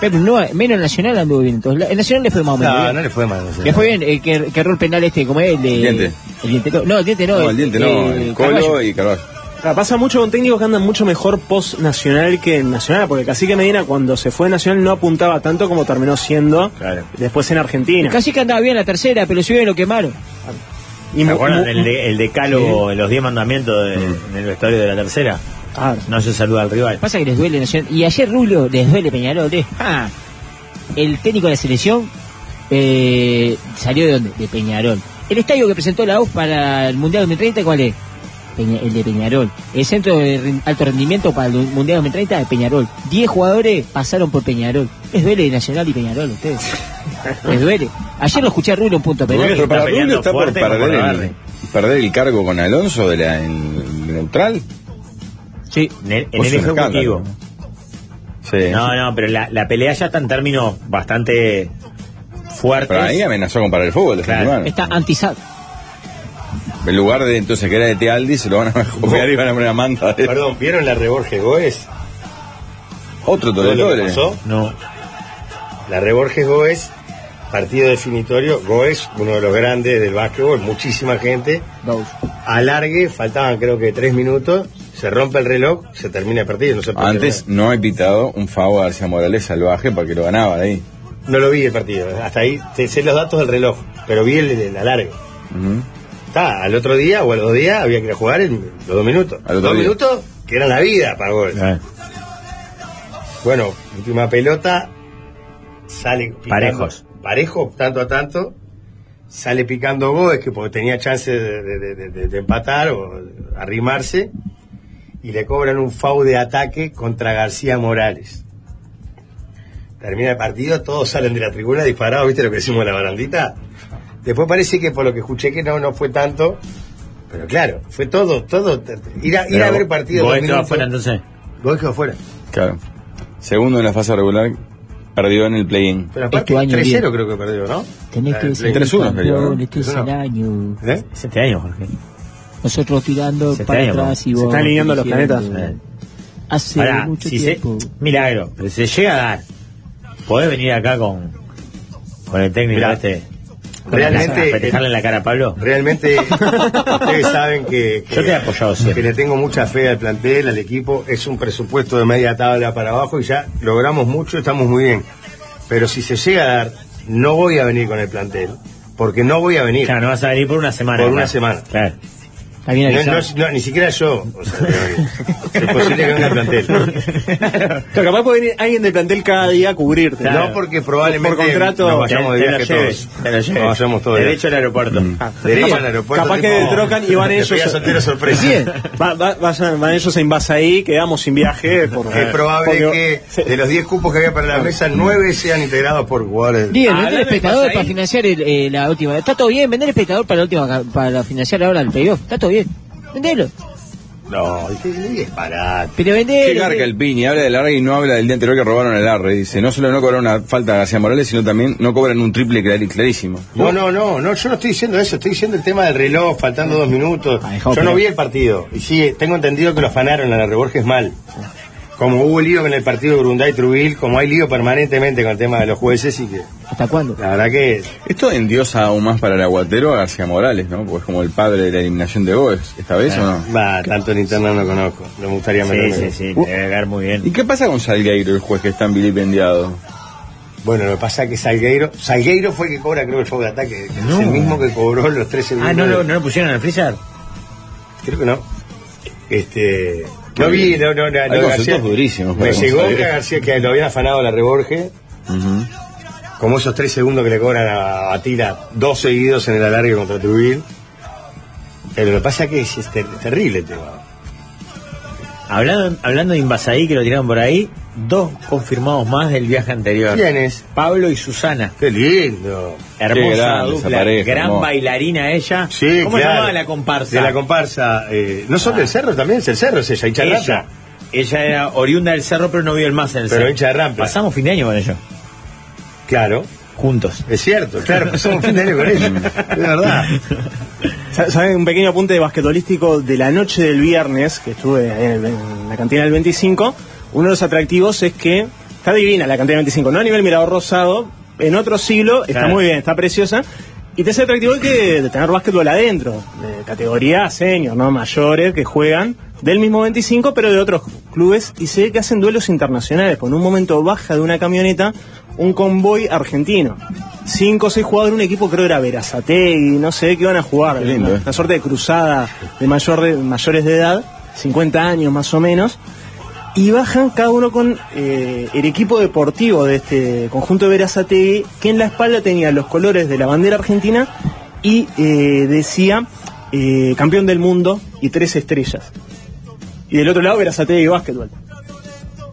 Speaker 8: Pep Munúa, menos Nacional anduvo bien. Entonces, el Nacional le fue más o menos
Speaker 4: No,
Speaker 8: bien.
Speaker 4: no le fue mal.
Speaker 8: Le fue bien, eh, que, que erró el penal este, como es el de...
Speaker 5: El diente.
Speaker 8: El diente, no, no, el diente no.
Speaker 5: No, el diente no, el Colo
Speaker 8: Carballo.
Speaker 5: y Carvalho.
Speaker 6: Ah, Pasa mucho con técnicos que andan mucho mejor post nacional que en nacional, porque Cacique Medina cuando se fue de nacional no apuntaba tanto como terminó siendo
Speaker 7: Claro.
Speaker 6: después en Argentina.
Speaker 8: Casi que andaba bien la tercera, pero subió y lo quemaron.
Speaker 6: Y
Speaker 7: ¿Se
Speaker 6: mu-
Speaker 7: acuerdan
Speaker 6: mu-
Speaker 7: el, de- el decálogo, los 10 mandamientos de- en el vestuario de la tercera?
Speaker 8: Ah,
Speaker 7: No se saluda al rival.
Speaker 8: pasa que les duele Nacional. Y ayer Rulo les duele Peñarol. eh. Ah, el técnico de la selección eh, salió de dónde? De Peñarol. El estadio que presentó la UF para el Mundial 2030, ¿cuál es? Peña- el de Peñarol. El centro de ren- alto rendimiento para el Mundial 2030 de Peñarol. 10 jugadores pasaron por Peñarol. Les duele Nacional y Peñarol, ustedes. Les duele. Ayer lo escuché a Rulo en punto penal.
Speaker 7: Rubio
Speaker 5: Pero para Rubio
Speaker 7: peleando
Speaker 5: está por
Speaker 7: fuerte como
Speaker 5: perder
Speaker 7: para
Speaker 5: el,
Speaker 7: darle.
Speaker 5: perder el cargo con Alonso de la en- neutral.
Speaker 8: Sí.
Speaker 7: En el, en
Speaker 5: Vos
Speaker 7: el
Speaker 5: sos un
Speaker 7: ejecutivo.
Speaker 5: Sí.
Speaker 7: No, no, pero la, la pelea ya está en términos bastante fuertes.
Speaker 5: Pero ahí amenazó con parar el fútbol,
Speaker 7: Claro.
Speaker 5: definitivamente.
Speaker 8: Está anti-SAD.
Speaker 5: En lugar de entonces que era de Tealdi, se lo van a jugar y van a poner a manta. de-
Speaker 4: Perdón, ¿vieron la reborge Goes?
Speaker 5: Otro
Speaker 4: ¿Todo lo que
Speaker 5: Toletole.
Speaker 4: pasó?
Speaker 7: No.
Speaker 4: La Reborges Goes, partido definitorio. Goes, uno de los grandes del básquetbol, muchísima gente. Alargue, faltaban creo que tres minutos. Se rompe el reloj, se termina el partido. No se puede
Speaker 5: Antes no he pitado un favor a García Morales salvaje para que lo ganaba de ahí.
Speaker 4: terminar. No lo vi el partido. Hasta ahí sé, sé los datos del reloj, pero vi el, el alargue.
Speaker 5: Ujú.
Speaker 4: Está, al otro día o a los dos días había que ir a jugar en los dos minutos.
Speaker 5: Al
Speaker 4: Los
Speaker 5: otro
Speaker 4: dos
Speaker 5: día.
Speaker 4: minutos que eran la vida para
Speaker 5: Ah,
Speaker 4: Goes.
Speaker 5: Eh,
Speaker 4: Bueno, última pelota, sale picando-
Speaker 7: Parejos.
Speaker 4: Parejo, tanto a tanto, sale picando Goes, que porque tenía chance de, de- de- de- de empatar o arrimarse, y le cobran un FAU de ataque contra García Morales. Termina el partido, todos salen de la tribuna disparados, ¿viste lo que decimos en la barandita? Después parece que por lo que escuché que no, no fue tanto, pero claro, fue todo, todo. Ir a, ir a ver partido
Speaker 7: Goes
Speaker 4: dos
Speaker 7: quedó
Speaker 4: minutos,
Speaker 7: afuera, entonces.
Speaker 4: Goes quedó afuera.
Speaker 5: Claro. Segundo en la fase regular, perdió en el play-in.
Speaker 4: Pero
Speaker 7: Este
Speaker 8: Es tu
Speaker 4: aparte,
Speaker 8: año
Speaker 4: 3-0 creo que perdió, ¿no?
Speaker 6: Eh,
Speaker 8: Tenés que ser
Speaker 5: 3-1
Speaker 8: campeón,
Speaker 5: sería, ¿no?
Speaker 8: este es el
Speaker 4: 3-1.
Speaker 8: año.
Speaker 4: ¿Eh?
Speaker 7: Es este año, Jorge.
Speaker 8: Nosotros tirando
Speaker 7: Se está
Speaker 8: para
Speaker 7: ahí,
Speaker 8: atrás y
Speaker 6: se
Speaker 8: vos.
Speaker 6: están alineando los
Speaker 8: diciendo,
Speaker 6: planetas.
Speaker 7: Eh.
Speaker 8: Hace
Speaker 7: Pará,
Speaker 8: mucho
Speaker 7: si se,
Speaker 8: tiempo.
Speaker 7: milagro, pero si se llega a dar, podés venir acá con, con el técnico
Speaker 4: Mirá,
Speaker 7: este.
Speaker 4: realmente-
Speaker 7: A festejarle en la cara a Pablo.
Speaker 4: Realmente, ustedes saben que, que-
Speaker 7: Yo te he apoyado siempre.
Speaker 4: que le tengo mucha fe al plantel, al equipo. Es un presupuesto de media tabla para abajo y ya logramos mucho, estamos muy bien. Pero si se llega a dar, no voy a venir con el plantel, porque no voy a venir.
Speaker 7: Claro, no vas a venir por una semana.
Speaker 4: Por una
Speaker 7: claro.
Speaker 4: semana.
Speaker 7: Claro.
Speaker 8: Está bien
Speaker 4: No,
Speaker 8: avisado.
Speaker 4: no, no, ni siquiera yo. o sea, voy a venir. es posible que venga el plantel.
Speaker 6: Claro, capaz puede venir alguien del plantel cada día a cubrirte.
Speaker 4: No porque probablemente
Speaker 6: Por contrato,
Speaker 4: nos
Speaker 7: Te-
Speaker 4: vayamos de
Speaker 7: te lo
Speaker 4: viaje
Speaker 7: lleves,
Speaker 4: todos.
Speaker 7: te lo lleves.
Speaker 4: Nos vayamos todos. de
Speaker 7: Derecho al aeropuerto.
Speaker 4: Mm.
Speaker 6: Ah,
Speaker 4: Derecho
Speaker 6: capaz-
Speaker 4: al aeropuerto.
Speaker 6: Capaz que
Speaker 4: tipo,
Speaker 6: trocan y van
Speaker 4: te
Speaker 6: ellos.
Speaker 4: pega soltero sorpresa.
Speaker 6: Así es. Va- va- vayan- van ellos en base ahí, quedamos sin viaje. por-
Speaker 4: Es probable
Speaker 6: porque-
Speaker 4: que de los 10 cupos que había para la mesa, 9 sean integrados por jugadores.
Speaker 8: Ah. Bien,
Speaker 7: Hablando
Speaker 8: vender
Speaker 7: de
Speaker 8: espectador
Speaker 7: Pasaí.
Speaker 8: para financiar el, eh, la última. Está todo bien, vender espectador para la última ca- para financiar ahora el playoff. Está todo bien. Vendelo.
Speaker 4: No, qué disparate.
Speaker 8: Pero vender.
Speaker 5: Qué garca el Pini, habla del Arre y no habla del día anterior que robaron el Arre. Dice, no solo no cobraron una falta a García Morales, sino también no cobran un triple clar- clarísimo.
Speaker 4: No, no, no, no, yo no estoy diciendo eso, estoy diciendo el tema del reloj, faltando dos minutos.
Speaker 8: Ah, dejado
Speaker 4: Yo no
Speaker 8: peor.
Speaker 4: vi el partido. Y sí, tengo entendido que lo afanaron a la Reborges mal. Como hubo lío con el partido de Brunday Trubil, como hay lío permanentemente con el tema de los jueces y que
Speaker 8: ¿Hasta cuándo?
Speaker 4: la verdad que
Speaker 5: Esto endiosa aún más para el aguatero a García Morales, ¿no? Porque es como el padre de la eliminación de Goes, esta vez o no.
Speaker 4: va, tanto en interno no conozco, no me gustaría
Speaker 7: Sí, sí,
Speaker 4: meterme.
Speaker 7: sí, te debe caer muy bien.
Speaker 5: ¿Y qué pasa con Salgueiro, el juez que está en vilipendiado?
Speaker 4: Bueno, lo que pasa es que Salgueiro, Salgueiro fue el que cobra creo el fuego de ataque, que
Speaker 7: No.
Speaker 4: es el mismo que cobró los 13
Speaker 7: Ah, no, lo- no lo pusieron en el freezer.
Speaker 4: Creo que no. Este. No vi, no, no, no.
Speaker 5: Hay
Speaker 4: no,
Speaker 5: conceptos durísimos para
Speaker 4: Me llegó
Speaker 5: conseguir.
Speaker 4: que García que lo habían afanado a la reborge,
Speaker 5: Ujú.
Speaker 4: como esos tres segundos que le cobran a, a Tira, dos seguidos en el alargue contra Trubil. Pero lo que pasa es que es, es ter- terrible el tema.
Speaker 7: Hablando, hablando de Invasaí, que lo tiraron por ahí, dos confirmados más del viaje anterior.
Speaker 4: ¿Quién es?
Speaker 7: Pablo y Susana.
Speaker 4: Qué lindo.
Speaker 5: Qué
Speaker 7: Hermosa
Speaker 5: grande esa
Speaker 7: dupla,
Speaker 5: pareja,
Speaker 7: gran
Speaker 5: hermosa.
Speaker 7: bailarina ella.
Speaker 4: Sí,
Speaker 7: ¿Cómo
Speaker 4: claro.
Speaker 7: se llamaba la comparsa?
Speaker 4: De la comparsa. eh, no son
Speaker 7: Ah.
Speaker 4: del cerro también, es el cerro, es ella, hincha de
Speaker 7: ella,
Speaker 4: Rampla.
Speaker 7: ella era oriunda del cerro, pero no vio el más en el
Speaker 4: Pero
Speaker 7: cerro.
Speaker 4: hincha de Rampla.
Speaker 7: Pasamos fin de año con ellos,
Speaker 4: Claro,
Speaker 7: juntos.
Speaker 4: es cierto, claro, pasamos un fin de año con ella. Es verdad.
Speaker 6: Sa- ¿Saben? Un pequeño apunte basquetbolístico de la noche del viernes, que estuve ahí en, el- en la cantina del 25. Uno de los atractivos es que está divina la cantina del 25, no a nivel mirador rosado, en otro siglo está
Speaker 7: Claro.
Speaker 6: muy bien, está preciosa. Y te hace atractivo que de tener básquetbol adentro, de categoría senior, ¿no? Mayores que juegan del mismo 25, pero de otros clubes, y se ve que hacen duelos internacionales. Por un momento baja de una camioneta un convoy argentino. Cinco o seis jugadores, un equipo creo era Verazategui, no sé qué van a jugar.
Speaker 5: Qué lindo, eh.
Speaker 6: Una suerte de cruzada de, mayor de mayores de edad, 50 años más o menos. Y bajan cada uno con eh, el equipo deportivo de este conjunto de Verazategui, que en la espalda tenía los colores de la bandera argentina y eh, decía eh, campeón del mundo y tres estrellas. Y del otro lado Verazategui Básquetbol.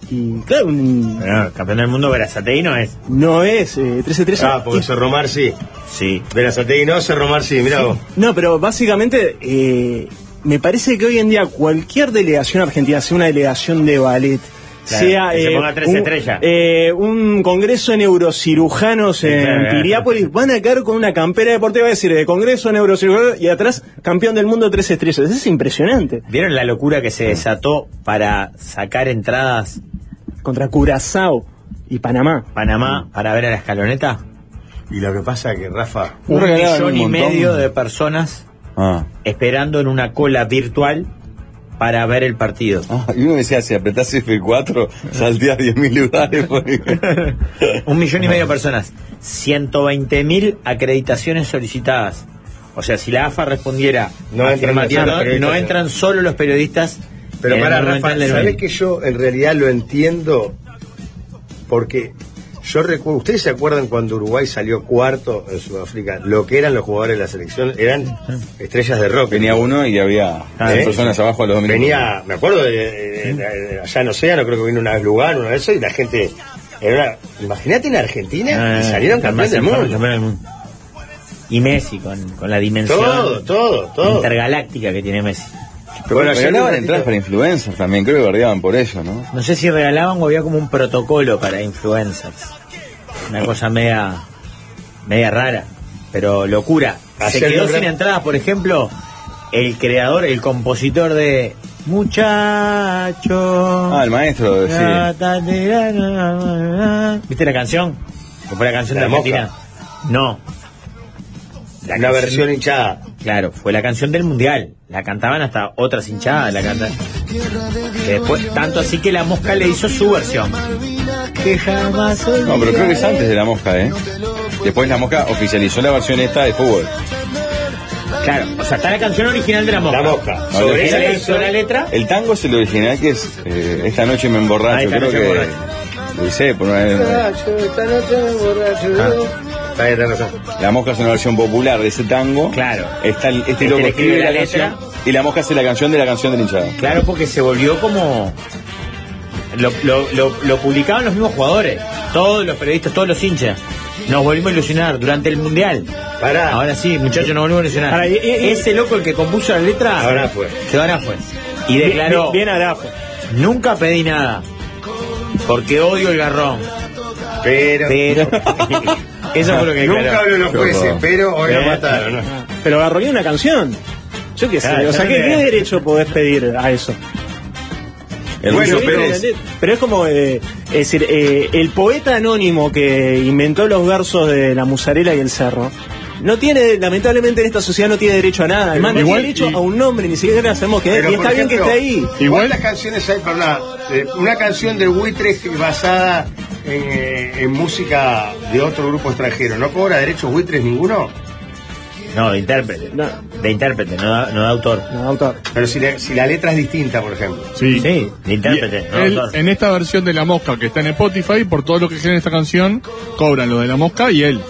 Speaker 6: Y claro, mm,
Speaker 7: Bueno, campeón del mundo Verazategui no es.
Speaker 6: no es eh, tres estrellas.
Speaker 4: Ah, porque
Speaker 6: Y-
Speaker 4: Cerro Mar sí.
Speaker 7: Sí.
Speaker 4: Verazategui no, Cerro Mar sí, mirá vos.
Speaker 6: No, pero básicamente eh, me parece que hoy en día cualquier delegación argentina, sea una delegación de ballet,
Speaker 7: Claro,
Speaker 6: sea
Speaker 7: que se ponga tres
Speaker 6: un,
Speaker 7: estrellas.
Speaker 6: eh, un congreso de neurocirujanos en
Speaker 7: claro, claro.
Speaker 6: Piriápolis, van a caer con una campera deportiva, va a decir, eh, congreso de neurocirujanos y atrás campeón del mundo tres estrellas. Es impresionante.
Speaker 7: ¿Vieron la locura que se desató para sacar entradas
Speaker 6: Contra Curazao y Panamá.
Speaker 7: Panamá para ver a la escaloneta?
Speaker 4: Y lo que pasa es que Rafa,
Speaker 5: No
Speaker 7: Un
Speaker 5: regalaron
Speaker 7: millón
Speaker 5: un
Speaker 7: y
Speaker 5: montón.
Speaker 7: medio de personas
Speaker 5: Ah.
Speaker 7: esperando en una cola virtual para ver el partido.
Speaker 5: Ah, y uno decía, si apretás F4, salteás 10.000 lugares. porque-
Speaker 7: Un millón y medio de personas. 120 mil acreditaciones solicitadas. O sea, si la AFA respondiera
Speaker 4: No entran los
Speaker 7: afirmativamente,
Speaker 4: periodistas.
Speaker 7: no entran solo los periodistas.
Speaker 4: Pero
Speaker 7: en el
Speaker 4: para
Speaker 7: Monumental
Speaker 4: Rafa,
Speaker 7: del
Speaker 4: ¿sabés
Speaker 7: Belén.
Speaker 4: que yo en realidad lo entiendo? Porque yo recuerdo, ¿ustedes se acuerdan cuando Uruguay salió cuarto en Sudáfrica? Lo que eran los jugadores de la selección eran estrellas de rock.
Speaker 5: Venía uno y había
Speaker 4: Ah,
Speaker 5: 100
Speaker 4: ¿eh?
Speaker 5: personas abajo a los domingos.
Speaker 4: Venía, me acuerdo, de, de- de- de allá en Océano, creo que vino una vez Lugano, una vez, y la gente. era una- Imagínate en
Speaker 7: Ah,
Speaker 4: Argentina y salieron campeones del mundo.
Speaker 7: Campeón del mundo. Y Messi con, con la dimensión
Speaker 4: Todo, todo, todo.
Speaker 7: intergaláctica que tiene Messi.
Speaker 4: Pero bueno, ayer
Speaker 5: regalaban
Speaker 4: un
Speaker 5: entradas para
Speaker 4: ratito-
Speaker 5: influencers también, creo que guardaban por eso, ¿no?
Speaker 7: No sé si regalaban o había como un protocolo para influencers. Una cosa media, media rara, pero locura. Se
Speaker 4: Ayer
Speaker 7: quedó
Speaker 4: logra-
Speaker 7: sin entradas, por ejemplo, el creador, el compositor de Muchacho.
Speaker 5: Ah, el maestro, sí.
Speaker 7: ta, ta, te, ra, ra, ra, ra. ¿Viste la canción? ¿O fue la canción
Speaker 4: La
Speaker 7: de
Speaker 4: Moja.
Speaker 7: Argentina? No. La
Speaker 4: Una
Speaker 7: canción-
Speaker 4: versión hinchada.
Speaker 7: Claro, fue la canción del mundial. La cantaban hasta otras hinchadas, la cantan. Que después, tanto así que la mosca le hizo su versión. Que jamás
Speaker 5: No, pero creo que es antes de la mosca, ¿eh? Después la mosca oficializó la versión esta de fútbol.
Speaker 7: Claro, o sea, está la canción original de la mosca.
Speaker 4: La mosca.
Speaker 5: No,
Speaker 7: Sobre
Speaker 5: le-
Speaker 7: esa
Speaker 5: le
Speaker 7: le hizo la letra.
Speaker 5: El tango es el original que es eh, Esta noche me emborracho.
Speaker 7: Ah, Esta
Speaker 5: creo
Speaker 7: noche
Speaker 5: que.
Speaker 7: me emborracho.
Speaker 5: Lo hice por una vez.
Speaker 4: Está bien, tenés razón.
Speaker 5: La mosca es una versión popular de ese tango.
Speaker 7: Claro.
Speaker 5: Está el- este
Speaker 7: que
Speaker 5: loco
Speaker 7: le escribe
Speaker 5: escribe la,
Speaker 7: la letra.
Speaker 5: canción y la mosca hace la canción de la canción del hinchado.
Speaker 7: Claro, porque se volvió como. Lo, lo, lo- lo publicaban los mismos jugadores, todos los periodistas, todos los hinchas. Nos volvimos a ilusionar durante el mundial.
Speaker 4: Pará.
Speaker 7: Ahora sí, muchachos, nos volvimos a ilusionar.
Speaker 6: Pará, y- y-
Speaker 7: Ese loco el que compuso la letra.
Speaker 4: Ahora fue.
Speaker 7: Se van afuera. Y declaró,
Speaker 6: Bien, bien Arajo.
Speaker 7: nunca pedí nada, porque odio el garrón.
Speaker 4: Pero.
Speaker 7: Pero... Eso fue lo que
Speaker 4: Nunca
Speaker 7: declaró.
Speaker 4: hablo de los jueces, pero hoy lo
Speaker 7: Eh,
Speaker 4: mataron. ¿no?
Speaker 6: Ah, Pero agarró una canción. Yo qué sé,
Speaker 7: Claro,
Speaker 6: o sea,
Speaker 7: yo
Speaker 6: ¿qué,
Speaker 7: creo que-
Speaker 6: qué derecho podés pedir a eso?
Speaker 5: El
Speaker 6: Bueno,
Speaker 5: ruso
Speaker 6: pero,
Speaker 5: Pérez.
Speaker 6: pero es como, eh, es decir, eh, el poeta anónimo que inventó los versos de la musarela y el cerro, no tiene, lamentablemente en esta sociedad no tiene derecho a nada, además no
Speaker 9: igual-
Speaker 6: tiene derecho
Speaker 9: y-
Speaker 6: a un nombre, ni siquiera sabemos qué es,
Speaker 4: Pero,
Speaker 6: y
Speaker 4: por
Speaker 6: está bien que
Speaker 4: ejemplo,
Speaker 6: esté ahí.
Speaker 9: Igual-
Speaker 4: ¿Cuántas canciones hay para una, eh, una canción de buitres basada en, eh, en música de otro grupo extranjero? ¿No cobra derechos buitres ninguno?
Speaker 7: No, de intérprete.
Speaker 6: No.
Speaker 7: De intérprete, no, no de autor.
Speaker 6: No, autor.
Speaker 4: Pero si, la- si la letra es distinta, por ejemplo.
Speaker 9: Sí.
Speaker 7: Sí, de intérprete,
Speaker 9: Y
Speaker 7: no de
Speaker 9: él,
Speaker 7: autor.
Speaker 9: en esta versión de La Mosca, que está en Spotify, por todo lo que genera esta canción, cobran lo de La Mosca y él.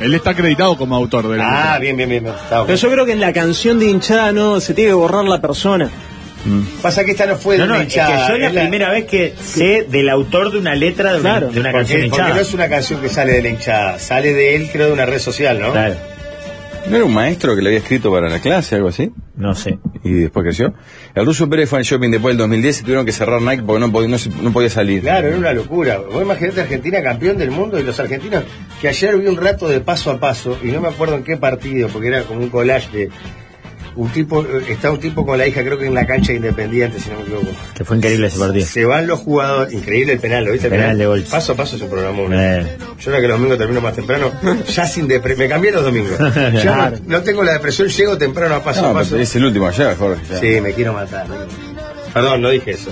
Speaker 9: Él está acreditado como autor de la
Speaker 4: Ah, bien, bien, bien. está
Speaker 6: Pero
Speaker 4: bueno.
Speaker 6: yo creo que en la canción de hinchada no se tiene que borrar la persona.
Speaker 4: Pasa que esta no fue de
Speaker 7: No, no,
Speaker 4: una
Speaker 7: es que yo
Speaker 4: hinchada,
Speaker 7: es la
Speaker 4: es la-
Speaker 7: primera vez que sé del autor de una letra de una,
Speaker 6: Claro.
Speaker 7: de una
Speaker 4: Porque,
Speaker 7: canción
Speaker 4: porque no
Speaker 7: hinchada.
Speaker 4: es una canción que sale de la hinchada, sale de él, creo, de una red social, ¿no?
Speaker 7: Claro,
Speaker 5: ¿No era un maestro que le había escrito para la clase, algo así?
Speaker 7: no sé.
Speaker 5: Y después creció. El ruso Pérez fue al shopping después del 2010 y tuvieron que cerrar Nike porque no podía, no se- no podía salir.
Speaker 4: Claro, era una locura. Vos imaginate Argentina campeón del mundo y los argentinos, que ayer vi un rato de paso a paso, y no me acuerdo en qué partido, porque era como un collage de un tipo, eh, está un tipo con la hija, creo que en la cancha de independiente, si no me equivoco.
Speaker 7: Que fue increíble ese partido.
Speaker 4: Se van los jugadores, increíble el penal, ¿lo viste? El
Speaker 7: Penal de Golch.
Speaker 4: Paso a paso es un programa. uno.
Speaker 7: Eh.
Speaker 4: Yo ahora que los domingos termino más temprano, ya sin depresión, me cambié los domingos. Ya no-
Speaker 7: Claro.
Speaker 4: no, tengo la depresión, llego temprano a paso
Speaker 5: No,
Speaker 4: a
Speaker 5: pero
Speaker 4: paso.
Speaker 5: es el último ayer, Jorge. ya.
Speaker 4: Sí, me quiero matar. Perdón, no dije eso.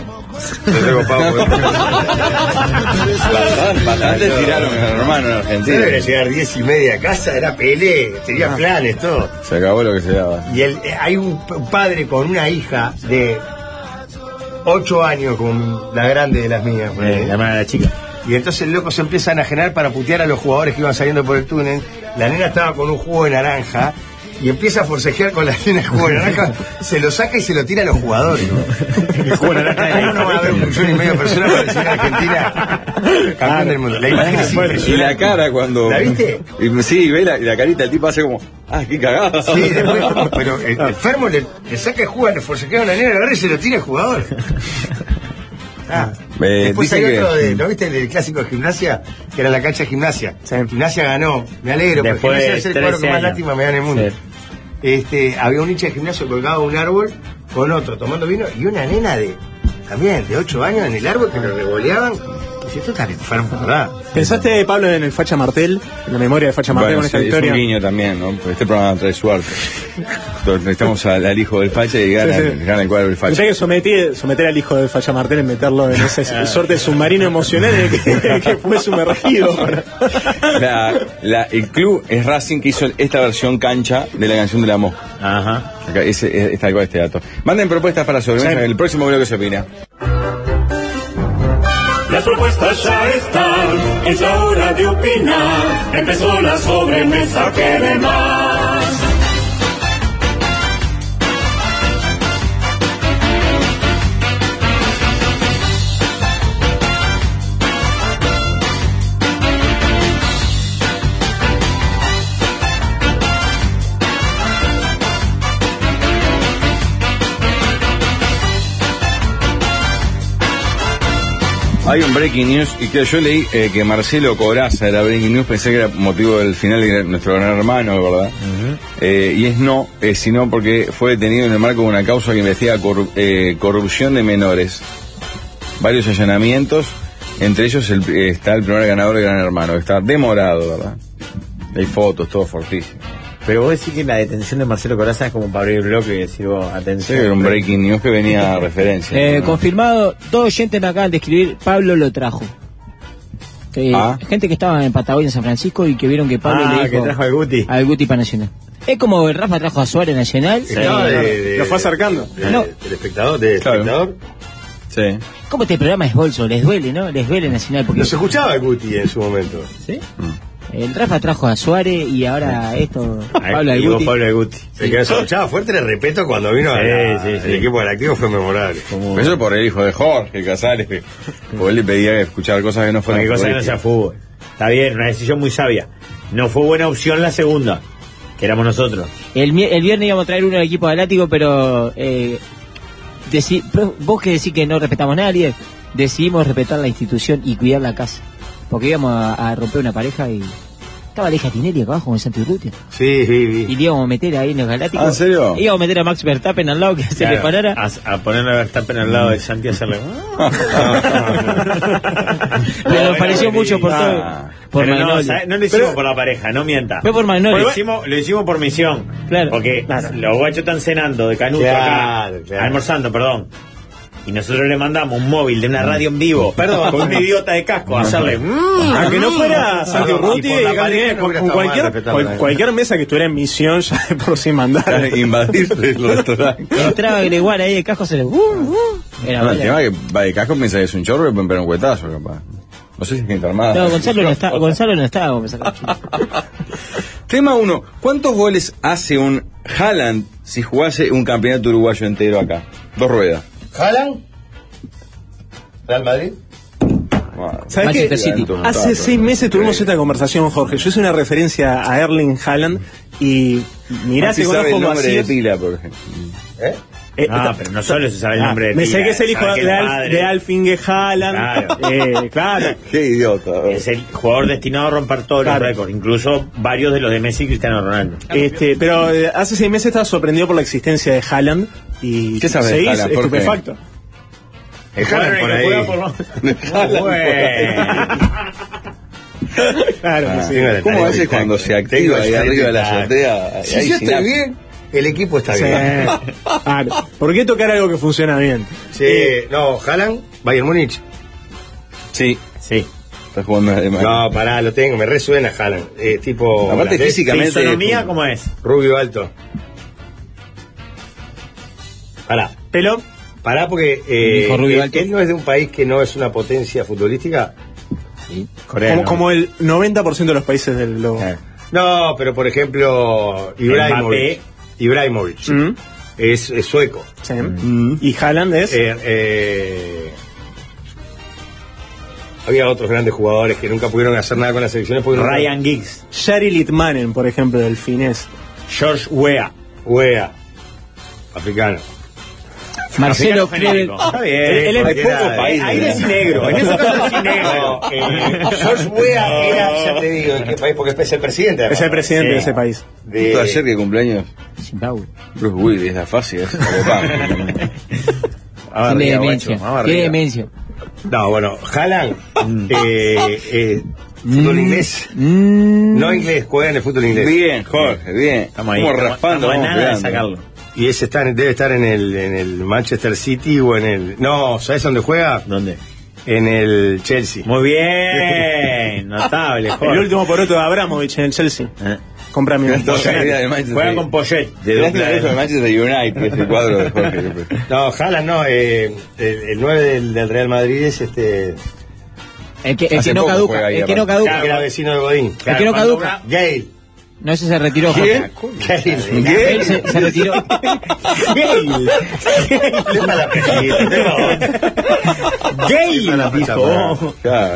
Speaker 4: Yo tengo pavo
Speaker 5: Bastante, bastante tiraron a hermano en
Speaker 4: Yo
Speaker 5: Argentina.
Speaker 4: debería llegar diez y media a casa, era pelé, tenía planes, todo.
Speaker 5: Se acabó lo que se daba.
Speaker 4: Y el, eh, hay un p- padre con una hija de ocho años, con la grande de las mías. por ahí.
Speaker 7: Eh, la hermana de la chica.
Speaker 4: Y entonces el loco se empieza a enajenar para putear a los jugadores que iban saliendo por el túnel. La nena estaba con un jugo de naranja y empieza a forcejear con la nena el jugo de naranja. Se lo saca y se lo tira a los jugadores. El jugo de naranja. No, no va a haber un millón y medio de personas para decir Argentina campeón del mundo. La imagen es
Speaker 5: Y la
Speaker 4: impresionante.
Speaker 5: cara cuando.
Speaker 4: ¿La viste?
Speaker 5: Y- sí, ve la, y la carita, el tipo hace como. ¡Ah, qué cagada!
Speaker 4: Sí, después, pero eh, el enfermo le, le saca el jugo, le forcejea a la nena, la agarra y se lo tira al jugador. Ah,
Speaker 5: Eh,
Speaker 4: después
Speaker 5: dicen
Speaker 4: hay
Speaker 5: que-
Speaker 4: otro, de, ¿no viste el del clásico de gimnasia? Que era la cancha de gimnasia. Gimnasia ganó, me alegro,
Speaker 7: Después
Speaker 4: pero
Speaker 7: de
Speaker 4: gimnasia es el cuadro que
Speaker 7: 13
Speaker 4: más
Speaker 7: años.
Speaker 4: lástima me da en el mundo.
Speaker 7: Sí.
Speaker 4: Este, había un hincha de gimnasio colgado a un árbol con otro tomando vino y una nena de también de 8 años en el árbol que lo revoleaban. Dice, tú estás enfermo, ¿verdad?
Speaker 6: ¿Pensaste, Pablo, en el Facha Martel? En la memoria de Facha Martel con
Speaker 5: Bueno, sí,
Speaker 6: esta
Speaker 5: es un
Speaker 6: historia.
Speaker 5: guiño también, ¿no? Porque Este programa trae su arte. Entonces, Necesitamos al, al hijo del facha y gana,
Speaker 6: Sí, sí.
Speaker 5: gana el cuadro del
Speaker 6: Pensé
Speaker 5: facha.
Speaker 6: que sometí- someter al hijo de Falla Martel en meterlo en esa suerte de submarino emocional en el que, en el que fue sumergido.
Speaker 5: La- la- el club es Racing que hizo esta versión cancha de la canción de la mosca.
Speaker 7: Ajá.
Speaker 5: Acá, ese, es, es tal cual este dato. Manden propuestas para sobremesa en el próximo bloque se opina.
Speaker 10: Las propuestas ya están, es la hora de opinar. Empezó la sobremesa que de más.
Speaker 5: Hay un breaking news y que yo leí eh, que Marcelo Coraza era breaking news, pensé que era motivo del final de nuestro gran hermano, ¿verdad? Eh, y es no, eh, sino porque fue detenido en el marco de una causa que investiga corru- eh, corrupción de menores. Varios allanamientos, entre ellos el- eh, está el primer ganador de Gran Hermano, que está demorado, ¿verdad? Hay fotos, todo fortísimo.
Speaker 7: Pero vos decís que la detención de Marcelo Coraza es como para abrir el bloque y decir, vos,
Speaker 5: Sí,
Speaker 7: atención.
Speaker 5: era un breaking news que venía a referencia.
Speaker 8: Eh,
Speaker 5: ¿no?
Speaker 8: confirmado, dos oyentes me acaban de escribir, Pablo lo trajo. Eh,
Speaker 5: Ah.
Speaker 8: Gente que estaba en Patagonia, en San Francisco, y que vieron que Pablo
Speaker 7: Ah,
Speaker 8: le
Speaker 7: que
Speaker 8: dijo
Speaker 7: trajo al Guti.
Speaker 8: al Guti para Nacional. Es como Rafa trajo a Suárez Nacional.
Speaker 4: Estaba
Speaker 8: Eh,
Speaker 4: de- de-
Speaker 6: Lo fue acercando.
Speaker 4: de-
Speaker 8: No.
Speaker 4: del espectador, de
Speaker 5: Claro.
Speaker 4: espectador.
Speaker 5: Sí.
Speaker 8: ¿Cómo este programa es bolso? Les duele, ¿no? Les duele Nacional. Porque
Speaker 4: Los escuchaba Guti en su momento.
Speaker 5: mm.
Speaker 8: el Rafa trajo a Suárez y ahora esto, Pablo al
Speaker 7: Y vos,
Speaker 8: Guti.
Speaker 7: Pablo al Guti.
Speaker 4: El que nos escuchaba fuerte, le respeto cuando vino a
Speaker 7: Sí,
Speaker 4: la-
Speaker 7: sí, sí.
Speaker 4: el equipo del activo fue memorable.
Speaker 5: Pero Eso por el hijo de Jorge Casales, que porque él le pedía escuchar cosas que no fueran
Speaker 7: Cualquier cosa que no sea
Speaker 5: futbolísticas.
Speaker 7: fútbol. Está bien, una decisión muy sabia. No fue buena opción la segunda, que éramos nosotros.
Speaker 8: El, mi- el viernes íbamos a traer uno al equipo galáctico, pero eh, deci- pero vos que decís que no respetamos a nadie, decidimos respetar la institución y cuidar la casa. Porque íbamos a, a romper una pareja y Estaba Aleja Tinelli acá abajo con Santi Urrutia.
Speaker 4: Sí, sí, sí.
Speaker 8: Y le íbamos a meter ahí en los Galácticos.
Speaker 5: Ah, ¿en serio?
Speaker 8: Íbamos a meter a Max Verstappen al lado que se le
Speaker 7: Claro,
Speaker 8: parara.
Speaker 6: Ah,
Speaker 7: A, a ponerle a Verstappen al lado de Santi y hacerle.
Speaker 8: Pero nos pareció mucho por todo.
Speaker 5: Ah.
Speaker 8: Por
Speaker 7: Pero no,
Speaker 8: Magnolio.
Speaker 7: ¿sabes? no lo hicimos por la pareja, no mienta.
Speaker 8: Fue por Magnolio.
Speaker 7: Lo hicimos, lo hicimos por misión.
Speaker 8: Claro.
Speaker 7: Porque los guachos están cenando de canuto
Speaker 4: Claro,
Speaker 7: acá,
Speaker 4: claro.
Speaker 7: almorzando, perdón. Y nosotros le mandamos un móvil de una radio en vivo, perdón, con un idiota de casco, a hacerle. "Mm".
Speaker 6: Aunque Ah, no fuera Santi
Speaker 4: Perdón,
Speaker 6: Urruti,
Speaker 4: y por la
Speaker 6: digamos,
Speaker 4: pareja
Speaker 6: eh,
Speaker 4: no
Speaker 6: con-
Speaker 4: hubiera
Speaker 6: con
Speaker 4: estado mal
Speaker 6: cualquier,
Speaker 4: respetarla,
Speaker 6: cual-
Speaker 4: eh.
Speaker 6: cualquier mesa que estuviera en misión ya de por sí mandar.
Speaker 5: Invadir el restaurante.
Speaker 8: Entraba Gregoire ahí, el casco se le... Uh, uh. Era
Speaker 5: No, el
Speaker 8: buena.
Speaker 5: tema es que va de casco piensa que es un chorro y le pueden pegar un cuetazo, capaz. No sé si es gente armada.
Speaker 8: No, Gonzalo no está, Gonzalo no estaba. Gonzalo.
Speaker 5: Tema 1. ¿Cuántos goles hace un Haaland si jugase un campeonato uruguayo entero acá? Dos ruedas.
Speaker 4: ¿Jalan? ¿Real Madrid?
Speaker 5: Bueno,
Speaker 6: ¿Sabes qué?
Speaker 8: Manchester City.
Speaker 5: tanto,
Speaker 6: Hace
Speaker 5: tanto,
Speaker 6: seis
Speaker 5: no,
Speaker 6: meses tuvimos
Speaker 5: increíble.
Speaker 6: esta conversación, Jorge. Yo hice una referencia a Erling Haaland y mirá,
Speaker 5: Así
Speaker 6: te
Speaker 5: sabe el
Speaker 6: conozco
Speaker 5: nombre de
Speaker 6: vacíos.
Speaker 5: pila, por ejemplo.
Speaker 4: ¿Eh?
Speaker 6: Eh,
Speaker 7: Ah,
Speaker 6: esta-
Speaker 7: pero no solo se sabe el
Speaker 6: Ah,
Speaker 7: nombre de
Speaker 6: Me
Speaker 7: pila,
Speaker 6: sé que es el hijo
Speaker 7: sabe que
Speaker 6: de, Al-
Speaker 7: padre
Speaker 6: de Alfinge Haaland.
Speaker 7: Claro.
Speaker 6: Eh, claro.
Speaker 5: Qué idiota.
Speaker 7: Es el jugador destinado a romper todos
Speaker 6: Claro.
Speaker 7: los récords, incluso varios de los de Messi y Cristiano Ronaldo.
Speaker 6: Este, pero eh, hace seis meses estaba sorprendido por la existencia de Haaland y
Speaker 5: ¿Qué sabes de
Speaker 6: seguís
Speaker 5: Haaland, Jorge?
Speaker 6: estupefacto.
Speaker 4: El Haaland por ahí.
Speaker 6: Claro,
Speaker 7: Ah,
Speaker 6: que sí.
Speaker 4: Tengo la
Speaker 5: pues ¿Cómo
Speaker 4: tarea
Speaker 5: a veces
Speaker 4: exacta.
Speaker 5: cuando se
Speaker 4: Tengo
Speaker 5: activa ahí
Speaker 4: esa
Speaker 5: arriba de la
Speaker 4: tarea.
Speaker 5: azotea?
Speaker 4: Si
Speaker 5: hay
Speaker 4: yo estoy
Speaker 5: sinapsis?
Speaker 4: bien, el equipo está
Speaker 6: Sí.
Speaker 4: bien.
Speaker 6: Claro. ¿Por qué tocar algo que funciona bien?
Speaker 4: Sí, no, Jalan, Bayern Múnich.
Speaker 5: Sí.
Speaker 7: Sí.
Speaker 5: Está jugando además.
Speaker 4: No, pará, lo tengo, me resuena Jalan. Eh, tipo.
Speaker 5: Aparte
Speaker 4: holandés,
Speaker 5: físicamente- eh,
Speaker 7: ¿Fisonomía cómo es?
Speaker 4: Rubio alto. Pará,
Speaker 6: Pelo,
Speaker 4: pará porque. eh,
Speaker 8: Dijo rubio
Speaker 4: él,
Speaker 8: alto.
Speaker 4: él no es de un país que no es una potencia futbolística.
Speaker 7: Corea.
Speaker 6: como, como el 90% de los países del globo.
Speaker 5: eh,
Speaker 4: No, pero por ejemplo, Ibrahimovic. Ibrahimovic
Speaker 6: Mm,
Speaker 4: es, es sueco.
Speaker 6: sí. Y Haaland es.
Speaker 4: Eh, eh, había otros grandes jugadores que nunca pudieron hacer nada con las selecciones porque no-
Speaker 7: Ryan Giggs,
Speaker 6: Shari Litmanen, por ejemplo, del finés.
Speaker 7: George Weah.
Speaker 4: Wea. Africano.
Speaker 8: Marcelo Clever.
Speaker 7: Está bien.
Speaker 4: Él es de
Speaker 7: Cualquiera
Speaker 4: poco
Speaker 7: de-
Speaker 4: país,
Speaker 7: Ahí
Speaker 4: ¿no?
Speaker 7: es negro. En ese caso es negro.
Speaker 4: No, eh, George Wea era, ya te digo, ¿en qué país? Porque es el presidente. además.
Speaker 6: Es el presidente
Speaker 4: Sí.
Speaker 6: de ese país.
Speaker 4: De-
Speaker 5: Justo ayer que cumpleaños,
Speaker 8: Zimbabue.
Speaker 5: Bruce Willis, la fácil. es papá.
Speaker 8: Tiene demencia. Tiene demencia.
Speaker 4: Ah, No, bueno, Haaland, eh, eh, fútbol inglés. No inglés, juega en el fútbol inglés.
Speaker 5: Bien, Jorge, bien.
Speaker 7: Estamos ahí.
Speaker 5: Como
Speaker 7: estamos-
Speaker 5: raspando,
Speaker 7: estamos a
Speaker 5: vamos
Speaker 7: nada de
Speaker 5: pegando.
Speaker 7: sacarlo.
Speaker 4: Y ese está, en- debe estar en el, en el Manchester City o en el. No, ¿sabes dónde juega?
Speaker 7: ¿Dónde?
Speaker 4: En el Chelsea.
Speaker 7: Muy bien. Notable,
Speaker 6: El
Speaker 7: Jorge.
Speaker 6: último poroto de Abramovich en el Chelsea.
Speaker 7: Eh.
Speaker 6: Compra mi
Speaker 5: Gracias, Jorge, de Manchester
Speaker 7: Juega
Speaker 5: United.
Speaker 7: con Poyet. De
Speaker 5: Gracias
Speaker 7: dupla
Speaker 5: a eso de
Speaker 7: de-
Speaker 5: Manchester United, que es el cuadro de Jorge. López.
Speaker 4: No, Haaland no, eh, el, el 9 del, del Real Madrid es este.
Speaker 8: El que, el
Speaker 5: Hace
Speaker 8: que no
Speaker 5: poco
Speaker 8: caduca.
Speaker 5: juega ahí,
Speaker 8: El que no
Speaker 5: aparte.
Speaker 4: que era
Speaker 8: caduca.
Speaker 4: vecino de Godín.
Speaker 8: El que no
Speaker 7: cuando
Speaker 8: caduca.
Speaker 4: Gale.
Speaker 8: No, ese se retiró. Jorge.
Speaker 4: Gale.
Speaker 8: Él se, se retiró.
Speaker 4: Gale. Tema la presidenta, tema. Tema la presidenta.
Speaker 5: Claro.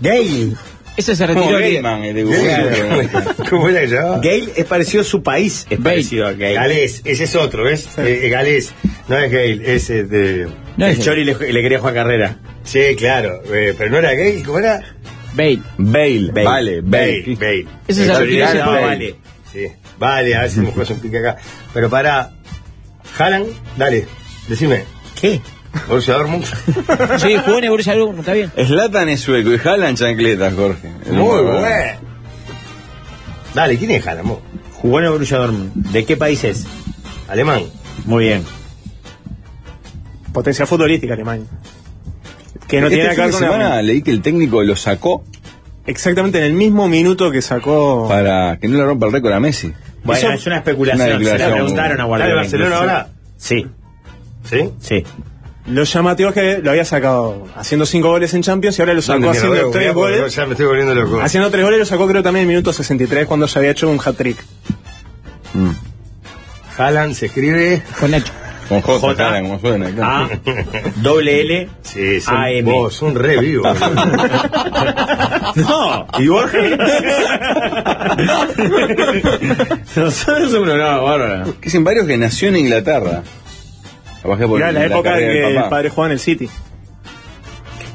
Speaker 7: Gale.
Speaker 8: Ese se
Speaker 5: Como
Speaker 8: retiró.
Speaker 5: Gaiman, el de Google.
Speaker 4: Gale. ¿Cómo era que se llamaba?
Speaker 7: Gale es parecido a su país. Es parecido a Gale.
Speaker 4: Galés, ese es otro, ¿ves? Eh, eh, Galés, no es Gale, es eh, de.
Speaker 8: No
Speaker 7: el
Speaker 8: es
Speaker 7: Chori le, le quería jugar carrera.
Speaker 4: Sí, claro, eh, pero no era Gale, ¿cómo era?
Speaker 8: Bale.
Speaker 5: Bale. Vale,
Speaker 4: Bale,
Speaker 5: Bale.
Speaker 4: Bale.
Speaker 8: Ese se
Speaker 5: Bale.
Speaker 8: retiró.
Speaker 5: Bale.
Speaker 8: ese
Speaker 7: Ah,
Speaker 8: fue-
Speaker 7: vale.
Speaker 4: Sí, vale, a ver si me juegas un pique acá. Pero para. Jalan, dale, decime.
Speaker 7: ¿Qué?
Speaker 4: Borussia Dortmund.
Speaker 8: Sí, jugó en el Borussia Dortmund, está bien.
Speaker 5: Slatan es sueco y Jalan chancletas, Jorge.
Speaker 4: Muy bueno. Dale, ¿quién es Jalan? vos?
Speaker 7: Jugó en el Borussia Dortmund. ¿De qué país es?
Speaker 4: Alemán.
Speaker 7: Muy bien.
Speaker 6: Potencia futbolística Alemania. Que no
Speaker 5: Este
Speaker 6: tiene nada
Speaker 5: fin
Speaker 6: que ver
Speaker 5: de
Speaker 6: con
Speaker 5: semana
Speaker 6: la-
Speaker 5: leí que el técnico lo sacó
Speaker 6: Exactamente en el mismo minuto que sacó.
Speaker 5: para que no le rompa el récord a Messi.
Speaker 7: Bueno,
Speaker 6: Eso-
Speaker 7: es una especulación.
Speaker 5: Una
Speaker 7: Se le
Speaker 5: declaración.
Speaker 7: preguntaron a
Speaker 4: ¿Dale
Speaker 7: Guardiola.
Speaker 4: Barcelona
Speaker 7: incluso.
Speaker 4: ahora?
Speaker 7: Sí,
Speaker 4: ¿Sí?
Speaker 7: sí.
Speaker 6: Lo llamativo es que lo había sacado haciendo cinco goles en Champions y ahora lo sacó
Speaker 4: ¿Dónde mierda
Speaker 6: haciendo
Speaker 4: veo?
Speaker 6: tres
Speaker 4: Mirá, porque
Speaker 6: goles.
Speaker 4: Ya me estoy volviendo loco.
Speaker 6: Haciendo tres goles lo sacó creo también en el minuto 63 cuando ya había hecho un hat-trick.
Speaker 4: Jalan se escribe.
Speaker 8: Con Nacho.
Speaker 5: Con J,
Speaker 7: J.
Speaker 5: Haaland, como suena.
Speaker 7: A,
Speaker 5: claro.
Speaker 7: doble L.
Speaker 4: Sí, son,
Speaker 7: AM.
Speaker 4: vos, son re vivos.
Speaker 7: No, y Borges. Nosotros somos una nueva bárbara.
Speaker 5: Que dicen varios que nació en Inglaterra. Trabajé por
Speaker 6: Mirá, la época en
Speaker 5: carrera
Speaker 6: que
Speaker 5: del
Speaker 6: el
Speaker 5: papá.
Speaker 6: padre jugaba en el City.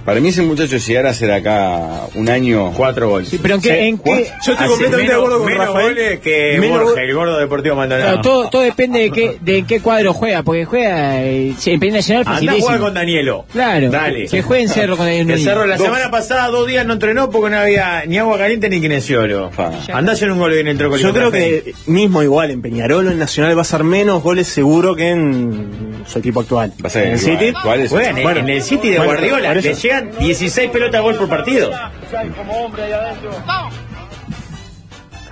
Speaker 5: Para mí ese muchacho llegara a ser acá un año...
Speaker 7: Cuatro goles.
Speaker 8: Sí, pero en qué- en qué-
Speaker 6: Yo estoy
Speaker 7: Hace
Speaker 6: completamente de
Speaker 7: menos-
Speaker 6: acuerdo con
Speaker 7: menos
Speaker 6: Rafael.
Speaker 7: goles que
Speaker 8: Menos
Speaker 7: Borja,
Speaker 8: go-
Speaker 7: el gordo deportivo Maldonado.
Speaker 8: Claro, todo, todo depende de, qué, de en qué cuadro juega, porque juega eh, en Peña Nacional
Speaker 7: Anda a jugar
Speaker 8: facilísimo.
Speaker 7: con Danielo.
Speaker 8: Claro,
Speaker 7: Dale.
Speaker 8: que juegue en Cerro con el
Speaker 7: El Cerro la
Speaker 8: Dos.
Speaker 7: semana pasada dos días no entrenó porque no había ni agua caliente ni kinesiólogo.
Speaker 5: Pa.
Speaker 7: Andás en un gol bien entró con
Speaker 6: Yo
Speaker 7: el
Speaker 6: creo
Speaker 7: Café.
Speaker 6: que mismo igual en Peñarol o en Nacional va a ser menos goles seguro que en su equipo actual.
Speaker 5: Va a ser
Speaker 6: en el
Speaker 5: igual,
Speaker 6: City.
Speaker 5: igual es-
Speaker 7: Juegan en-
Speaker 6: Bueno.
Speaker 7: en el City de
Speaker 6: Bueno,
Speaker 7: Guardiola,
Speaker 6: por eso.
Speaker 7: le llegan 16 pelotas a gol por partido. Está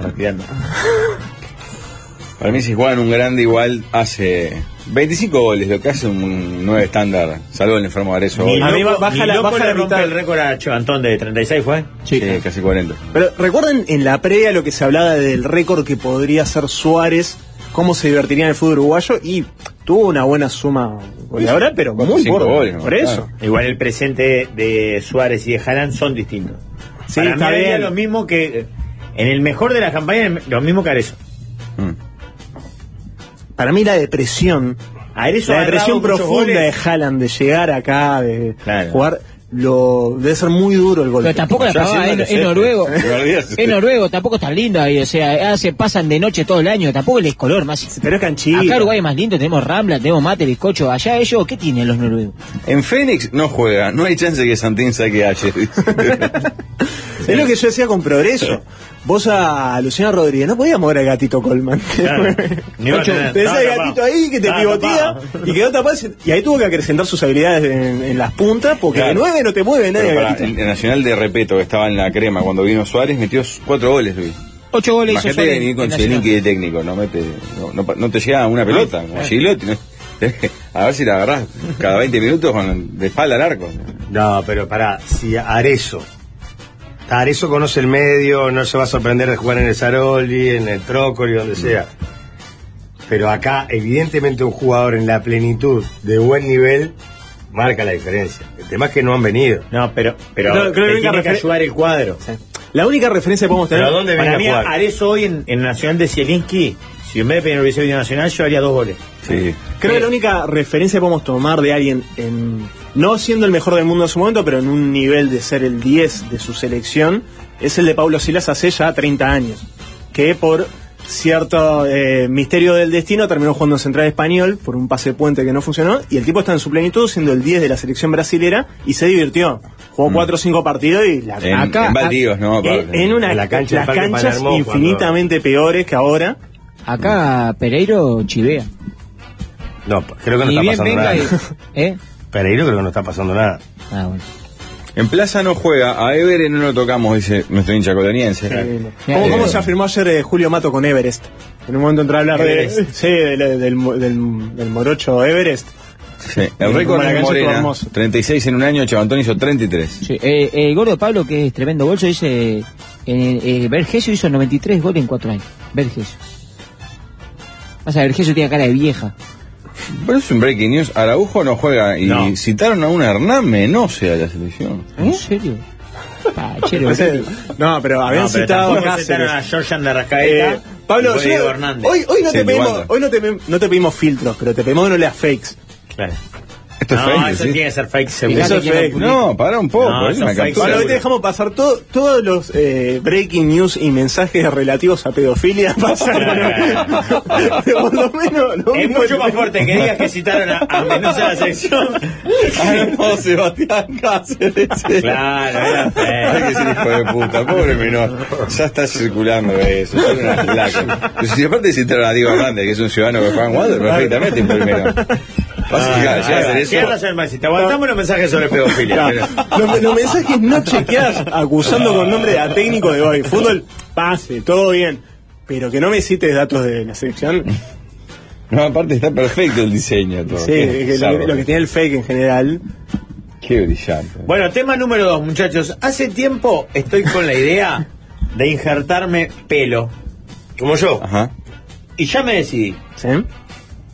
Speaker 7: respirando.
Speaker 5: Para mí si juegan un grande igual hace 25 goles, lo que hace un 9 estándar, salvo el enfermo de eso.
Speaker 7: Ni
Speaker 6: A mí
Speaker 7: loco-
Speaker 6: baja
Speaker 7: ni
Speaker 6: la-
Speaker 7: loco
Speaker 6: baja
Speaker 7: le
Speaker 6: la
Speaker 7: rompe
Speaker 6: mitad.
Speaker 7: el récord a Chevantón de 36 fue.
Speaker 5: casi 40.
Speaker 6: Pero recuerden en la previa lo que se hablaba del récord que podría ser Suárez, cómo se divertiría en el fútbol uruguayo y tuvo una buena suma goleadora, pero
Speaker 5: Cuatro,
Speaker 6: muy
Speaker 5: cinco
Speaker 6: gorda.
Speaker 5: goles, ¿no?
Speaker 6: Por eso.
Speaker 7: Igual el presente de Suárez y de Haaland son distintos.
Speaker 6: Sí,
Speaker 7: Para mí
Speaker 6: está
Speaker 7: haría
Speaker 6: bien.
Speaker 7: lo mismo que en el mejor de las campañas lo mismo que Arezzo.
Speaker 5: Mm.
Speaker 6: Para mí la depresión,
Speaker 7: Arezzo
Speaker 6: la
Speaker 7: ha
Speaker 6: depresión
Speaker 7: agarrado muchos
Speaker 6: profunda de
Speaker 7: goles.
Speaker 6: Haaland de llegar acá, de
Speaker 7: Claro.
Speaker 6: jugar, lo debe ser muy duro el golpe.
Speaker 8: Pero tampoco la
Speaker 5: Ya
Speaker 8: pavada,
Speaker 5: sí,
Speaker 8: es,
Speaker 5: no sé.
Speaker 8: es noruego.
Speaker 5: No olvides.
Speaker 8: es noruego, Eh, tampoco es tan lindo ahí, o sea, hace, pasan de noche todo el año, tampoco les color más.
Speaker 6: Pero es canchita.
Speaker 8: Acá Uruguay es más lindo, tenemos Rambla, tenemos mate, bizcocho, allá ellos, ¿qué tienen los noruegos?
Speaker 5: En Fénix no juega, no hay chance que Santín saque a H.
Speaker 6: Es lo que yo decía con progreso. Vos a Luciano Rodríguez, no podías mover al gatito Colman.
Speaker 7: Claro. Ni iba a
Speaker 6: Ocho,
Speaker 7: tener.
Speaker 6: Tenés
Speaker 7: Estaba
Speaker 6: al
Speaker 7: tapado.
Speaker 6: gatito ahí que te
Speaker 7: Estaba
Speaker 6: pivotea
Speaker 7: tapado.
Speaker 6: y quedó tapado. Y ahí tuvo que acrecentar sus habilidades en, en las puntas porque
Speaker 5: Claro.
Speaker 6: de nueve no te mueve nadie al
Speaker 5: Pero pará,
Speaker 6: gatito.
Speaker 5: el, el Nacional de Repeto, que estaba en la crema cuando vino Suárez, metió cuatro goles, Luis.
Speaker 8: Ocho goles hizo
Speaker 5: Imagínate
Speaker 8: Suárez
Speaker 5: venir
Speaker 8: en
Speaker 5: con
Speaker 8: Nacional.
Speaker 5: Chilinqui de técnico, no, mete, no, no pa- no te llega una pelota, como Gilotti, ¿no? A ver si la agarrás cada 20 minutos con, de espalda al arco.
Speaker 4: No, pero pará, si Arezo. Arezo conoce el medio, no se va a sorprender de jugar en el Saroli, en el Trócoli, donde
Speaker 6: Mm.
Speaker 4: sea. Pero acá, evidentemente, un jugador en la plenitud, de buen nivel, marca la diferencia. El tema es que no han venido.
Speaker 7: No, pero, pero
Speaker 6: No, creo que
Speaker 7: te
Speaker 6: venga
Speaker 7: tiene que
Speaker 6: refer-
Speaker 7: ayudar el cuadro.
Speaker 6: La única referencia que podemos tener.
Speaker 4: ¿Pero a dónde
Speaker 7: Para mí,
Speaker 4: viene a jugar?
Speaker 7: Arezzo hoy en, en Nacional de Zielinski, si en vez de Peñarol hubiese venido a Nacional, yo haría dos goles.
Speaker 5: Sí.
Speaker 6: Creo que la única referencia que podemos tomar de alguien, en, no siendo el mejor del mundo en su momento, pero en un nivel de ser el 10 de su selección, es el de Pablo Silas hace ya 30 años, que por cierto eh, misterio del destino terminó jugando en Central Español por un pase puente que no funcionó, y el tipo está en su plenitud siendo el 10 de la selección brasilera y se divirtió. Jugó 4 o 5 partidos y la
Speaker 5: Mm. En-
Speaker 6: acá-
Speaker 5: en baldíos,
Speaker 8: Eh,
Speaker 5: ¿no?
Speaker 6: En, en una,
Speaker 4: En la cancha
Speaker 6: las
Speaker 4: del Parque
Speaker 6: canchas
Speaker 4: Palermo, cuando-
Speaker 6: infinitamente peores que ahora.
Speaker 8: Acá Pereiro chivea.
Speaker 4: No, creo que no
Speaker 8: Ni
Speaker 4: está
Speaker 8: bien venga
Speaker 4: pasando nada.
Speaker 8: y- ¿eh?
Speaker 4: Pereiro creo que no está pasando nada.
Speaker 8: Ah, bueno.
Speaker 5: En Plaza no juega, a Ever no lo tocamos, dice nuestro hincha coloniense.
Speaker 6: ¿Cómo, cómo se afirmó ayer eh, Julio Mato con Everest? En un momento entró a hablar de,
Speaker 7: Everest.
Speaker 6: sí, del, del mo- del- del morocho Everest.
Speaker 5: Sí, El récord de
Speaker 6: Maracaná estuvo
Speaker 5: Morena,
Speaker 6: hermoso.
Speaker 5: 36 en un año, Chabantón hizo 33.
Speaker 8: Sí, eh, el gordo Pablo, que es tremendo bolso, dice. Eh, eh, Vergesio hizo 93 goles en 4 años. Vergesio. Pasa, Vergesio tiene cara de vieja.
Speaker 5: Pero es un breaking news, Araujo no juega y
Speaker 7: No. ¿Eh?
Speaker 5: citaron a un Hernán Menose a la selección.
Speaker 8: ¿En serio? Pachero,
Speaker 6: Ese- no, pero habían
Speaker 7: No, pero
Speaker 6: citado
Speaker 7: tampoco
Speaker 6: a Cáceres.
Speaker 7: citaron a Georgian de Arrascaeta
Speaker 6: Eh, Pablo,
Speaker 7: y fue
Speaker 6: yo-
Speaker 7: Diego Hernández.
Speaker 6: hoy, hoy no
Speaker 5: Sí,
Speaker 6: te pedimos,
Speaker 5: Wanda.
Speaker 6: hoy no te, pe- no te pedimos filtros, pero te pedimos que no leas fakes.
Speaker 7: Claro.
Speaker 5: Esto es
Speaker 7: No,
Speaker 5: fake,
Speaker 7: eso
Speaker 5: ¿sí?
Speaker 7: tiene que ser fake seguro.
Speaker 8: Fíjate
Speaker 6: Eso es
Speaker 8: quién lo
Speaker 6: fake.
Speaker 8: publica.
Speaker 5: No, para un poco,
Speaker 7: No,
Speaker 5: es
Speaker 7: eso
Speaker 5: una
Speaker 7: es fake.
Speaker 5: captura.
Speaker 6: Pablo, hoy te dejamos pasar todo- todos los eh, breaking news y mensajes relativos a pedofilia. Pasaron. Pero por lo menos. lo
Speaker 7: Es
Speaker 6: único
Speaker 7: mucho
Speaker 6: que-
Speaker 7: más fuerte que digas que citaron a, a Mendoza a la selección.
Speaker 5: Ah, no, Sebastián Cáceres.
Speaker 7: Claro, era
Speaker 5: Hay que
Speaker 7: fake.
Speaker 5: ser hijo de puta, pobre menor. Ya está circulando eso. son unas placas. Pero si aparte citaron a Diego Hernández, que es un ciudadano que juega en Wander, perfectamente primero. Pasa que,
Speaker 7: Ah,
Speaker 5: claro, llega a hacer
Speaker 7: Tienes
Speaker 5: eso.
Speaker 7: razón, Maxi, te aguantamos los mensajes sobre pedofilia. pero-
Speaker 6: Los, los mensajes no chequeados acusando con nombre a técnico de hoy. Fútbol, pase, todo bien. Pero que no me cites datos de la selección.
Speaker 5: No, aparte está perfecto el diseño. Todo.
Speaker 6: Sí,
Speaker 5: Qué
Speaker 6: que lo,
Speaker 5: bárbaro.
Speaker 6: lo que tiene el fake en general.
Speaker 5: Qué brillante.
Speaker 7: Bueno, tema número dos, muchachos. Hace tiempo estoy con la idea de injertarme pelo.
Speaker 4: Como yo.
Speaker 5: Ajá.
Speaker 7: Y ya me decidí.
Speaker 6: ¿sí?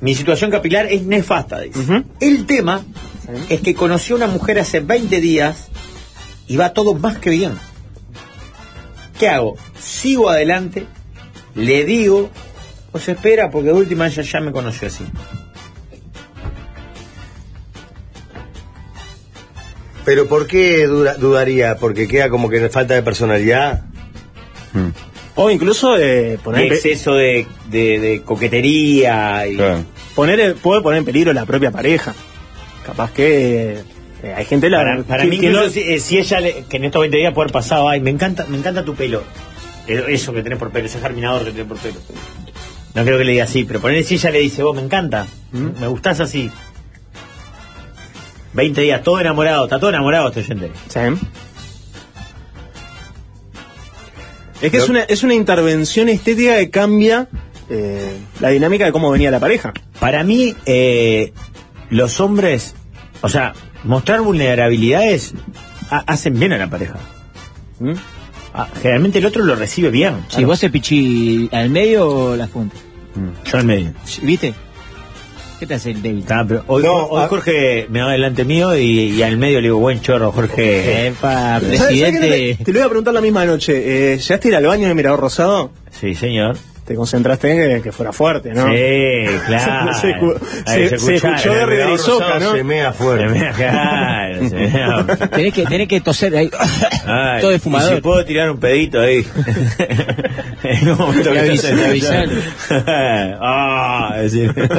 Speaker 7: Mi situación capilar es nefasta, dice.
Speaker 6: Ujú.
Speaker 7: El tema es que conocí a una mujer hace 20 días y va todo más que bien. ¿Qué hago? Sigo adelante, le digo, o se espera porque de última ella ya me conoció así.
Speaker 4: Pero ¿por qué dura- dudaría? ¿Porque queda como que falta de personalidad?
Speaker 6: O incluso eh,
Speaker 7: De
Speaker 6: poner, en pe-
Speaker 7: exceso de, de- de coquetería. Y,
Speaker 5: Claro.
Speaker 6: poner- eh, puede poner en peligro la propia pareja. Capaz que eh, hay gente la,
Speaker 7: Para, para
Speaker 6: que-
Speaker 7: mí,
Speaker 6: que
Speaker 7: incluso
Speaker 6: no-
Speaker 7: si, eh, si ella, le- que en estos 20 días puede haber pasado, ay, me encanta, me encanta tu pelo. Eh, Eso que tenés por pelo, ese germinador que tenés por pelo. No creo que le diga así, pero poner si ella le dice, vos me encanta,
Speaker 6: ¿Mm?
Speaker 7: me gustás así. 20 días, todo enamorado, está todo enamorado este oyente.
Speaker 6: Sí. Es que es una, es una intervención estética que cambia eh, la dinámica de cómo venía la pareja.
Speaker 7: Para mí, eh, los hombres, o sea, mostrar vulnerabilidades ha- hacen bien a la pareja.
Speaker 6: ¿Mm?
Speaker 7: Ah, generalmente el otro lo recibe bien.
Speaker 8: Si vos se pichí al medio o las puntas.
Speaker 7: Yo en medio.
Speaker 8: ¿Viste? ¿Qué te hace el débil?
Speaker 7: Está, pero hoy,
Speaker 4: No,
Speaker 7: hoy
Speaker 4: a-
Speaker 7: Jorge me va delante mío y, y al medio le digo, buen chorro, Jorge.
Speaker 8: Epa,
Speaker 6: ¿Sabes- sabes que no te,
Speaker 8: presidente.
Speaker 6: te lo iba a preguntar la misma noche. Eh, ¿Llegaste a ir al baño de Mirador Rosado?
Speaker 7: Sí, señor.
Speaker 6: Te concentraste en que, que fuera fuerte, ¿no?
Speaker 7: Sí, claro.
Speaker 6: Se- se-
Speaker 7: Ahí
Speaker 6: se escuchó de
Speaker 7: escucharon.
Speaker 6: River y Soca, ¿no?
Speaker 4: Se mea
Speaker 7: Se
Speaker 4: fuerte.
Speaker 7: me- claro, se me-
Speaker 8: Tenés que, tenés que toser ahí. ah,
Speaker 7: Ay,
Speaker 8: Todo
Speaker 7: y
Speaker 8: defumador.
Speaker 7: Si puedo tirar un pedito ahí. en un momento
Speaker 8: Le
Speaker 7: que
Speaker 8: avis-
Speaker 7: estás
Speaker 8: le
Speaker 7: escuchando. ah, es decir,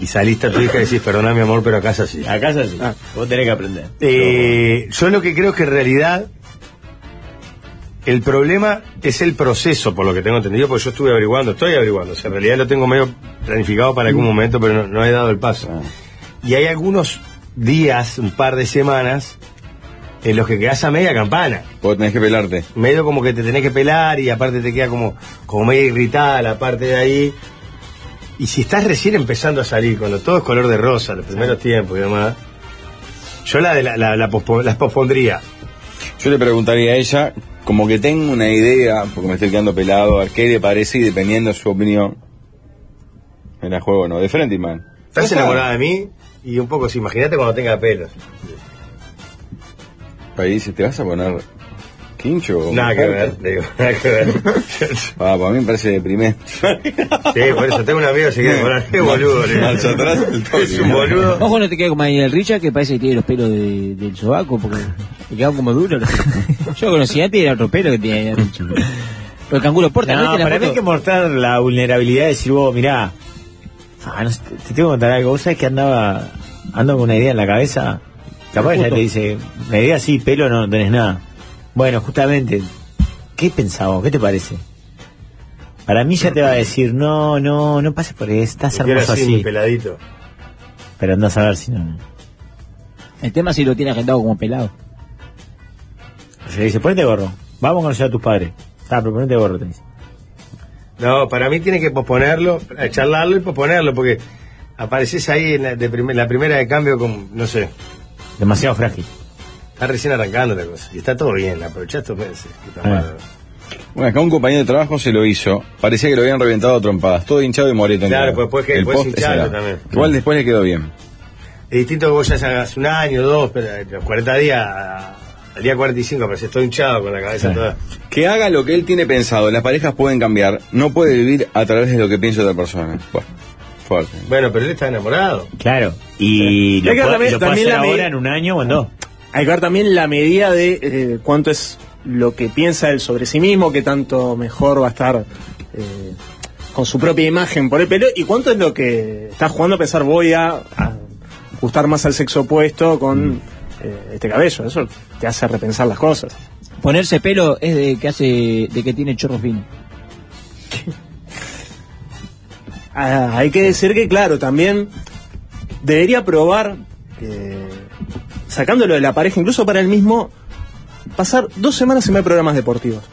Speaker 4: Y saliste a tu hija y decís, perdona mi amor, pero acá es así.
Speaker 7: acá es así.
Speaker 6: Ah.
Speaker 7: Vos tenés que aprender.
Speaker 4: Eh, yo lo que creo es que en realidad el problema es el proceso, por lo que tengo entendido, porque yo estuve averiguando, estoy averiguando, o sea, en realidad lo tengo medio planificado para algún momento, pero no, no he dado el paso. Y hay algunos días, un par de semanas, en los que quedás a media campana.
Speaker 5: Vos tenés que pelarte.
Speaker 4: medio como que te tenés que pelar y aparte te queda como, como medio irritada la parte de ahí. Y si estás recién empezando a salir, cuando todo es color de rosa, los primeros tiempos y demás, yo la, de la, la, la pospo- las pospondría.
Speaker 5: Yo le preguntaría a ella, como que tengo una idea, porque me estoy quedando pelado, a ver qué le parece y dependiendo de su opinión, me la juego o no. De frente, man.
Speaker 4: Estás enamorada de mí y un poco, si imagínate cuando tenga pelos.
Speaker 5: Ahí dice, ¿te vas a poner quincho? o
Speaker 4: Nada que
Speaker 5: mujer?
Speaker 4: ver, le digo, nada que ver. sí,
Speaker 5: Ah, para mí me parece deprimente.
Speaker 4: por eso tengo un amigo que se quiere enamorar. Qué boludo, le digo.
Speaker 5: Marcha atrás el toque.
Speaker 4: Es un boludo.
Speaker 8: Ojo, no te quedes como Daniel Richard, que parece que tiene los pelos de- del sobaco, porque le quedan como duros. los- Yo conocí antes y era otro pelo que tenía Daniel Richard. Los canguros portan,
Speaker 7: No,
Speaker 8: ¿viste la
Speaker 7: para mí hay
Speaker 8: foto?
Speaker 7: que mostrar la vulnerabilidad y decir, vos, mirá, ah, no sé, te, te tengo que contar algo. ¿Vos sabés que andaba, ando con una idea en la cabeza? Capaz que ya te dice, la idea sí, pelo no tenés nada. Bueno, justamente, ¿qué pensabas? ¿Qué te parece? Para mí ya te va a decir, no, no, no pases por ahí, estás
Speaker 4: Quiero
Speaker 7: hermoso
Speaker 4: así,
Speaker 7: así.
Speaker 4: mi peladito.
Speaker 7: Pero andás a ver si no. no.
Speaker 8: El tema es si lo tiene agendado como pelado.
Speaker 7: O sea, dice, ponete gorro, vamos a conocer a tus padres. Ah, pero ponete gorro, te dice.
Speaker 4: No, para mí tiene que posponerlo, eh, charlarlo y posponerlo, porque apareces ahí en la, de primer- la primera de cambio con, no sé,
Speaker 7: Demasiado frágil.
Speaker 4: está recién arrancando la cosa. Y está todo bien, aprovechá estos meses. puta
Speaker 7: Ah.
Speaker 4: madre.
Speaker 5: Bueno, acá un compañero de trabajo se lo hizo. Parecía que lo habían reventado a trompadas. Todo hinchado y moreto.
Speaker 4: Claro,
Speaker 5: entero.
Speaker 4: pues después que-
Speaker 5: El
Speaker 4: después
Speaker 5: post es
Speaker 4: hincharlo
Speaker 5: helado.
Speaker 4: también.
Speaker 5: Igual después le quedó bien.
Speaker 4: Es distinto que vos ya hagas un año, dos, pero eh, los 40 días, a- al día 45, apareces todo hinchado con la cabeza
Speaker 7: Sí.
Speaker 4: toda.
Speaker 5: Que haga lo que él tiene pensado. Las parejas pueden cambiar. No puede vivir a través de lo que piensa otra persona. Bueno, fuerte.
Speaker 4: Bueno, pero él está enamorado.
Speaker 7: Claro. Y lo,
Speaker 6: Hay que
Speaker 7: puede-
Speaker 6: también-
Speaker 7: lo puede
Speaker 6: también
Speaker 7: hacer
Speaker 6: la
Speaker 7: ahora
Speaker 6: medida-
Speaker 7: en un año o en dos.
Speaker 6: Hay que ver también la medida de eh, cuánto es lo que piensa él sobre sí mismo, qué tanto mejor va a estar eh, con su propia imagen por el pelo y cuánto es lo que está jugando a pensar voy a, a gustar más al sexo opuesto con eh, este cabello. Eso te hace repensar las cosas.
Speaker 8: Ponerse pelo es de que hace, de que tiene chorro fino.
Speaker 6: Ah, hay que decir que, claro, también debería probar, eh, sacándolo de la pareja, incluso para él mismo, pasar dos semanas sin ver programas deportivos.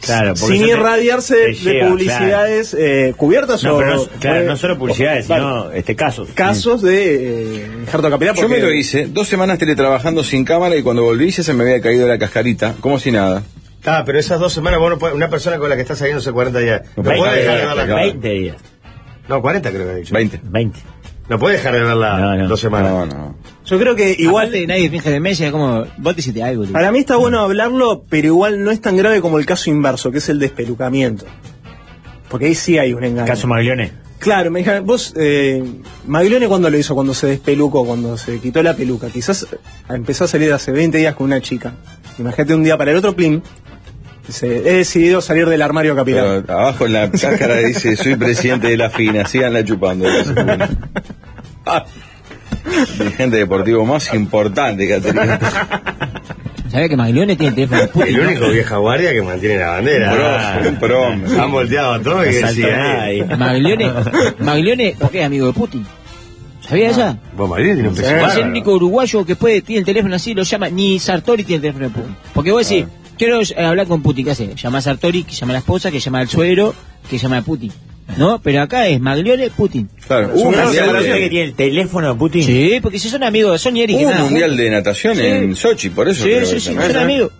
Speaker 7: Claro, porque
Speaker 6: sin
Speaker 7: eso te-
Speaker 6: irradiarse
Speaker 7: te
Speaker 6: de
Speaker 7: lleva,
Speaker 6: publicidades eh, cubiertas
Speaker 7: No,
Speaker 6: o
Speaker 7: pero no, claro,
Speaker 6: eh,
Speaker 7: no solo publicidades,
Speaker 6: claro,
Speaker 7: sino este caso.
Speaker 6: casos de eh, injerto capilar.
Speaker 5: Yo me
Speaker 6: porque-
Speaker 5: lo hice, dos semanas teletrabajando sin cámara y cuando volví ya se me había caído la cascarita, como si nada.
Speaker 4: Ah, pero esas dos semanas, vos no podés- una persona con la que estás saliendo hace 40 días, no
Speaker 5: Veinte
Speaker 4: puede dejar de
Speaker 5: días,
Speaker 4: verla.
Speaker 5: claro.
Speaker 7: 20 días.
Speaker 4: No, 40 creo que ha dicho.
Speaker 5: 20.
Speaker 7: 20.
Speaker 4: No puede dejar de verla
Speaker 7: No, no.
Speaker 4: dos semanas.
Speaker 5: No, no.
Speaker 6: Yo creo que
Speaker 8: Igual
Speaker 6: igual...
Speaker 8: nadie finge de Messi, es como, vos te hiciste algo. boludo.
Speaker 6: Para mí está bueno hablarlo, pero igual no es tan grave como el caso inverso, que es el despelucamiento. Porque ahí sí hay un engaño.
Speaker 7: Caso Maglione.
Speaker 6: Claro, me dijeron, vos, eh, Maglione, ¿cuándo lo hizo? Cuando se despelucó, cuando se quitó la peluca. Quizás ah, empezó a salir hace 20 días con una chica. Imagínate un día para el otro, Plim. Dice, he decidido salir del armario capital.
Speaker 5: Pero abajo en la cáscara dice, soy presidente de la FINA, síganla chupando. Ah, Dirigente deportivo más importante que ha tenido.
Speaker 8: ¿Sabés que Maglione tiene teléfono de Putin?
Speaker 4: El único vieja guardia que mantiene la bandera.
Speaker 5: Un pro, un pro.
Speaker 4: Han volteado a todo y
Speaker 7: Saltó
Speaker 4: decía.
Speaker 7: nada
Speaker 4: eh,
Speaker 7: ahí.
Speaker 8: Maglione, Maglione, porque es amigo de Putin. ¿Sabía esa?
Speaker 4: Vos Madrid tiene un precio
Speaker 8: Es el
Speaker 4: bárbaro.
Speaker 8: único uruguayo que puede, tiene el teléfono así, lo llama, ni Sartori tiene el teléfono de Putin. Porque vos decís, quiero eh, hablar con Putin, ¿qué hace? Llama a Sartori, que llama a la esposa, que llama al suegro, que llama a Putin. ¿No? Pero acá es Maglione, Putin.
Speaker 5: Claro,
Speaker 7: ¿Tú
Speaker 5: hubo un
Speaker 7: no
Speaker 5: mundial
Speaker 7: sabés que
Speaker 5: de,
Speaker 7: tiene el teléfono de Putin?
Speaker 8: Sí, porque si son amigos, son ni Eric,
Speaker 5: hubo Uh, un
Speaker 8: nada.
Speaker 5: mundial de natación
Speaker 8: Sí.
Speaker 5: en Sochi, por eso.
Speaker 8: Sí,
Speaker 5: creo
Speaker 8: sí,
Speaker 5: que
Speaker 8: sí,
Speaker 5: también.
Speaker 8: son amigos.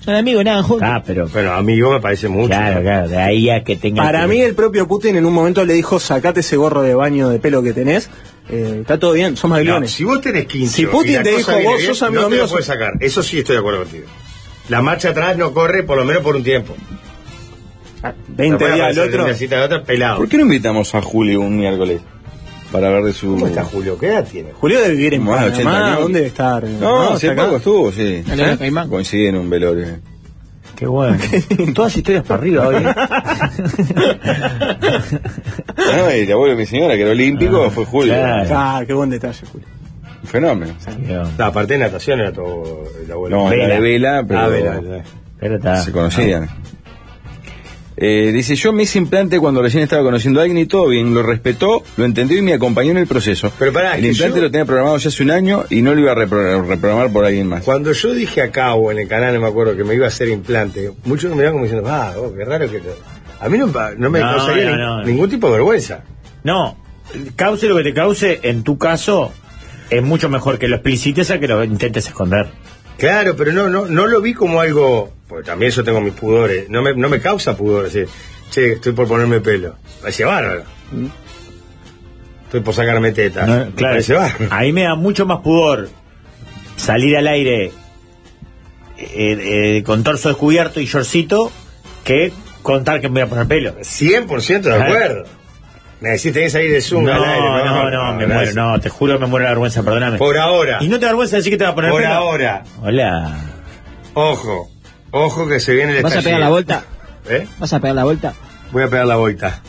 Speaker 8: Son amigos, nada, juntos.
Speaker 7: Ah, pero
Speaker 4: Bueno, amigo me parece mucho.
Speaker 7: claro, claro, de ahí a que tenga...
Speaker 6: Para
Speaker 7: que-
Speaker 6: mí, el propio Putin en un momento le dijo, sacate ese gorro de baño de pelo que tenés. Eh, está todo bien, sos
Speaker 4: No,
Speaker 6: Maglione.
Speaker 4: si vos tenés 15
Speaker 6: Si Putin
Speaker 4: y la
Speaker 6: te
Speaker 4: cosa
Speaker 6: dijo,
Speaker 4: viene
Speaker 6: vos sos amigo
Speaker 4: no te
Speaker 6: mío,
Speaker 4: lo puedes sacar. Eso sí estoy de acuerdo contigo. La marcha atrás no corre, por lo menos por un tiempo.
Speaker 6: Ah,
Speaker 4: No
Speaker 6: 20
Speaker 4: puede
Speaker 6: días al
Speaker 4: aparecer
Speaker 6: otro.
Speaker 4: de una cita a la otra, pelado.
Speaker 5: Ah, ¿Por qué no invitamos a Julio un miércoles? Para hablar de su.
Speaker 4: ¿Cómo está Julio? ¿Qué edad tiene?
Speaker 6: Julio debe vivir en
Speaker 5: Más de 80
Speaker 6: Panamá,
Speaker 5: años.
Speaker 6: ¿dónde debe estar?
Speaker 5: No,
Speaker 6: está
Speaker 5: hace
Speaker 6: acá.
Speaker 5: poco estuvo, sí.
Speaker 8: Dale, dale, Caimán.
Speaker 5: Coincide en un velorio.
Speaker 7: Qué bueno. Todas historias para arriba hoy. ¿eh?
Speaker 5: No, y el abuelo de mi señora, que era olímpico, fue Julio.
Speaker 7: claro.
Speaker 6: Ah, qué buen detalle, Julio.
Speaker 5: Un fenómeno.
Speaker 4: No, aparte de natación era todo el abuelo.
Speaker 5: No, era de vela, pero
Speaker 4: Ah, vela, vela.
Speaker 7: Pero está...
Speaker 5: se conocían. Eh, dice, yo me hice implante cuando recién estaba conociendo a alguien y todo bien, lo respetó, lo entendió y me acompañó en el proceso.
Speaker 4: Pero pará,
Speaker 5: el
Speaker 4: que
Speaker 5: implante
Speaker 4: yo-
Speaker 5: lo tenía programado ya hace un año y no lo iba a repro- reprogramar por alguien más.
Speaker 4: Cuando yo dije acá o en el canal, no me acuerdo, que me iba a hacer implante, muchos me miraban como diciendo, ah, vos, qué raro que te... A mí no, no me
Speaker 7: No,
Speaker 4: causaría
Speaker 7: no,
Speaker 4: ni-
Speaker 7: no.
Speaker 4: ningún tipo de vergüenza.
Speaker 7: No, cause lo que te cause, en tu caso, es mucho mejor que lo explicites a que lo intentes esconder.
Speaker 4: Claro, pero no, no, no lo vi como algo. Porque también yo tengo mis pudores. No me, no me causa pudor decir, che, estoy por ponerme pelo. Me Parece bárbaro. Estoy por sacarme tetas.
Speaker 7: Mm. No,
Speaker 4: Ah, Me
Speaker 7: claro,
Speaker 4: Parece bárbaro.
Speaker 7: a mí me da mucho más pudor salir al aire eh, eh, con torso descubierto y shortcito que contar que me voy a poner pelo.
Speaker 4: 100% de acuerdo. Me decís, tenés que salir de
Speaker 7: No,
Speaker 4: Zoom al aire.
Speaker 7: no, no, me muero,
Speaker 4: gracias.
Speaker 7: no, te juro que me muero de vergüenza, perdóname.
Speaker 4: Por ahora,
Speaker 7: ¿Y no te da vergüenza decir que te vas a poner
Speaker 4: por
Speaker 7: pelo?
Speaker 4: ahora,
Speaker 7: Hola.
Speaker 4: ojo, ojo que se viene el
Speaker 8: ¿Vas a
Speaker 4: estallido.
Speaker 8: pegar la vuelta?
Speaker 4: ¿Eh?
Speaker 8: ¿Vas a pegar la vuelta?
Speaker 4: Voy a pegar la vuelta.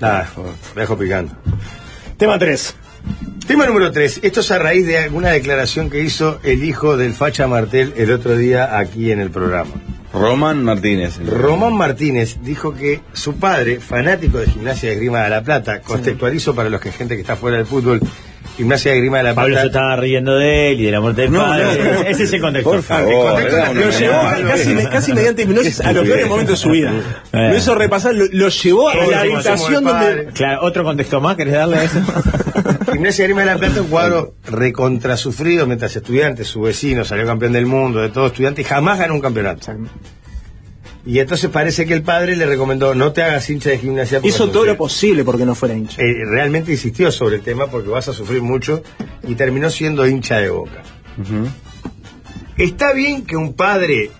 Speaker 4: Nada, me dejo picando.
Speaker 6: Tema 3.
Speaker 4: Tema número 3. Esto es a raíz de alguna declaración que hizo el hijo del Facha Martel el otro día aquí en el programa.
Speaker 5: Román Martínez.
Speaker 4: Román Martínez dijo que su padre, fanático de Gimnasia de Grima de la Plata, contextualizo para los que gente que está fuera del fútbol, Gimnasia de Grima de la
Speaker 7: Pablo se
Speaker 4: Plata.
Speaker 7: estaba riendo de él y de la muerte del
Speaker 5: No,
Speaker 7: padre.
Speaker 5: no, no.
Speaker 7: Ese es el contexto.
Speaker 5: Por favor,
Speaker 4: contexto
Speaker 5: era una
Speaker 6: Lo llevó
Speaker 5: homenaje.
Speaker 6: a- casi, casi mediante hipnosis a los peores momentos de su vida. Lo hizo repasar, lo, lo llevó a
Speaker 4: Todos
Speaker 6: la
Speaker 4: somos-
Speaker 6: habitación
Speaker 4: somos el
Speaker 6: donde.
Speaker 4: padre.
Speaker 7: Claro, otro contexto más, ¿querés darle a eso?
Speaker 4: Gimnasia de Grima de la Plata, un cuadro recontrasufrido mientras estudiante, su vecino, salió campeón del mundo, de todo estudiante, y jamás ganó un campeonato. Y entonces parece que el padre le recomendó, no te hagas hincha de gimnasia. porque
Speaker 6: Hizo
Speaker 4: no
Speaker 6: todo
Speaker 4: sirve".
Speaker 6: lo posible porque no fuera hincha.
Speaker 4: eh, realmente insistió sobre el tema porque vas a sufrir mucho y terminó siendo hincha de boca. ¿Está bien que un padre,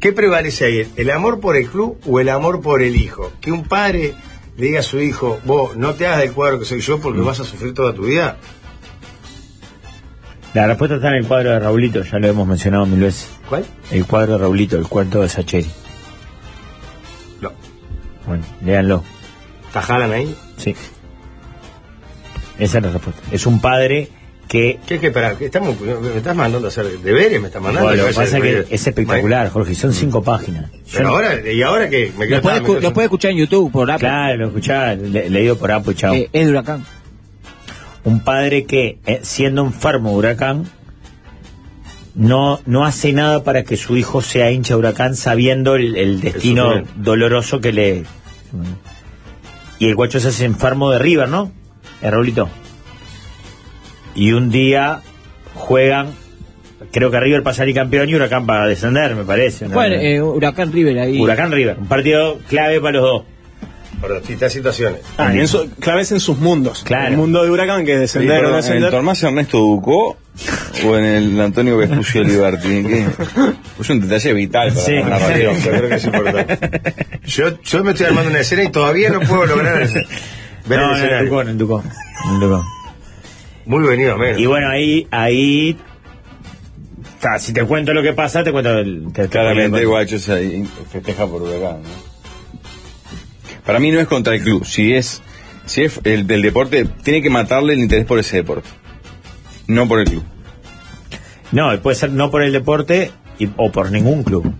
Speaker 4: ¿qué prevalece ahí? ¿El amor por el club o el amor por el hijo? Que un padre le diga a su hijo, vos no te hagas del cuadro que soy yo porque
Speaker 7: Mm.
Speaker 4: vas a sufrir toda tu vida.
Speaker 7: La respuesta está en el cuadro de Raulito, ya lo hemos mencionado mil veces.
Speaker 4: ¿Cuál?
Speaker 7: El cuadro de Raulito, el cuarto de Sacheri.
Speaker 4: No.
Speaker 7: Bueno, léanlo.
Speaker 4: ¿Tajaran ahí?
Speaker 7: Sí. Esa es la respuesta. Es un padre que.
Speaker 4: ¿Qué es que para? Estamos, me estás mandando a hacer deberes, me estás mandando.
Speaker 7: Bueno, lo
Speaker 4: Yo
Speaker 7: que
Speaker 4: voy a
Speaker 7: pasa
Speaker 4: hacer
Speaker 7: es
Speaker 4: deberes.
Speaker 7: que es espectacular, Jorge, son cinco páginas. Yo
Speaker 4: Pero
Speaker 7: no-
Speaker 4: ahora, ¿y ahora qué? Me quedo
Speaker 8: Lo puedes
Speaker 4: tan- me quedo-
Speaker 8: escuchar en YouTube por Apple.
Speaker 7: Claro, lo escuchaba, le- leído por Apo y chao.
Speaker 8: Eh, es de huracán.
Speaker 7: un padre que, eh, siendo enfermo de huracán, no, no hace nada para que su hijo sea hincha de huracán sabiendo el, el destino
Speaker 4: sufrimiento.
Speaker 7: doloroso que le... Y el guacho se hace enfermo de River, ¿no? El Raulito. Y un día juegan, creo que River para salir campeón y Huracán para descender, me parece. ¿no?
Speaker 8: Bueno, eh, Huracán River ahí.
Speaker 7: Huracán River, un partido clave para los dos.
Speaker 4: Por distintas situaciones.
Speaker 6: Ah, y en su- claves en sus mundos.
Speaker 7: Claro.
Speaker 6: El mundo de Huracán, que es
Speaker 5: Sí,
Speaker 6: descender o
Speaker 5: perdón,
Speaker 6: no
Speaker 5: el
Speaker 6: descender.
Speaker 5: Tomás Ernesto Ducó o en el Antonio Vespucio Liberti. ¿Qué? Es un detalle vital para
Speaker 7: Sí.
Speaker 5: la radio.
Speaker 4: Yo creo que es importante. Yo, yo me estoy armando una escena y todavía no puedo lograr eso. Ver
Speaker 7: No,
Speaker 4: el
Speaker 7: no, en
Speaker 4: escenario.
Speaker 7: Tucón, en Tucón. En Tucón.
Speaker 4: Muy venido a menos.
Speaker 7: Y bueno, ahí, ahí. ta, si te cuento lo que pasa, te cuento el. te- te-
Speaker 5: Claramente,
Speaker 7: te-
Speaker 5: guacho, se festeja por huracán. ¿no? Para mí no es contra el club. Si es, si es el del deporte, tiene que matarle el interés por ese deporte. No por el club.
Speaker 7: No, puede ser no por el deporte y- o por ningún club.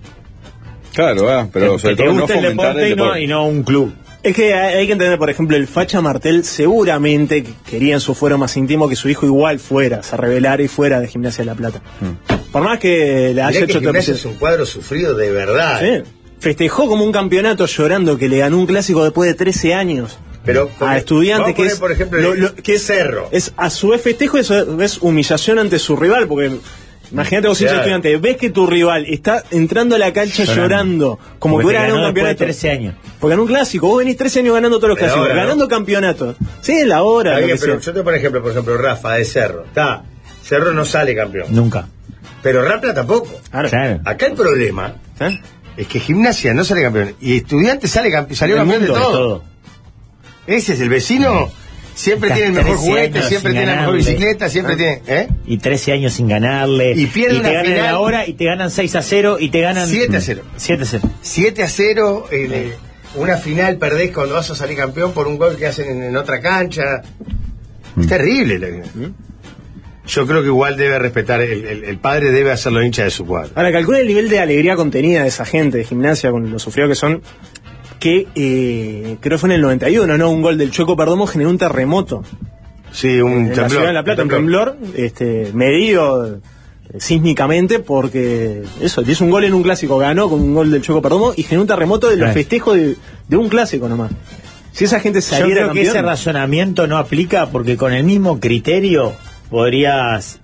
Speaker 5: Claro, ah, pero
Speaker 7: Que-
Speaker 5: sobre
Speaker 7: que
Speaker 5: todo
Speaker 7: te
Speaker 5: no
Speaker 7: guste el
Speaker 5: fomentar
Speaker 7: deporte,
Speaker 5: el
Speaker 7: y no,
Speaker 5: deporte.
Speaker 7: y no un club.
Speaker 6: Es que hay hay que entender, por ejemplo, el Facha Martel seguramente que quería en su fuero más íntimo que su hijo igual fuera, se revelara y fuera de Gimnasia de la Plata. Por más que le haya
Speaker 4: Mirá que
Speaker 6: hecho otra
Speaker 4: Gimnasia
Speaker 6: presión.
Speaker 4: es un cuadro sufrido de verdad. eh.
Speaker 6: Sí. Festejó como un campeonato llorando que le ganó un clásico después de 13 años.
Speaker 4: Pero con-
Speaker 6: a estudiantes
Speaker 4: vamos a
Speaker 6: que
Speaker 4: poner,
Speaker 6: es,
Speaker 4: por ejemplo,
Speaker 6: lo- lo- que es-
Speaker 4: Cerro.
Speaker 6: Es a su vez festejo, es, es humillación ante su rival, porque imagínate vos hincha
Speaker 4: Claro.
Speaker 6: estudiante, ves que tu rival está entrando a la cancha llorando, como
Speaker 7: Porque
Speaker 6: que hubiera
Speaker 7: te
Speaker 6: ganado un
Speaker 7: ganó después
Speaker 6: campeonato.
Speaker 7: de 13 años.
Speaker 6: Porque ganó un clásico, vos venís 13 años ganando todos los
Speaker 4: Pero
Speaker 6: clásicos,
Speaker 4: ahora,
Speaker 6: ganando campeonatos. Sí, la hora,
Speaker 4: Está
Speaker 6: lo
Speaker 4: bien,
Speaker 6: que
Speaker 4: pero
Speaker 6: sea.
Speaker 4: yo te por ejemplo, por ejemplo, Rafa de Cerro. Está. Cerro no sale campeón.
Speaker 7: Nunca.
Speaker 4: Pero Rapla tampoco.
Speaker 6: Claro.
Speaker 7: Claro.
Speaker 4: Acá el problema
Speaker 6: ¿Eh?
Speaker 4: es que gimnasia no sale campeón. Y estudiante sale campe- salió
Speaker 7: El
Speaker 4: campeón de
Speaker 7: mundo
Speaker 4: todo.
Speaker 7: es
Speaker 4: Ese es el vecino. Siempre
Speaker 7: Estás
Speaker 4: tiene el mejor
Speaker 7: 13
Speaker 4: juguete,
Speaker 7: años
Speaker 4: siempre
Speaker 7: sin
Speaker 4: tiene la mejor
Speaker 7: ganarle.
Speaker 4: bicicleta, siempre tiene. ¿Eh?
Speaker 7: Y 13 años sin ganarle.
Speaker 4: Y pierden
Speaker 7: te
Speaker 4: la
Speaker 7: ganan
Speaker 4: final.
Speaker 7: ahora y te ganan 6 a 0 y te ganan.
Speaker 4: 7 a 0.
Speaker 7: 7 a 0.
Speaker 4: 7 a 0, en, eh, una final perdés cuando vas a salir campeón por un gol que hacen en, en otra cancha. Es terrible. la- Yo creo que igual debe respetar, el, el- el padre debe hacerlo hincha de su cuadro.
Speaker 6: Ahora, calcula el nivel de alegría contenida de esa gente de gimnasia con lo sufrido que son. Que eh, creo fue en el 91, ¿no? Un gol del Choco Perdomo generó un terremoto.
Speaker 4: Sí, un
Speaker 6: en la ciudad
Speaker 4: temblor.
Speaker 6: de La Plata,
Speaker 4: un
Speaker 6: un
Speaker 4: temblor.
Speaker 6: temblor, este, medido eh, sísmicamente porque eso, hizo un gol en un clásico, ganó con un gol del Choco Perdomo y generó un terremoto de los
Speaker 7: Claro.
Speaker 6: festejos de, de un clásico nomás. Si esa gente
Speaker 7: Yo creo
Speaker 6: saliera
Speaker 7: que
Speaker 6: campeón,
Speaker 7: ese razonamiento no aplica porque con el mismo criterio podrías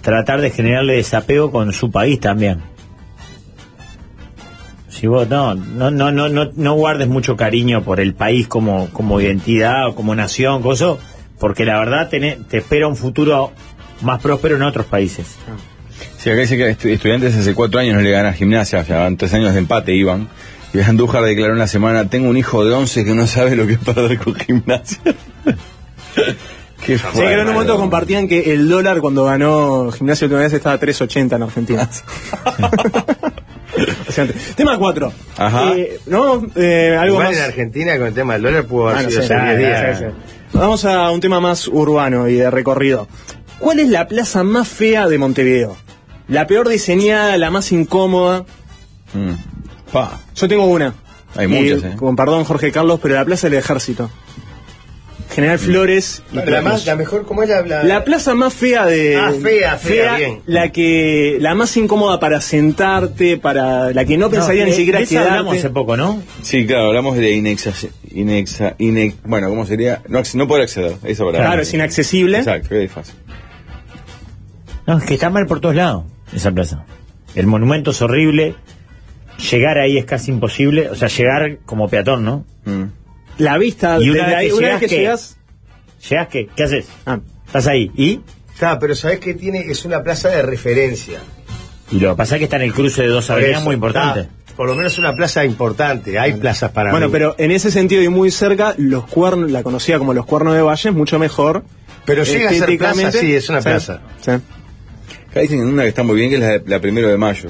Speaker 7: tratar de generarle desapego con su país también. Si vos no, no, no, no, no, no guardes mucho cariño por el país como, como identidad o como nación, cosa, porque la verdad tené- te espera un futuro más próspero en otros países.
Speaker 5: Si acá dice que estu- estudiantes hace cuatro años no le ganan gimnasia, ya van tres años de empate iban. Y Andújar declaró en la semana, tengo un hijo de 11 que no sabe lo que es perder con gimnasia. Qué
Speaker 6: Sí, que en un momento compartían que el dólar cuando ganó Gimnasia última vez estaba a 3.80 en Argentina. Impresionante. Tema 4.
Speaker 5: Ajá.
Speaker 6: no, eh, algo
Speaker 4: Igual
Speaker 6: más.
Speaker 4: en Argentina con el tema del dólar pudo haber
Speaker 6: Ah, no
Speaker 4: sido
Speaker 6: sé,
Speaker 4: hace
Speaker 6: nada,
Speaker 4: 10 días.
Speaker 6: nada, nada. Vamos a un tema más urbano y de recorrido. ¿Cuál es la plaza más fea de Montevideo? La peor diseñada, la más incómoda.
Speaker 5: Mm. Pa.
Speaker 6: Yo tengo una.
Speaker 5: Hay
Speaker 6: Y,
Speaker 5: muchas, eh.
Speaker 6: Con perdón, Jorge Carlos, pero la plaza del ejército. General
Speaker 5: Mm.
Speaker 6: Flores. y
Speaker 4: Pero la,
Speaker 6: Planos.
Speaker 4: más, la mejor, ¿cómo es la, la-
Speaker 6: La plaza más fea de.
Speaker 4: Ah, fea, fea, bien.
Speaker 6: La que. La más incómoda para sentarte, para. La que no pensaría
Speaker 7: de-
Speaker 6: ni siquiera
Speaker 7: de esa hablamos
Speaker 6: quedarte.
Speaker 7: hace poco, ¿no?
Speaker 5: Sí, claro, hablamos de inexa, inexa, inex, bueno, ¿cómo sería? No, acce- no poder acceder, esa palabra.
Speaker 6: Claro, es inaccesible.
Speaker 5: Exacto, qué fácil.
Speaker 7: No, es que está mal por todos lados esa plaza. El monumento es horrible. Llegar ahí es casi imposible. O sea, llegar como peatón, ¿no?
Speaker 5: Mm.
Speaker 6: La vista.
Speaker 7: Y
Speaker 6: desde
Speaker 7: una vez
Speaker 6: ahí-
Speaker 7: que
Speaker 6: una
Speaker 7: llegás,
Speaker 6: vez que
Speaker 7: ¿qué?
Speaker 6: llegas.
Speaker 7: ¿Llegás qué? ¿Qué haces?
Speaker 6: Ah,
Speaker 7: Estás ahí. ¿Y?
Speaker 4: Está, pero sabés que tiene, es una plaza de referencia.
Speaker 7: Y lo que pasa es que está en el cruce de dos avenidas
Speaker 4: Eso,
Speaker 7: muy importante.
Speaker 4: está. por lo menos una plaza importante. Hay plazas para
Speaker 6: Bueno,
Speaker 4: mí.
Speaker 6: pero en ese sentido y muy cerca, los cuernos, la conocida como los cuernos de Valle, es mucho mejor. eh,
Speaker 4: Pero llega a ser plaza,
Speaker 6: estéticamente.
Speaker 4: sí, es una
Speaker 6: Sí,
Speaker 4: plaza.
Speaker 6: sí.
Speaker 5: Acá dicen una que está muy bien, que es la, de- la primero de mayo.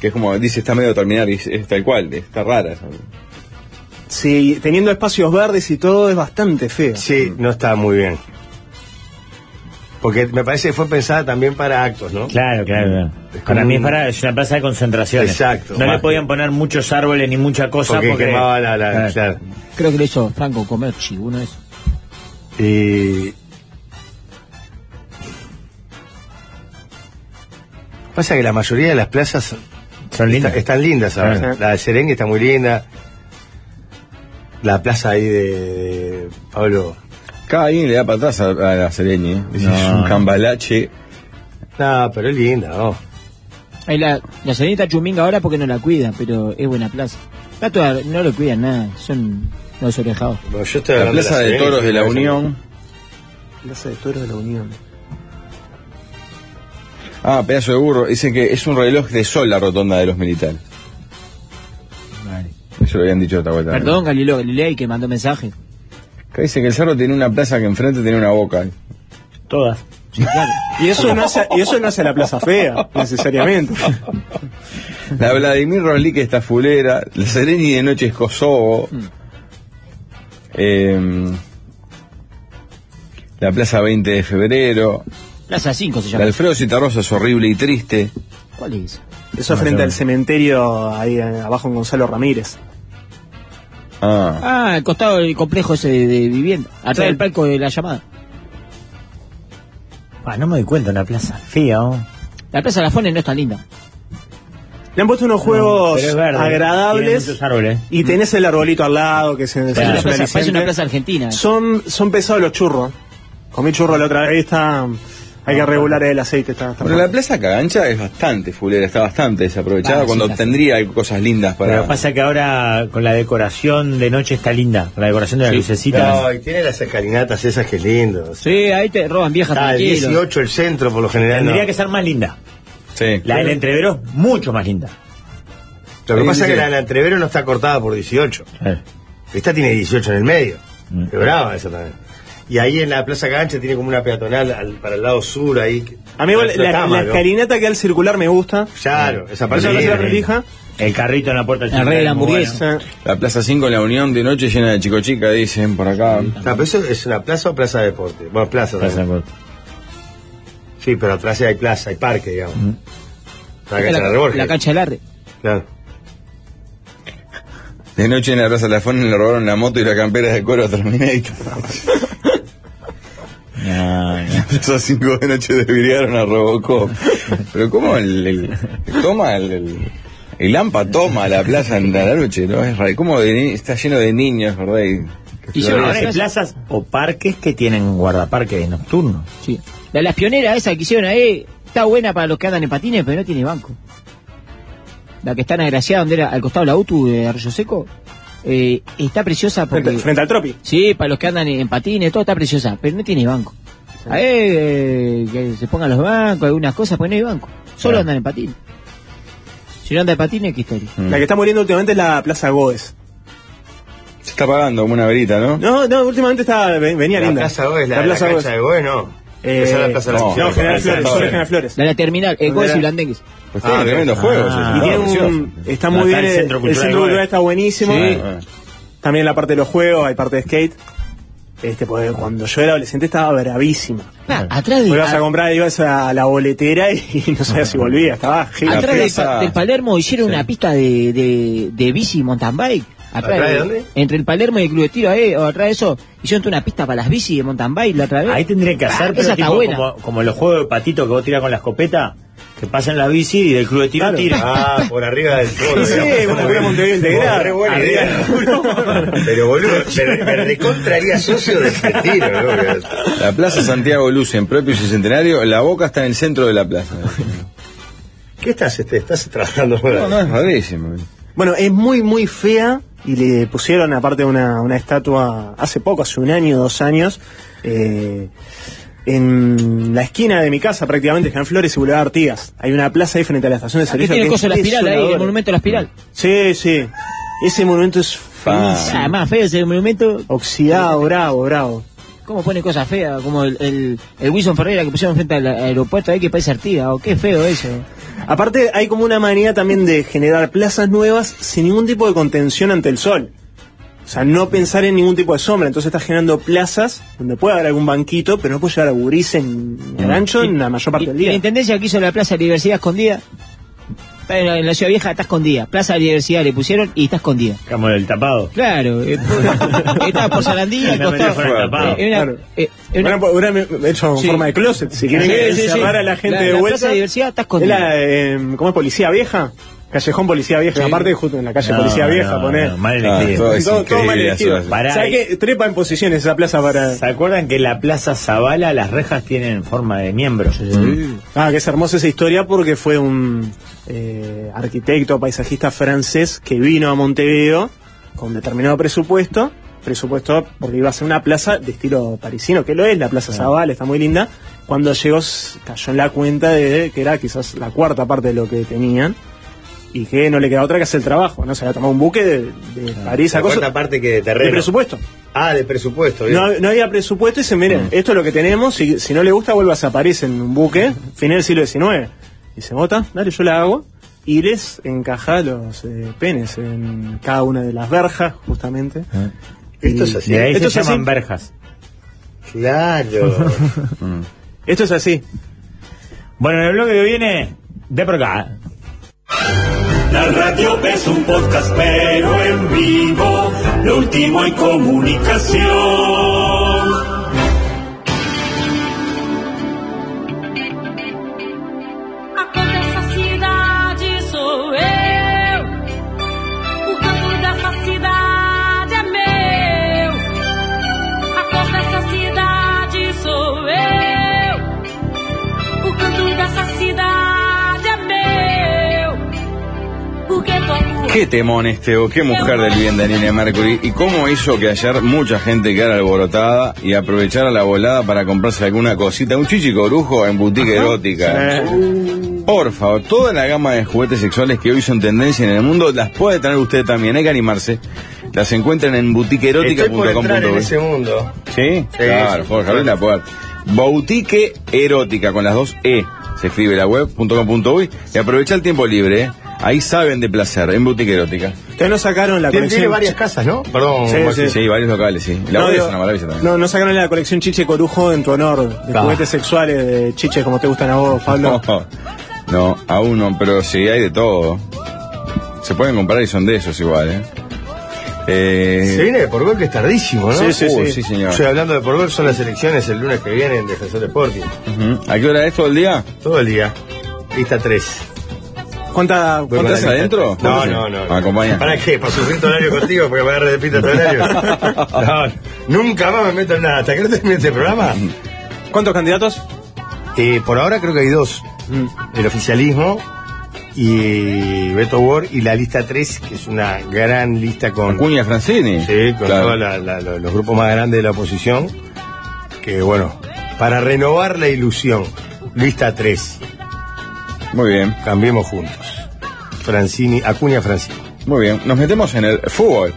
Speaker 5: Que es como, dice, está medio terminar, y es, es tal cual, está rara. esa.
Speaker 6: Sí, teniendo espacios verdes y todo, es bastante feo.
Speaker 4: Sí, no está muy bien. Porque me parece que fue pensada también para actos, ¿no?
Speaker 7: Claro, claro, claro.
Speaker 4: Es como
Speaker 7: Para mí es,
Speaker 4: un-
Speaker 7: para, es una plaza de concentraciones.
Speaker 4: Exacto.
Speaker 7: No
Speaker 4: Más
Speaker 7: le podían
Speaker 4: que-
Speaker 7: poner muchos árboles ni mucha cosa
Speaker 4: Porque
Speaker 7: porque...
Speaker 4: quemaba la... la-
Speaker 7: Claro.
Speaker 4: claro.
Speaker 8: Creo que lo hizo Franco Comerci, uno es.
Speaker 4: Y... Pasa que la mayoría de las plazas
Speaker 7: Son lindas.
Speaker 4: está- están lindas ahora.
Speaker 6: Claro.
Speaker 4: La de Serengui está muy linda. La plaza ahí de Pablo...
Speaker 5: Cada alguien le da para atrás a, a la Sereni, ¿eh? Es un cambalache.
Speaker 4: No, pero es linda, ¿no?
Speaker 8: Ahí la, la señorita Chuminga ahora porque no la cuida, pero es buena plaza. La toda- no lo cuidan nada, son los orejados.
Speaker 4: Bueno, yo estoy
Speaker 5: La
Speaker 4: hablando
Speaker 5: Plaza de
Speaker 4: Serenghi,
Speaker 5: Toros de la
Speaker 4: parece-
Speaker 5: Unión.
Speaker 6: Plaza de Toros de la Unión.
Speaker 5: Ah, pedazo de burro. Dicen que es un reloj de sol la rotonda de los militares. Eso lo habían dicho otra vuelta.
Speaker 8: Perdón, Galileo Galilei, que mandó mensaje.
Speaker 5: Que dice que el cerro tiene una plaza que enfrente tiene una boca.
Speaker 7: Todas.
Speaker 6: Y eso no hace, y eso no hace a la Plaza Fea, necesariamente.
Speaker 5: La Vladimir Roslik está fulera. La Sereni de noche es Kosovo. Em, la Plaza 20 de Febrero.
Speaker 8: Plaza 5 se
Speaker 5: La
Speaker 8: llama.
Speaker 5: Alfredo Citarrosa es horrible y triste.
Speaker 8: ¿Cuál es?
Speaker 6: Eso frente al cementerio ahí eh, abajo en Gonzalo Ramírez.
Speaker 5: Ah,
Speaker 8: Ah, al costado del complejo ese de, de vivienda. Atrás del palco de la llamada.
Speaker 7: Ah, no me doy cuenta, una plaza fea. oh. ¿no?
Speaker 8: La plaza de la Fone no es tan linda.
Speaker 6: Le han puesto unos
Speaker 7: Pero
Speaker 6: juegos
Speaker 7: es verde. Tiene
Speaker 6: agradables
Speaker 7: muchos árboles.
Speaker 6: y tenés el arbolito al lado que se
Speaker 8: Parece,
Speaker 6: se
Speaker 8: una, plaza, parece una
Speaker 6: alicenta.
Speaker 8: plaza argentina.
Speaker 6: Son, son pesados los churros. Comí churro la otra vez, está, hay que regular el aceite. Está, está
Speaker 5: pero la Plaza Cagancha es bastante fulera, está bastante desaprovechada
Speaker 8: Ah,
Speaker 5: cuando
Speaker 8: sí, la-
Speaker 5: tendría cosas lindas
Speaker 7: Pero
Speaker 5: para.
Speaker 7: pasa que ahora con la decoración de noche está linda. Con la decoración de las lucecitas.
Speaker 4: No, y tiene las escalinatas esas que lindos.
Speaker 8: Sí, ahí te roban viejas
Speaker 4: Está el
Speaker 8: tranquilo.
Speaker 4: 18 el centro por lo general.
Speaker 7: Tendría
Speaker 4: no.
Speaker 7: que ser más linda.
Speaker 5: Sí.
Speaker 7: La del entrevero, mucho más linda.
Speaker 4: Lo que
Speaker 5: Sí,
Speaker 4: pasa es
Speaker 5: sí.
Speaker 4: que la del entrevero no está cortada por 18.
Speaker 7: Eh,
Speaker 4: Esta tiene 18 en el medio.
Speaker 7: Mm.
Speaker 4: Qué brava esa también. Y ahí en la Plaza Cancha tiene como una peatonal al- para el lado sur ahí. que-
Speaker 6: A mí igual,
Speaker 4: Pero
Speaker 6: la,
Speaker 4: está
Speaker 6: la
Speaker 4: malo.
Speaker 6: escalinata que al circular me gusta.
Speaker 4: Claro, esa
Speaker 6: Por
Speaker 4: parte
Speaker 6: eso no se la
Speaker 4: tiene.
Speaker 6: relija.
Speaker 7: El carrito en la puerta del
Speaker 8: La red de la
Speaker 7: muy bueno.
Speaker 8: hamburguesa.
Speaker 6: Sí.
Speaker 5: La Plaza 5 en la Unión de noche llena de chico chica, dicen por acá.
Speaker 4: No, pero eso es una plaza o plaza de deporte. Bueno, plaza,
Speaker 7: Plaza de
Speaker 4: también.
Speaker 7: Corte.
Speaker 4: Sí, pero atrás hay plaza, hay parque, digamos.
Speaker 6: Mm.
Speaker 4: Está La
Speaker 8: La,
Speaker 4: cancha de Borges.
Speaker 8: la cancha del arre.
Speaker 4: Claro.
Speaker 5: De noche en la Plaza Lafón le robaron la moto y la campera de cuero a Terminator. La Plaza 5 de noche desviriaron a Robocop. Pero cómo el, el- toma el, el, el AMPA toma la plaza en la noche, ¿no? Es raro. ¿Cómo de ni- está lleno de niños, verdad? Y-
Speaker 8: Y yo-
Speaker 7: Ahora
Speaker 8: Sí.
Speaker 7: hay plazas o parques que tienen guardaparques nocturnos.
Speaker 8: Sí. La las pioneras esa que hicieron ahí está buena para los que andan en patines, pero no tiene banco. La que está en Agraciada, donde era al costado de la UTU de Arroyo Seco, eh, está preciosa porque...
Speaker 6: Frente, frente al Tropi.
Speaker 8: Sí, para los que andan en patines, todo está preciosa, pero no tiene banco. Ahí eh, que se pongan los bancos, algunas cosas, porque no hay banco. Solo
Speaker 7: Claro.
Speaker 8: andan en patines. Si no andan en patines, qué historia.
Speaker 6: La que está muriendo últimamente es la Plaza Goes.
Speaker 5: Se está pagando como una verita, ¿no?
Speaker 6: No, no, últimamente está, ve- venía
Speaker 4: La
Speaker 6: linda.
Speaker 4: plaza Goes, la,
Speaker 6: La
Speaker 4: de la
Speaker 6: Plaza
Speaker 4: cancha de Goes, no.
Speaker 6: Eh,
Speaker 4: Esa es la plaza de la
Speaker 5: no,
Speaker 4: Asunción.
Speaker 6: No, General
Speaker 5: Plaza
Speaker 6: Flores,
Speaker 5: Goes.
Speaker 6: sobre General Flores.
Speaker 8: La, la terminal, el Goes y Blandengues.
Speaker 5: Pues tiene
Speaker 4: Ah,
Speaker 5: tremendos
Speaker 7: ah.
Speaker 5: juegos. eso,
Speaker 7: Y
Speaker 6: Y
Speaker 5: ¿no?
Speaker 6: tiene
Speaker 5: Atención.
Speaker 6: un, está
Speaker 7: Acá
Speaker 6: muy
Speaker 7: el
Speaker 6: bien, el
Speaker 7: Centro
Speaker 6: centro
Speaker 7: Cultural
Speaker 6: cultural,
Speaker 7: de Goes.
Speaker 6: está buenísimo. Ah.
Speaker 5: Sí.
Speaker 6: También la parte de los juegos, hay parte de skate. Este, porque cuando yo era adolescente estaba bravísima.
Speaker 8: Ah, atrás de,
Speaker 6: Porque ibas a
Speaker 8: a-
Speaker 6: comprar, ibas a la boletera y no sabías si volvía, estaba gila.
Speaker 8: atrás del,
Speaker 5: plaza-
Speaker 8: pa- del Palermo hicieron una pista de, de, de bici mountain bike.
Speaker 4: ¿Atrás de dónde?
Speaker 8: Entre el Palermo y el Club de Tiro, ahí, o atrás de eso, hicieron toda una pista para las bici de mountain bike la otra vez.
Speaker 7: Ahí tendrían que hacer,
Speaker 8: Ah,
Speaker 7: pero
Speaker 8: esa está
Speaker 7: tipo
Speaker 8: buena.
Speaker 7: como, como los juegos de patito que vos tirás con la escopeta, que pasan la bici y del club de tiro tira.
Speaker 4: Ah, por arriba del todo.
Speaker 6: Sí,
Speaker 4: digamos.
Speaker 6: como hubiera Montevideo integrado.
Speaker 4: Re buena
Speaker 6: Arriba
Speaker 4: idea. Pero boludo, me, me recontraría socio del retiro, ¿no?
Speaker 5: La Plaza Santiago Luce, en propio centenario, la boca está en el centro de la plaza.
Speaker 4: ¿Qué estás, este? ¿Estás trabajando?
Speaker 5: No, no, es rarísimo.
Speaker 6: Bueno, es muy, muy fea y le pusieron aparte una, una estatua hace poco, hace un año, dos años, eh, en la esquina de mi casa prácticamente, en Flores y Boulevard Artigas. Hay una plaza ahí frente a la estación de
Speaker 8: Aquí
Speaker 6: servicio.
Speaker 8: Ah, tiene el
Speaker 6: que
Speaker 8: coso de la
Speaker 6: es
Speaker 8: espiral ahí, el
Speaker 6: desolador.
Speaker 8: monumento a la espiral.
Speaker 6: Sí, sí. Ese monumento es
Speaker 5: Pa.
Speaker 6: feísimo.
Speaker 8: Ah, más feo ese monumento.
Speaker 6: oxidado, bravo, bravo.
Speaker 8: ¿Cómo pone cosas feas? Como el, el, el Wilson Ferreira que pusieron frente al aeropuerto ahí que parece Artigas. O qué feo eh. eso.
Speaker 6: Aparte, hay como una manía también de generar plazas nuevas sin ningún tipo de contención ante el sol. O sea, no pensar en ningún tipo de sombra. Entonces estás generando plazas donde puede haber algún banquito, pero no puede llegar a gurises
Speaker 8: Mm.
Speaker 6: en el ancho en la mayor parte
Speaker 8: Y-
Speaker 6: del
Speaker 8: y la
Speaker 6: día.
Speaker 8: intendencia que hizo la Plaza de la Diversidad escondida. Está En la, en la Ciudad Vieja está escondida. Plaza de la Diversidad le pusieron y está escondida.
Speaker 7: Como el tapado.
Speaker 8: Claro. eh, estaba por Sarandí,
Speaker 7: No me
Speaker 8: costaba-
Speaker 7: fuera el tapado.
Speaker 8: eh, era-
Speaker 6: Claro.
Speaker 8: eh, era una-
Speaker 6: Bueno, pues, hubiera me- hecho en
Speaker 8: Sí.
Speaker 6: forma de closet. Si quieren
Speaker 8: Sí,
Speaker 6: que
Speaker 8: sí, sí.
Speaker 6: encerrar a la gente
Speaker 8: La-
Speaker 6: de
Speaker 8: la
Speaker 6: vuelta.
Speaker 8: plaza de diversidad está
Speaker 6: es
Speaker 8: escondida.
Speaker 6: la, eh, ¿Cómo es policía vieja? Callejón policía vieja. Aparte, justo en la calle
Speaker 7: No,
Speaker 6: policía vieja,
Speaker 7: no,
Speaker 6: poner.
Speaker 7: no, mal
Speaker 5: Ah,
Speaker 7: elegido.
Speaker 5: todo es
Speaker 6: Todo- todo mal
Speaker 5: increíble,
Speaker 6: elegido.
Speaker 5: eso.
Speaker 7: Pará, eh,
Speaker 6: ¿Sabes qué? Trepa en posiciones esa plaza para.
Speaker 7: ¿Se acuerdan que la Plaza Zavala las rejas tienen forma de miembro?
Speaker 6: Ah, que es hermosa esa historia porque fue un eh, arquitecto, paisajista francés que vino a Montevideo con determinado presupuesto, presupuesto porque iba a ser una plaza de estilo parisino, que lo es, la Plaza Zaval, está muy linda, Cuando llegó s- cayó en la cuenta de que era quizás la cuarta parte de lo que tenían y que no le quedaba otra que hacer el trabajo, ¿no? Se había tomado un buque de, de París a
Speaker 4: La
Speaker 6: cosas-
Speaker 4: cuarta parte que de
Speaker 6: de
Speaker 4: terreno.
Speaker 6: presupuesto.
Speaker 4: ah, de presupuesto. bien. Mm.
Speaker 6: No, hab- no había presupuesto y se miren, esto es lo que tenemos, si, si no le gusta vuelvas a París en un buque, final del siglo XIX. Y se vota, dale, yo la hago. Y les encaja los eh, penes en cada una de las verjas, justamente.
Speaker 5: ¿Eh?
Speaker 4: Esto es así.
Speaker 7: De ahí
Speaker 6: Esto
Speaker 7: se
Speaker 6: es
Speaker 7: llaman
Speaker 6: así.
Speaker 7: verjas.
Speaker 4: Claro.
Speaker 6: Esto es así.
Speaker 7: Bueno, en el bloque que viene, de por acá. ¿eh?
Speaker 10: La radio es un podcast pero en vivo, lo último en comunicación.
Speaker 11: toda essa cidade sou eu. O canto dessa cidade é meu. A cor dessa cidade sou eu. O canto dessa cidade é meu. Porque toco
Speaker 5: Qué temón este, o qué mujer del bien de Nina Mercury. Y cómo hizo que ayer mucha gente quedara alborotada y aprovechara la volada para comprarse alguna cosita. Un chichi corujo en boutique erótica. Por favor, toda la gama de juguetes sexuales que hoy son tendencia en el mundo, las puede tener usted también. Hay que animarse. Las encuentran en
Speaker 4: Estoy por entrar en
Speaker 5: boutiqueerotica.com.uy.
Speaker 4: ese mundo.
Speaker 5: ¿Sí? claro,
Speaker 4: sí.
Speaker 5: Jorge, abrí la puerta. Boutique Erótica, con las dos E. Se escribe la web, punto com, punto uy. Y aprovecha el tiempo libre, ¿eh? Ahí saben de placer, en Boutique Erótica.
Speaker 6: Ustedes no sacaron la
Speaker 4: Tiene,
Speaker 6: colección.
Speaker 4: tiene varias casas, ¿no? Perdón.
Speaker 6: Sí,
Speaker 4: Maxi.
Speaker 5: Sí, varios locales, sí. La
Speaker 6: no,
Speaker 5: web
Speaker 6: digo,
Speaker 5: es una maravilla también.
Speaker 6: no, no sacaron la colección Chiche Corujo en tu honor, de
Speaker 4: Ah.
Speaker 6: juguetes sexuales, de chiches como te gustan a vos, Pablo.
Speaker 5: No, aún no, pero sí, hay de todo. Se pueden comprar y son de esos igual, ¿eh? eh
Speaker 4: Se viene de Porgol que es tardísimo, ¿no?
Speaker 6: Sí, sí,
Speaker 5: Uy,
Speaker 6: sí.
Speaker 5: Uh, sí, señor.
Speaker 4: Estoy hablando de Porgol, son las elecciones el lunes que viene en Defensor Sporting.
Speaker 5: ujú. ¿A qué hora es todo el día?
Speaker 4: Todo el día. Lista 3.
Speaker 6: ¿Cuánta,
Speaker 5: ¿Cuántas
Speaker 6: cuántas-
Speaker 5: ¿Estás adentro? Ah,
Speaker 4: No, no, no. no.
Speaker 5: Acompaña.
Speaker 4: ¿Para qué? ¿Para sufrir tu horario contigo? Porque me agarre de pinta tu horario. No, nunca más me meto en nada. ¿Hasta que no termine este programa?
Speaker 6: ¿Cuántos candidatos?
Speaker 4: Eh, por ahora creo que hay dos. El oficialismo y Beto Ward y la lista 3, que es una gran lista con...
Speaker 5: Acuña Francini.
Speaker 4: Sí, con
Speaker 5: Claro.
Speaker 4: todos la- la- lo- los grupos más grandes de la oposición. Que bueno, para renovar la ilusión, lista 3,
Speaker 5: Muy bien,
Speaker 4: cambiemos juntos. Francini, Acuña Francini.
Speaker 5: muy bien. Nos metemos en el fútbol.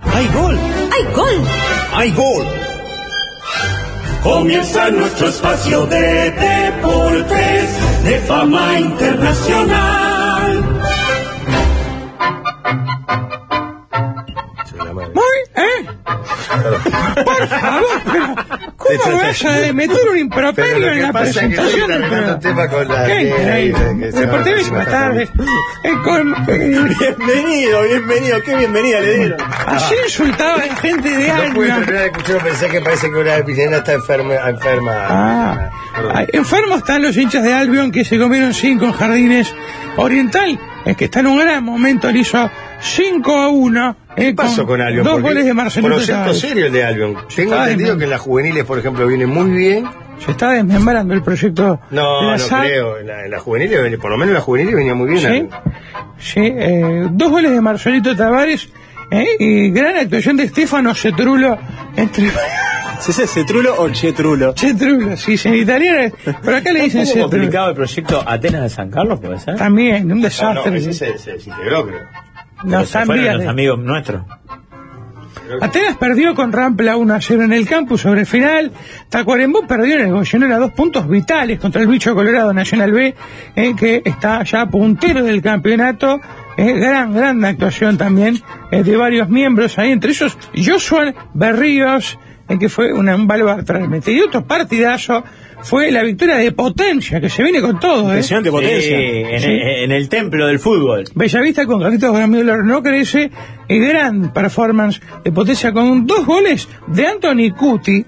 Speaker 7: ¡Hay gol!
Speaker 11: ¡Ay, gol!
Speaker 7: ¡Hay gol!
Speaker 10: Comienza nuestro espacio de deportes de fama internacional.
Speaker 4: ¿eh? ¿Cómo vas a meter un improperio en la presentación? tema con la... Deportivismo esta tarde. eh,
Speaker 6: Bienvenido, bienvenido, qué bienvenida le dieron.
Speaker 12: Ah.
Speaker 4: No pude terminar de escuchar un mensaje que parece que una piscina está enferma. enferma.
Speaker 12: Ah,
Speaker 4: Perdón.
Speaker 12: ay, enfermos están los hinchas de Albion que se comieron cinco en Jardines Oriental, el que está en un gran momento, le hizo 5 a 1.
Speaker 4: ¿Qué pasó con Albion?
Speaker 12: Dos
Speaker 4: Porque-
Speaker 12: goles de Marcelo
Speaker 4: Proyecto serio el de Albion. Tengo
Speaker 12: Ay,
Speaker 4: entendido
Speaker 12: no.
Speaker 4: que en las juveniles, por ejemplo, viene muy bien.
Speaker 12: Se está desmembrando el proyecto. de
Speaker 4: No,
Speaker 12: la
Speaker 4: no
Speaker 12: SAD.
Speaker 4: creo. En la, en la juveniles, venía- por lo menos en la juveniles venía muy bien.
Speaker 12: Sí, sí, eh, dos goles de Marcelito Tavares eh, y gran actuación de Estefano Cetrulo. Entre...
Speaker 6: ¿Se dice cetrulo o chetrulo?
Speaker 12: Cetrulo, sí, sí, en italiano. es- Pero acá le
Speaker 7: ¿Es un
Speaker 12: dicen
Speaker 7: poco
Speaker 12: Cetrulo.
Speaker 7: complicado el proyecto Atenas de San Carlos, puede ser?
Speaker 12: También, un
Speaker 4: Ah, No, no,
Speaker 12: desastre.
Speaker 4: ese se, se desintegró, creo.
Speaker 12: No,
Speaker 7: Pero se
Speaker 12: están
Speaker 7: fueron
Speaker 12: bien,
Speaker 7: los
Speaker 12: eh.
Speaker 7: amigos nuestros.
Speaker 12: Atenas perdió con Rampla 1 a 0 en el campus sobre el final. Tacuarembó perdió en el Goyenora dos puntos vitales contra el bicho colorado Nacional B, eh, que está ya puntero del campeonato. Eh, gran, gran actuación también eh, de varios miembros ahí, entre ellos Joshua Berríos, eh, que fue una, un baluarte realmente. Y otro partidazo fue la victoria de Potencia, que se viene con todo. Eh.
Speaker 6: Impresionante
Speaker 7: Sí,
Speaker 6: potencia.
Speaker 7: en, en el templo del fútbol.
Speaker 12: Bellavista con Carlitos Gramiola no crece y gran performance de potencia con dos goles de Anthony Cuti,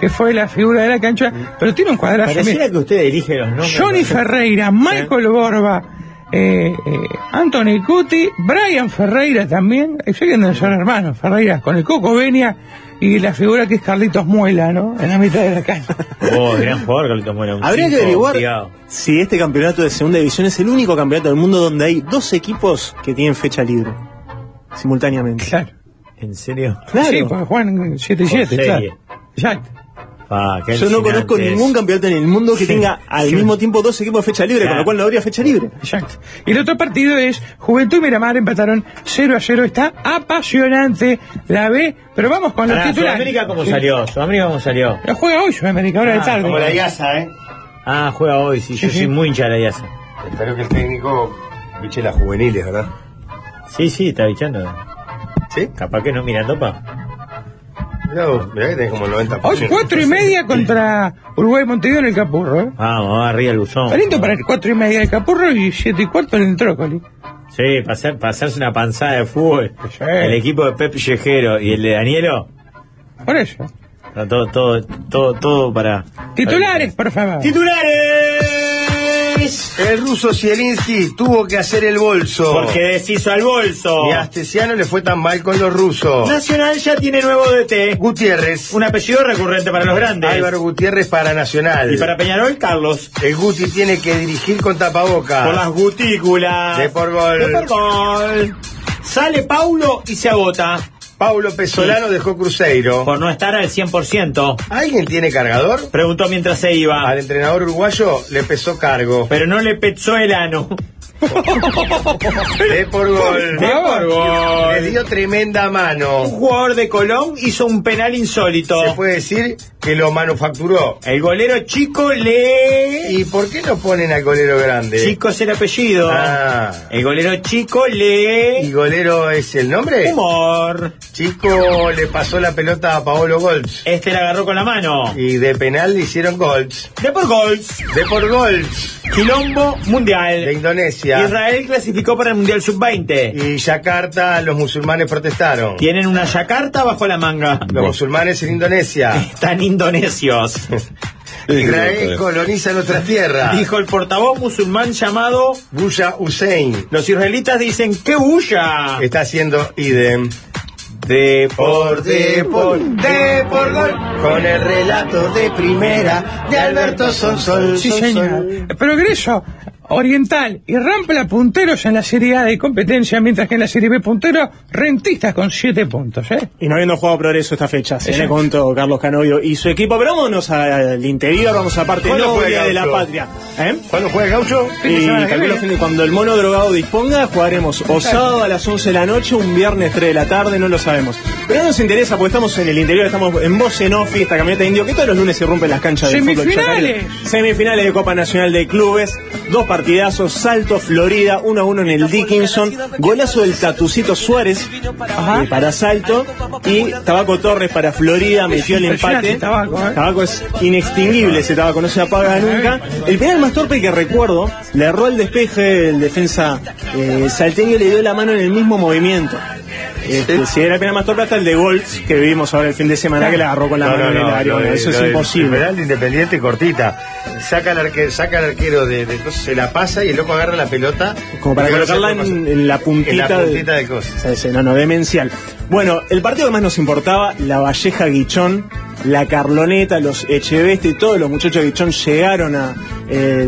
Speaker 12: que fue la figura de la cancha, pero tiene un cuadrazo.
Speaker 7: Pareciera
Speaker 12: mira.
Speaker 7: que usted elige los nombres.
Speaker 12: Johnny Ferreira, Michael Borba, eh, eh, Anthony Cuti, Brian Ferreira también, eh, sé que no son hermanos Ferreira, con el Coco Venia y la figura que es Carlitos Muela, ¿no? En la mitad de la cancha.
Speaker 7: Oh, gran jugador, Carlitos Muela. un
Speaker 6: Habría que
Speaker 7: cinco
Speaker 6: averiguar
Speaker 7: obligado.
Speaker 6: si este campeonato de segunda división es el único campeonato del mundo donde hay dos equipos que tienen fecha libre simultáneamente.
Speaker 12: Claro.
Speaker 7: ¿En serio?
Speaker 12: Sí, pues, Juan 7-7,
Speaker 7: Con
Speaker 12: claro.
Speaker 7: serie.
Speaker 12: Exacto.
Speaker 6: Yo no conozco ningún campeonato en el mundo que
Speaker 12: Sí.
Speaker 6: tenga al
Speaker 12: Sí.
Speaker 6: mismo tiempo dos equipos de fecha libre,
Speaker 12: Claro.
Speaker 6: con lo cual no habría fecha libre.
Speaker 12: Exacto. Y el otro partido es Juventud y Miramar empataron 0 a 0. Está apasionante la B, pero vamos con los
Speaker 7: Pará,
Speaker 12: titulares.
Speaker 7: Sudamérica cómo salió, Ah, Sudamérica cómo salió.
Speaker 12: Pero juega hoy Sudamérica, ahora de tarde.
Speaker 7: ¿eh? Ah, juega hoy, sí, yo
Speaker 4: Sí,
Speaker 7: soy
Speaker 4: sí.
Speaker 7: muy hincha de la Yasa.
Speaker 4: Espero que el técnico biche las juveniles, ¿verdad?
Speaker 7: Sí, sí, está bichando.
Speaker 4: ¿Sí?
Speaker 7: Capaz que no mirando pa.
Speaker 4: Mirá vos, mirá que tenés como el 90%.
Speaker 12: Hoy 4 y media contra Uruguay Montevideo en el Capurro. ¿eh?
Speaker 7: Vamos, vamos, arriba el buzón.
Speaker 12: Está lindo para el 4 y media del Capurro y 7 y cuarto en el Trócoli.
Speaker 7: Sí, para, hacer- para hacerse una panzada de fútbol.
Speaker 4: Eh.
Speaker 7: El equipo de Pep Yejero y el de Danielo.
Speaker 12: Por eso.
Speaker 7: Todo, todo, todo, todo para.
Speaker 12: Titulares, por favor.
Speaker 7: ¡Titulares!
Speaker 4: El ruso Zielinski tuvo que hacer el bolso.
Speaker 7: Porque deshizo al bolso.
Speaker 12: Oh.
Speaker 4: Y a Astesiano le fue tan mal con los rusos.
Speaker 7: Nacional ya tiene nuevo DT.
Speaker 4: Gutiérrez.
Speaker 7: Un apellido recurrente para los grandes.
Speaker 4: Álvaro Gutiérrez para Nacional.
Speaker 7: Y para Peñarol, Carlos.
Speaker 4: El Guti tiene que dirigir con tapabocas.
Speaker 7: Por las gutículas.
Speaker 4: De por gol.
Speaker 7: De por gol. Sale Paulo y se agota.
Speaker 4: Paulo Pesolano dejó Cruzeiro.
Speaker 7: Por no estar al 100%.
Speaker 4: ¿Alguien tiene cargador?
Speaker 7: Preguntó mientras se iba.
Speaker 4: Al entrenador uruguayo le pesó cargo.
Speaker 7: Pero no le pechó el ano.
Speaker 4: De por gol.
Speaker 7: De por gol.
Speaker 4: Le dio tremenda
Speaker 7: Un
Speaker 4: mano.
Speaker 7: jugador de Colón hizo un penal insólito.
Speaker 4: Se puede decir que lo manufacturó.
Speaker 7: El golero Chico le...
Speaker 4: ¿Y por qué no ponen al golero grande?
Speaker 7: Chico es el apellido.
Speaker 4: Ah.
Speaker 7: El golero Chico
Speaker 4: ¿Y
Speaker 7: le...
Speaker 4: golero es el nombre?
Speaker 7: Humor.
Speaker 4: Chico le pasó la pelota a Paolo Golds.
Speaker 7: Este la agarró con la mano.
Speaker 4: Y de penal le hicieron Golds.
Speaker 7: De por gols.
Speaker 4: De por Golds.
Speaker 7: Quilombo mundial.
Speaker 4: De Indonesia.
Speaker 7: Israel clasificó para el Mundial Sub-20.
Speaker 4: Y Yakarta, los musulmanes protestaron.
Speaker 7: Tienen una yacarta bajo la manga.
Speaker 4: Los musulmanes en Indonesia.
Speaker 7: Están indonesios.
Speaker 4: Israel coloniza nuestras tierras.
Speaker 7: Dijo el portavoz musulmán llamado...
Speaker 4: Buya Hussein
Speaker 7: Los israelitas dicen que huya.
Speaker 4: está haciendo idem.
Speaker 7: De
Speaker 4: Por de por, de por gol. Con el relato de primera de Alberto Sonsol.
Speaker 12: Sí,
Speaker 4: Sonsol.
Speaker 12: señor. Progreso. Oriental y Rampla punteros en la Serie A de competencia, mientras que en la Serie B punteros rentistas con 7 puntos. ¿eh?
Speaker 6: Y no habiendo jugado progreso esta fecha, se le contó Carlos Canovio y su equipo. Pero vámonos al interior, vamos a parte
Speaker 4: ¿Cuándo
Speaker 6: noble
Speaker 4: juega
Speaker 12: pues,
Speaker 6: de la
Speaker 4: Gaucho?
Speaker 6: patria. ¿Eh?
Speaker 4: ¿Cuándo juega el gaucho?
Speaker 12: Fin de
Speaker 6: Y
Speaker 12: semana que
Speaker 6: calculo
Speaker 12: viene.
Speaker 6: fin de- cuando el mono drogado disponga, jugaremos o sábado a las 11 de la noche, un viernes 3 de la tarde, no lo sabemos. Pero no nos interesa porque estamos en el interior, estamos en Voz en Off, esta camioneta indio que todos los lunes se rompen las canchas de fútbol
Speaker 12: Semifinales.
Speaker 6: chacarero. Semifinales de Copa Nacional de Clubes, dos partidazos, Salto, Florida, 1 a 1 en el Dickinson, golazo del Tatucito Suárez eh, para Salto y Tabaco Torres para Florida, metió el
Speaker 12: impresionante
Speaker 6: empate.
Speaker 12: Tabaco, eh.
Speaker 6: Tabaco es inextinguible ese tabaco, no se apaga nunca. El penal más torpe que recuerdo, le erró el despeje el defensa eh, Salteño y le dio la mano en el mismo movimiento. Este, Si era el penal más torpe hasta el de gol que vivimos ahora el fin de semana que la agarró con la mano en el área.
Speaker 4: lo de-
Speaker 6: Eso
Speaker 4: lo
Speaker 6: es
Speaker 4: del
Speaker 6: imposible.
Speaker 4: Liberal de Independiente cortita. Saca al arquero, saca al arquero de, de cosas, se la pasa y el loco agarra la pelota.
Speaker 6: Como para
Speaker 4: Y agarra
Speaker 6: colocarla
Speaker 4: la
Speaker 6: en,
Speaker 4: cosa.
Speaker 6: en la puntita,
Speaker 4: En la puntita de cosas.
Speaker 6: O sea, ese enano demencial. Bueno, el partido que más nos importaba, la Valleja Guichón, la Carloneta, los Echeveste, todos los muchachos de Guichón llegaron al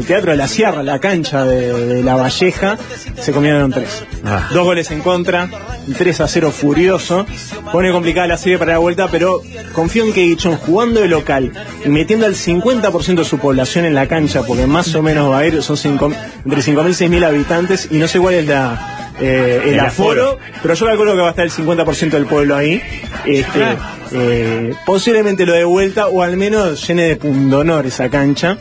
Speaker 6: Teatro de la Sierra, la cancha de, de la Valleja, se comieron tres. Dos goles en contra, el 3 a 0 furioso. Pone complicada la serie para la vuelta, pero confío en que Guichón jugando de local y metiendo al 50% de su población en la cancha, porque más o menos va a ir, son cinco- entre 5.000 y 6.000 habitantes, y no sé cuál es la, eh, el,
Speaker 7: El
Speaker 6: aforo,
Speaker 7: aforo.
Speaker 6: pero yo calculo que va a estar el 50% del pueblo ahí. Este,
Speaker 12: Ah.
Speaker 6: eh, posiblemente lo de vuelta o al menos llene de pundonor esa cancha.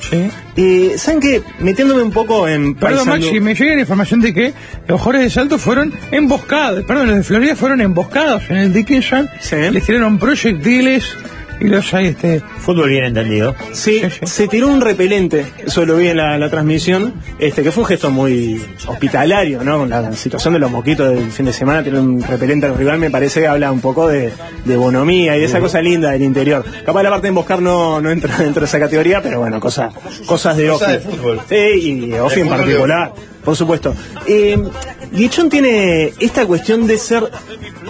Speaker 6: Eh, ¿Saben qué? Metiéndome un poco en...
Speaker 12: Perdón,
Speaker 6: paisando-
Speaker 12: Maxi, me llega la información de que los jugadores de Salto fueron emboscados, perdón, los de Florida fueron emboscados en el Dickinson,
Speaker 6: Sí.
Speaker 12: les tiraron proyectiles y los ahí, este,
Speaker 7: Fútbol bien entendido.
Speaker 6: Sí,
Speaker 12: Sí, sí.
Speaker 6: se tiró un repelente, eso lo vi en la, la transmisión, este que fue un gesto muy hospitalario, ¿no? Con la situación de los moquitos del fin de semana, tirar un repelente al rival me parece que habla un poco de, de bonomía y de esa cosa linda del interior. Capaz la parte de emboscar no, no entra dentro de esa categoría, pero bueno, cosas cosas de
Speaker 4: Cosas
Speaker 6: Ofi.
Speaker 4: de fútbol.
Speaker 6: Sí, y de Ofi en
Speaker 4: fútbol de
Speaker 6: particular. por supuesto. Eh, Guichón tiene esta cuestión de ser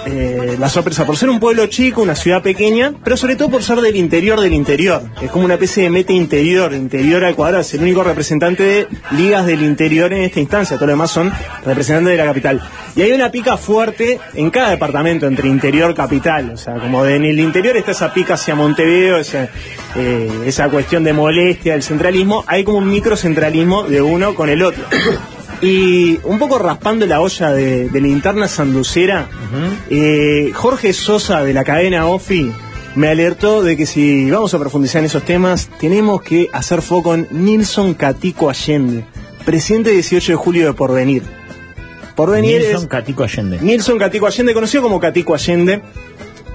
Speaker 6: eh, la sorpresa, por ser un pueblo chico, una ciudad pequeña, pero sobre todo por ser del interior del interior. Es como una especie de meta interior, interior al cuadrado. Es el único representante de ligas del interior en esta instancia. Todo lo demás son representantes de la capital. Y hay una pica fuerte en cada departamento, entre interior, capital. O sea, como de- en el interior está esa pica hacia Montevideo, esa, eh, esa cuestión de molestia, del centralismo. Hay como un microcentralismo de uno con el otro. Y un poco raspando la olla de, de linterna sanducera, eh, Jorge Sosa de la cadena OFI me alertó de que si vamos a profundizar en esos temas, tenemos que hacer foco en Nilson Catico Allende, presidente 18 de julio de Porvenir. Porvenir
Speaker 7: Nilson
Speaker 6: es
Speaker 7: Catico Allende.
Speaker 6: Nilson Catico Allende, conocido como Catico Allende,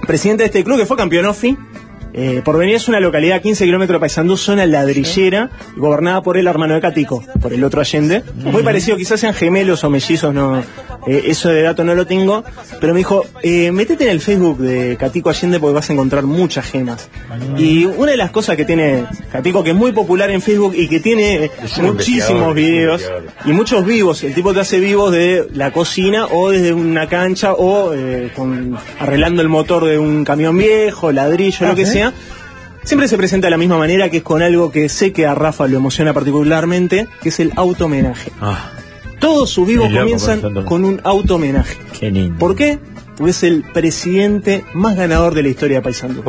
Speaker 6: presidente de este club que fue campeón OFI. Eh, Porvenir es una localidad a 15 kilómetros de Paysandú, zona ladrillera, gobernada por el hermano de Catico, por el otro Allende. Muy parecido, quizás sean gemelos o mellizos, no, eh, eso de dato no lo tengo. Pero me dijo, eh, métete en el Facebook de Catico Allende porque vas a encontrar muchas gemas. Y una de las cosas que tiene Catico, que es muy popular en Facebook y que tiene
Speaker 4: un
Speaker 6: muchísimos
Speaker 4: investigador,
Speaker 6: videos y muchos vivos, el tipo te hace vivos de la cocina o desde una cancha o eh, con- arreglando el motor de un camión viejo, ladrillo,
Speaker 7: Ah,
Speaker 6: lo que
Speaker 12: Ajá.
Speaker 6: sea. Siempre se presenta de la misma manera, que es con algo que sé que a Rafa lo emociona particularmente, que es el auto homenaje.
Speaker 7: Ah,
Speaker 6: Todos sus vivos
Speaker 7: Qué loco,
Speaker 6: comienzan
Speaker 7: Gonzalo.
Speaker 6: con un auto homenaje.
Speaker 7: qué lindo.
Speaker 6: ¿Por qué? Porque es el presidente más ganador de la historia de Paisandú.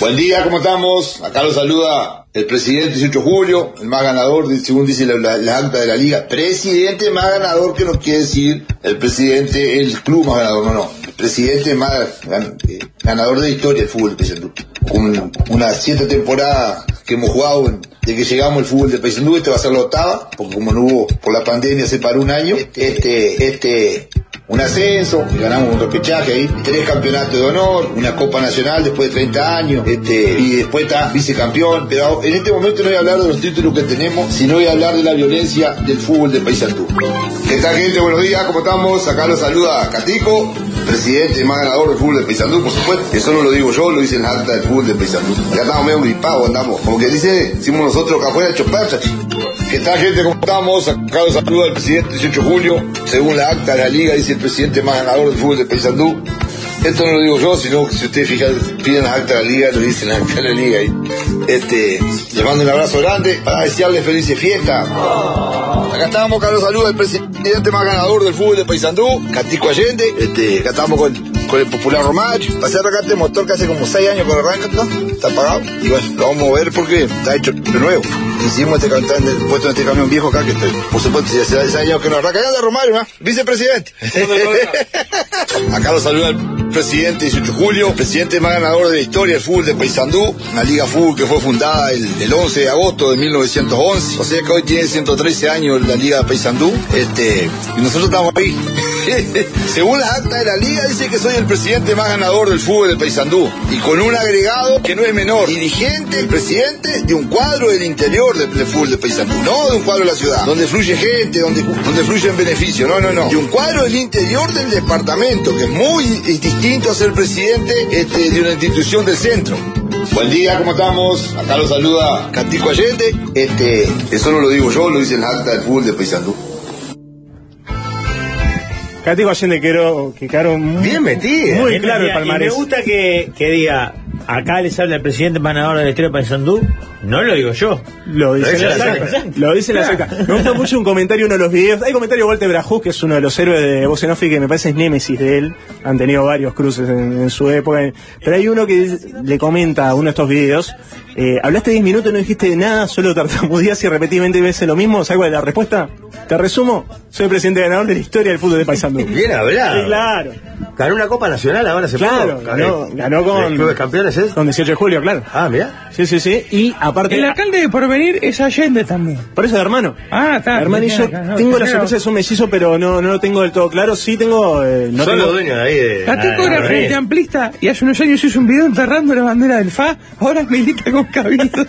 Speaker 13: Buen día, ¿cómo estamos? Acá los saluda el presidente 18 de Julio, el más ganador, de- según dice la, la- la acta de la liga. Presidente más ganador, que no quiere decir el É presidente, el club más ganador, no, no. El presidente más gan- eh, ganador de la historia del fútbol de Paysandú. Un- unas siete temporadas que hemos jugado en- de que llegamos al fútbol de Paysandú, este va a ser la octava, porque como no hubo, por la pandemia se paró un año, este, este un ascenso, ganamos un repechaje ahí, tres campeonatos de honor, una Copa Nacional después de 30 años, este, y después está vicecampeón. Pero en este momento no voy a hablar de los títulos que tenemos, sino voy a hablar de la violencia del fútbol de Paysandú. ¿Qué tal, gente? Buenos días, ¿cómo estamos? Acá los saluda Catico, presidente más ganador del fútbol de Paysandú, por supuesto. Eso no lo digo yo, lo dice la alta del fútbol de Paysandú. Acá estamos medio gripados, andamos. Como que dice, hicimos nosotros acá afuera, chopacha. ¿Qué tal, gente? ¿Cómo estamos? Acá los saluda el presidente 18 de julio. Según la acta de la liga, dice el presidente más ganador del fútbol de Paysandú. Esto no lo digo yo, sino que si ustedes fijan, piden las actas de la liga, lo dicen las actas de la liga. ahí. Este, les mando un abrazo grande para desearles felices fiestas. Acá estamos, Carlos Saluda, el presidente más ganador del fútbol de Paysandú, Catico Allende. Este, acá estamos con, con el popular Romach. Pasé a arrancar este motor que hace como 6 años que lo arranca, ¿no? Está apagado. Y bueno, lo vamos a ver porque está hecho de nuevo. Hicimos este camión, puesto en este camión viejo acá que estoy. Por supuesto, si hace 6 años que no arranca. Acá anda Romach, ¿no? Vicepresidente. Acá lo saluda el presidente 18 de julio, presidente más ganador de la historia del fútbol de Paysandú, una liga fútbol que fue fundada el, el 11 de agosto de 1911, o sea que hoy tiene 113 años la liga de Paysandú, este, y nosotros estamos ahí. Según las actas de la liga dice que soy el presidente más ganador del fútbol de Paysandú, y con un agregado que no es menor, dirigente y presidente de un cuadro del interior del del fútbol de Paysandú, no de un cuadro de la ciudad, donde fluye gente, donde, donde fluye en beneficio, no, no, no, de un cuadro del interior del departamento, que es muy distinto a ser presidente este, de una institución del centro. Buen día, ¿cómo estamos? Acá lo saluda Cantico Allende. Este, eso no lo digo yo, lo dice el acta del fútbol de Paysandú.
Speaker 6: Catico Allende quedó, que quedaron muy, muy
Speaker 7: Bien
Speaker 6: claro el
Speaker 7: metida. Y
Speaker 6: palmarés.
Speaker 7: me gusta que, que diga, acá les habla el presidente más ganador de la historia de Paysandú. No lo digo yo.
Speaker 6: Lo dice la saca. Lo dice la saca. Me gusta mucho un comentario en uno de los videos. Hay comentario de Walter Brajus, que es uno de los héroes de Voz en Off y que me parece es némesis de él. Han tenido varios cruces en, en su época. Pero hay uno que dice- le comenta a uno de estos videos. eh, Hablaste 10 minutos, no dijiste nada, solo tartamudías y repetidamente veces lo mismo. ¿Sabes cuál es la respuesta? Te resumo, soy el presidente ganador de la historia del fútbol de Paysandú.
Speaker 4: Bien hablado.
Speaker 6: Sí, claro.
Speaker 4: Ganó una Copa Nacional ahora se
Speaker 6: Claro, ganó, ganó con...
Speaker 4: El Club de Campeones es.
Speaker 6: Con 18 de julio, claro.
Speaker 4: Ah, mirá.
Speaker 6: Sí, sí, sí. Y aparte...
Speaker 12: El alcalde de Porvenir es Allende también.
Speaker 6: Por eso, hermano.
Speaker 12: Ah, está.
Speaker 6: Hermano, y yo
Speaker 12: Acá, no,
Speaker 6: tengo la
Speaker 12: claro.
Speaker 6: sorpresa de un mellizo, pero no, no lo tengo del todo claro. Sí tengo... eh, no
Speaker 4: Son
Speaker 6: tengo-
Speaker 4: los dueños de ahí de.
Speaker 12: Catico era
Speaker 4: de-
Speaker 12: frente amplista y hace unos años hizo un video enterrando la bandera del FA, ahora milita con cabildo.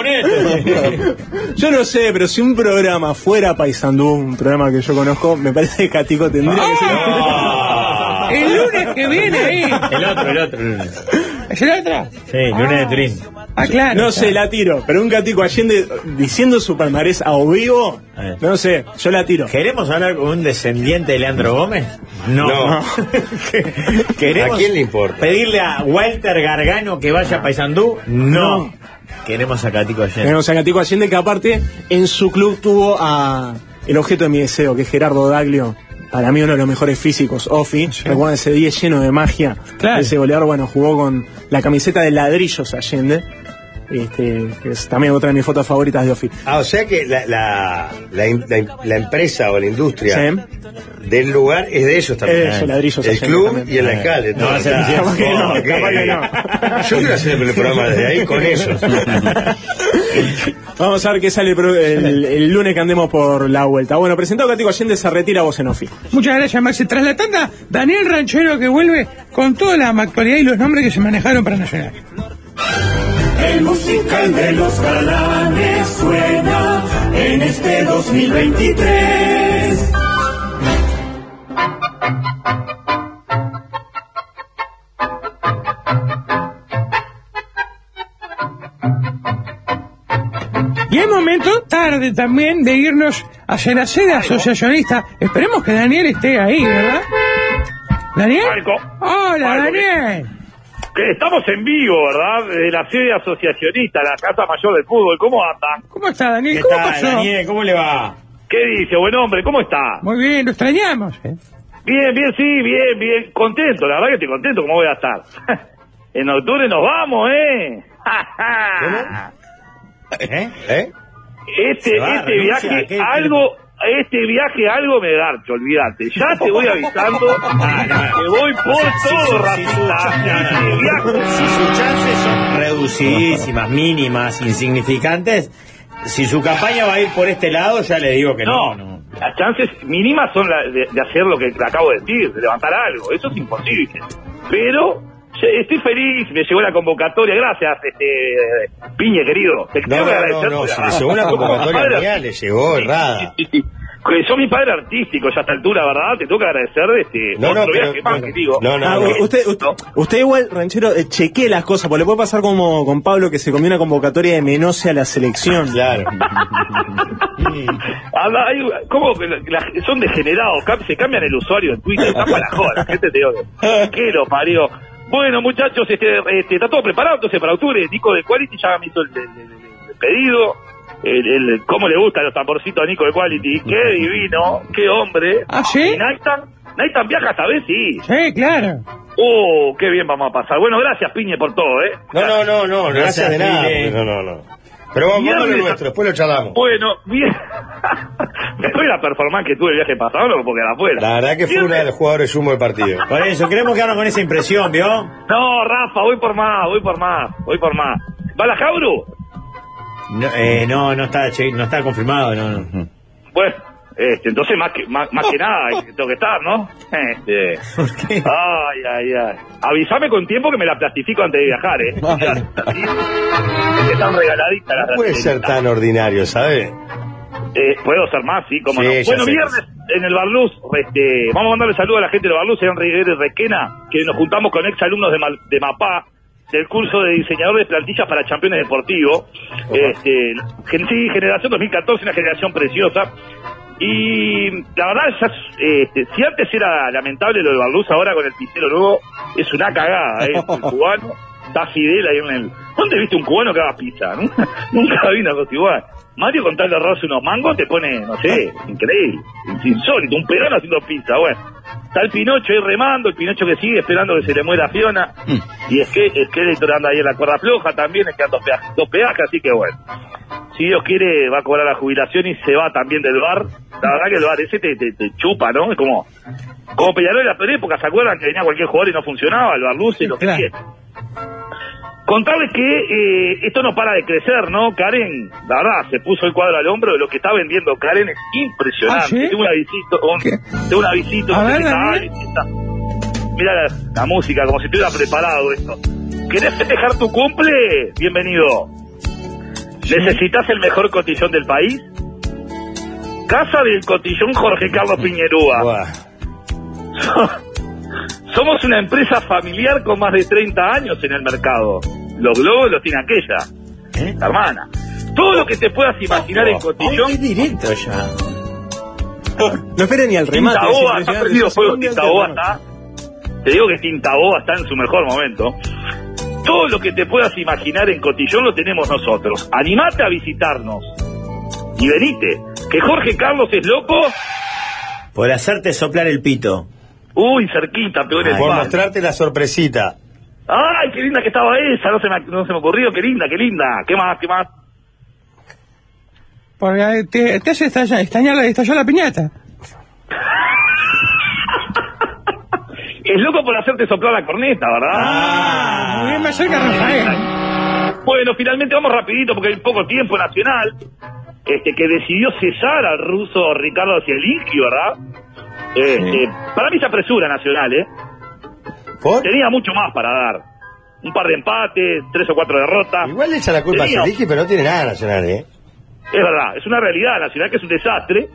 Speaker 6: Yo no sé, pero si un programa fuera Paisandú, un programa que yo conozco, me parece que Catico tendría que ser...
Speaker 4: Ah.
Speaker 7: Ah.
Speaker 12: El lunes que viene ahí.
Speaker 7: El otro, el otro lunes.
Speaker 12: ¿Ayer atrás?
Speaker 7: Sí, lunes de Turín.
Speaker 12: Ah, claro.
Speaker 6: No sé, la tiro. Pero un gatico Allende diciendo su palmarés a vivo, no sé, yo la tiro.
Speaker 7: ¿Queremos hablar con un descendiente de Leandro Gómez?
Speaker 4: No.
Speaker 7: ¿Queremos
Speaker 4: ¿A quién le importa?
Speaker 7: ¿Pedirle a Walter Gargano que vaya a Paysandú? No. Queremos a Catico Allende.
Speaker 6: Tenemos a Gatico Allende que aparte en su club tuvo a el objeto de mi deseo, que es Gerardo Daglio. Para mí uno de los mejores físicos, Ofi. Recuerdan ese 10 lleno de magia.
Speaker 12: Claro.
Speaker 6: Ese goleador, bueno, jugó con la camiseta de ladrillos Allende. Este, que es también otra de mis fotos favoritas de Ofi.
Speaker 4: Ah, o sea que la, la, la, in- la in- la empresa o la industria del lugar es de ellos también.
Speaker 6: Eso, ladrillos
Speaker 4: el
Speaker 6: allá
Speaker 4: club
Speaker 6: también.
Speaker 4: y el
Speaker 6: Eh.
Speaker 4: alcalde.
Speaker 6: No,
Speaker 4: todo.
Speaker 6: capaz que no,
Speaker 4: Ok.
Speaker 6: capaz que
Speaker 4: Yo quiero hacer el programa desde ahí con ellos.
Speaker 6: Vamos a ver qué sale el, pro- el- el lunes que andemos por la vuelta. Bueno, presentado Gatico Allende se retira voz en Ofi.
Speaker 12: Muchas gracias, Maxi. Tras la tanda, Daniel Ranchero que vuelve con toda la actualidad y los nombres que se manejaron para Nacional.
Speaker 10: El musical de los galanes suena en este 2023.
Speaker 12: Y hay momento tarde también de irnos hacia la sede asociacionista. Esperemos que Daniel esté ahí, ¿verdad? ¿Daniel? Hola,
Speaker 14: Marco,
Speaker 12: Daniel.
Speaker 14: Que Estamos en vivo, ¿verdad? De la sede asociacionista, la Casa Mayor del Fútbol. ¿Cómo anda?
Speaker 12: ¿Cómo está, Daniel? ¿Cómo pasó?
Speaker 7: ¿Cómo le va?
Speaker 14: ¿Qué dice, buen hombre? ¿Cómo está?
Speaker 12: Muy bien, lo extrañamos. ¿eh?
Speaker 14: Bien, bien, sí, bien, bien. Contento, la verdad que estoy contento como voy a estar. en octubre nos vamos, ¿eh?
Speaker 4: ¿Eh? ¿Eh?
Speaker 14: Ah. Este,
Speaker 4: Se va,
Speaker 14: este
Speaker 4: renuncia,
Speaker 14: viaje,
Speaker 4: ¿qué?
Speaker 14: algo... Este viaje algo me darcho, olvídate. Ya te voy avisando que voy por todo, Rafita. Este viaje-
Speaker 7: Si sus chances son reducidísimas, mínimas, insignificantes, si su campaña va a ir por este lado, ya le digo que no.
Speaker 14: No, las chances mínimas son la de, de hacer lo que te acabo de decir, de levantar algo. Eso es imposible. Pero ye- estoy feliz, me llegó la convocatoria. Gracias, este, Piñe, querido. Te
Speaker 4: No,
Speaker 14: quiero
Speaker 4: no,
Speaker 14: agradecer
Speaker 4: no, no,
Speaker 14: por la-
Speaker 4: si le llegó la
Speaker 14: como
Speaker 4: convocatoria
Speaker 14: padre
Speaker 4: mía, le llegó errada.
Speaker 14: que sos mi padre artístico ya a esta altura, ¿verdad? Te tengo que agradecer de este
Speaker 4: No, no,
Speaker 14: otro
Speaker 4: pero-
Speaker 14: viaje más
Speaker 4: bueno,
Speaker 14: que digo.
Speaker 4: no, no,
Speaker 6: Ah,
Speaker 4: no.
Speaker 6: u- usted, usted, usted igual, ranchero, eh, chequee las cosas, porque le puede pasar como con Pablo que se comió una convocatoria de Menose a la selección.
Speaker 4: Claro.
Speaker 14: Habla- hay- ¿Cómo que la- la- son degenerados? cam- se cambian el usuario en Twitter, está para la joda, la gente te odia. ¿Qué lo parió? Bueno, muchachos, este, este, está todo preparado entonces para octubre. Nico de Quality ya me hizo el, el- el- el pedido. El, el- ¿Cómo le gustan los tamborcitos a Nico de Quality? ¡Qué divino! ¡Qué hombre!
Speaker 12: ¿Ah, sí?
Speaker 14: ¿Y Naitan? ¿Naitan viaja esta vez? Sí.
Speaker 12: Sí, claro.
Speaker 14: ¡Oh, qué bien vamos a pasar! Bueno, gracias, Piñe, por todo, ¿eh?
Speaker 4: No, no, no, no, gracias,
Speaker 7: Gracias,
Speaker 4: de nada.
Speaker 7: Mile.
Speaker 4: No, no, no. Pero vamos vamos a lo
Speaker 14: Viernes.
Speaker 4: nuestro, después lo charlamos.
Speaker 14: Bueno, bien. Después de la performance que tuve el viaje pasado, no, porque era afuera.
Speaker 4: La verdad que fue uno de los jugadores sumo del partido.
Speaker 7: Por eso, queremos quedarnos con esa impresión, ¿vio?
Speaker 14: No, Rafa, voy por más, voy por más, voy por más. ¿Va la Jauru?
Speaker 7: No, eh, no, no está, che- no está confirmado, no, no.
Speaker 14: Bueno, este, entonces más que, más, más que nada eh, tengo que estar, ¿no? Este. Ay, ay, ay. Avísame con tiempo que me la plastifico antes de viajar, ¿eh? Es que están regaladitas las
Speaker 4: No puede ser tan ordinario, ¿sabes?
Speaker 14: Eh, Puedo ser más, sí, como
Speaker 4: Sí,
Speaker 14: no.
Speaker 4: ya
Speaker 14: Bueno,
Speaker 4: sé.
Speaker 14: viernes en el Barluz, este, vamos a mandarle saludos a la gente del Barluz, Sean Rigueres Requena, que nos juntamos con ex alumnos de, Mal- de MAPA, del curso de diseñador de plantillas para campeones deportivos. Este, gen- sí, generación 2014, una generación preciosa. Y la verdad, ya es- este, si antes era lamentable lo del Barluz, ahora con el pistero nuevo es una cagada, ¿eh? El cubano está Fidel ahí en el... ¿Dónde viste un cubano que haga pizza? Nunca, nunca vi una cosa igual. Mario con tal de arroz y unos mangos te pone, no sé, increíble, insólito, un perón haciendo pizza, bueno. Está el Pinocho ahí remando, el Pinocho que sigue esperando que se le muera Fiona. Y es que es que Héctor anda ahí en la cuerda floja también, es que dos peajes, dos peajes, así que bueno. Si Dios quiere, va a cobrar la jubilación y se va también del bar. La verdad que el bar ese te, te- te chupa, ¿no? Es como, como Peñarol en la peor época, ¿se acuerdan que venía cualquier jugador y no funcionaba? El bar luce y lo que
Speaker 12: Claro.
Speaker 14: quiera. Contarles que eh, esto no para de crecer, ¿no? Karen, la verdad, se puso el cuadro al hombro de lo que está vendiendo Karen es impresionante.
Speaker 12: ¿Ah, sí?
Speaker 14: Tengo una visita, un, tengo una visita,
Speaker 12: A
Speaker 14: no sé
Speaker 12: ver,
Speaker 14: qué tal,
Speaker 12: Daniel.
Speaker 14: qué tal. Mirá la, la música, como si estuviera preparado esto. ¿Querés festejar tu cumple? Bienvenido. ¿Necesitas el mejor cotillón del país? Casa del cotillón Jorge Carlos Piñerúa.
Speaker 4: Buah.
Speaker 14: Somos una empresa familiar con más de 30 años en el mercado. Los globos los tiene aquella, la hermana. Todo lo que te puedas imaginar en cotillón.
Speaker 6: directo ya. No esperen ni al remate.
Speaker 14: Tinta
Speaker 6: así
Speaker 14: Boa,
Speaker 6: que
Speaker 14: está
Speaker 6: llegan
Speaker 14: perdido
Speaker 6: los
Speaker 14: fuego. ¿eh?
Speaker 6: segundos
Speaker 14: Tinta
Speaker 6: antes
Speaker 14: Boa
Speaker 6: del
Speaker 14: está. Te digo que Tinta Boa está en su mejor momento. Todo lo que te puedas imaginar en Cotillón lo tenemos nosotros. Animate a visitarnos. Y venite. Que Jorge Carlos es loco.
Speaker 7: Por hacerte soplar el pito.
Speaker 14: Uy, cerquita, peor es
Speaker 4: Por
Speaker 14: mal.
Speaker 4: mostrarte la sorpresita.
Speaker 14: ¡Ay, qué linda que estaba esa! No se me, no se me ocurrió. ¡Qué linda, qué linda! ¿Qué más, qué más?
Speaker 12: Porque eh, te, te hace estallar, estallar, estallar la piñata.
Speaker 14: Es loco por hacerte soplar la corneta, ¿verdad? Ah, muy bien, me acerca Rafael. Bueno, finalmente vamos rapidito porque hay poco tiempo nacional. Este, que decidió cesar al ruso Ricardo Zielinski, ¿verdad? Este, Para mí se apresura Nacional, ¿eh? Tenía mucho más para dar. Un par de empates, tres o cuatro derrotas.
Speaker 4: Igual le echa la culpa a
Speaker 14: Tenía-
Speaker 4: Seriki, pero no tiene nada nacional, ¿eh?
Speaker 14: es verdad, es una realidad nacional que es un desastre.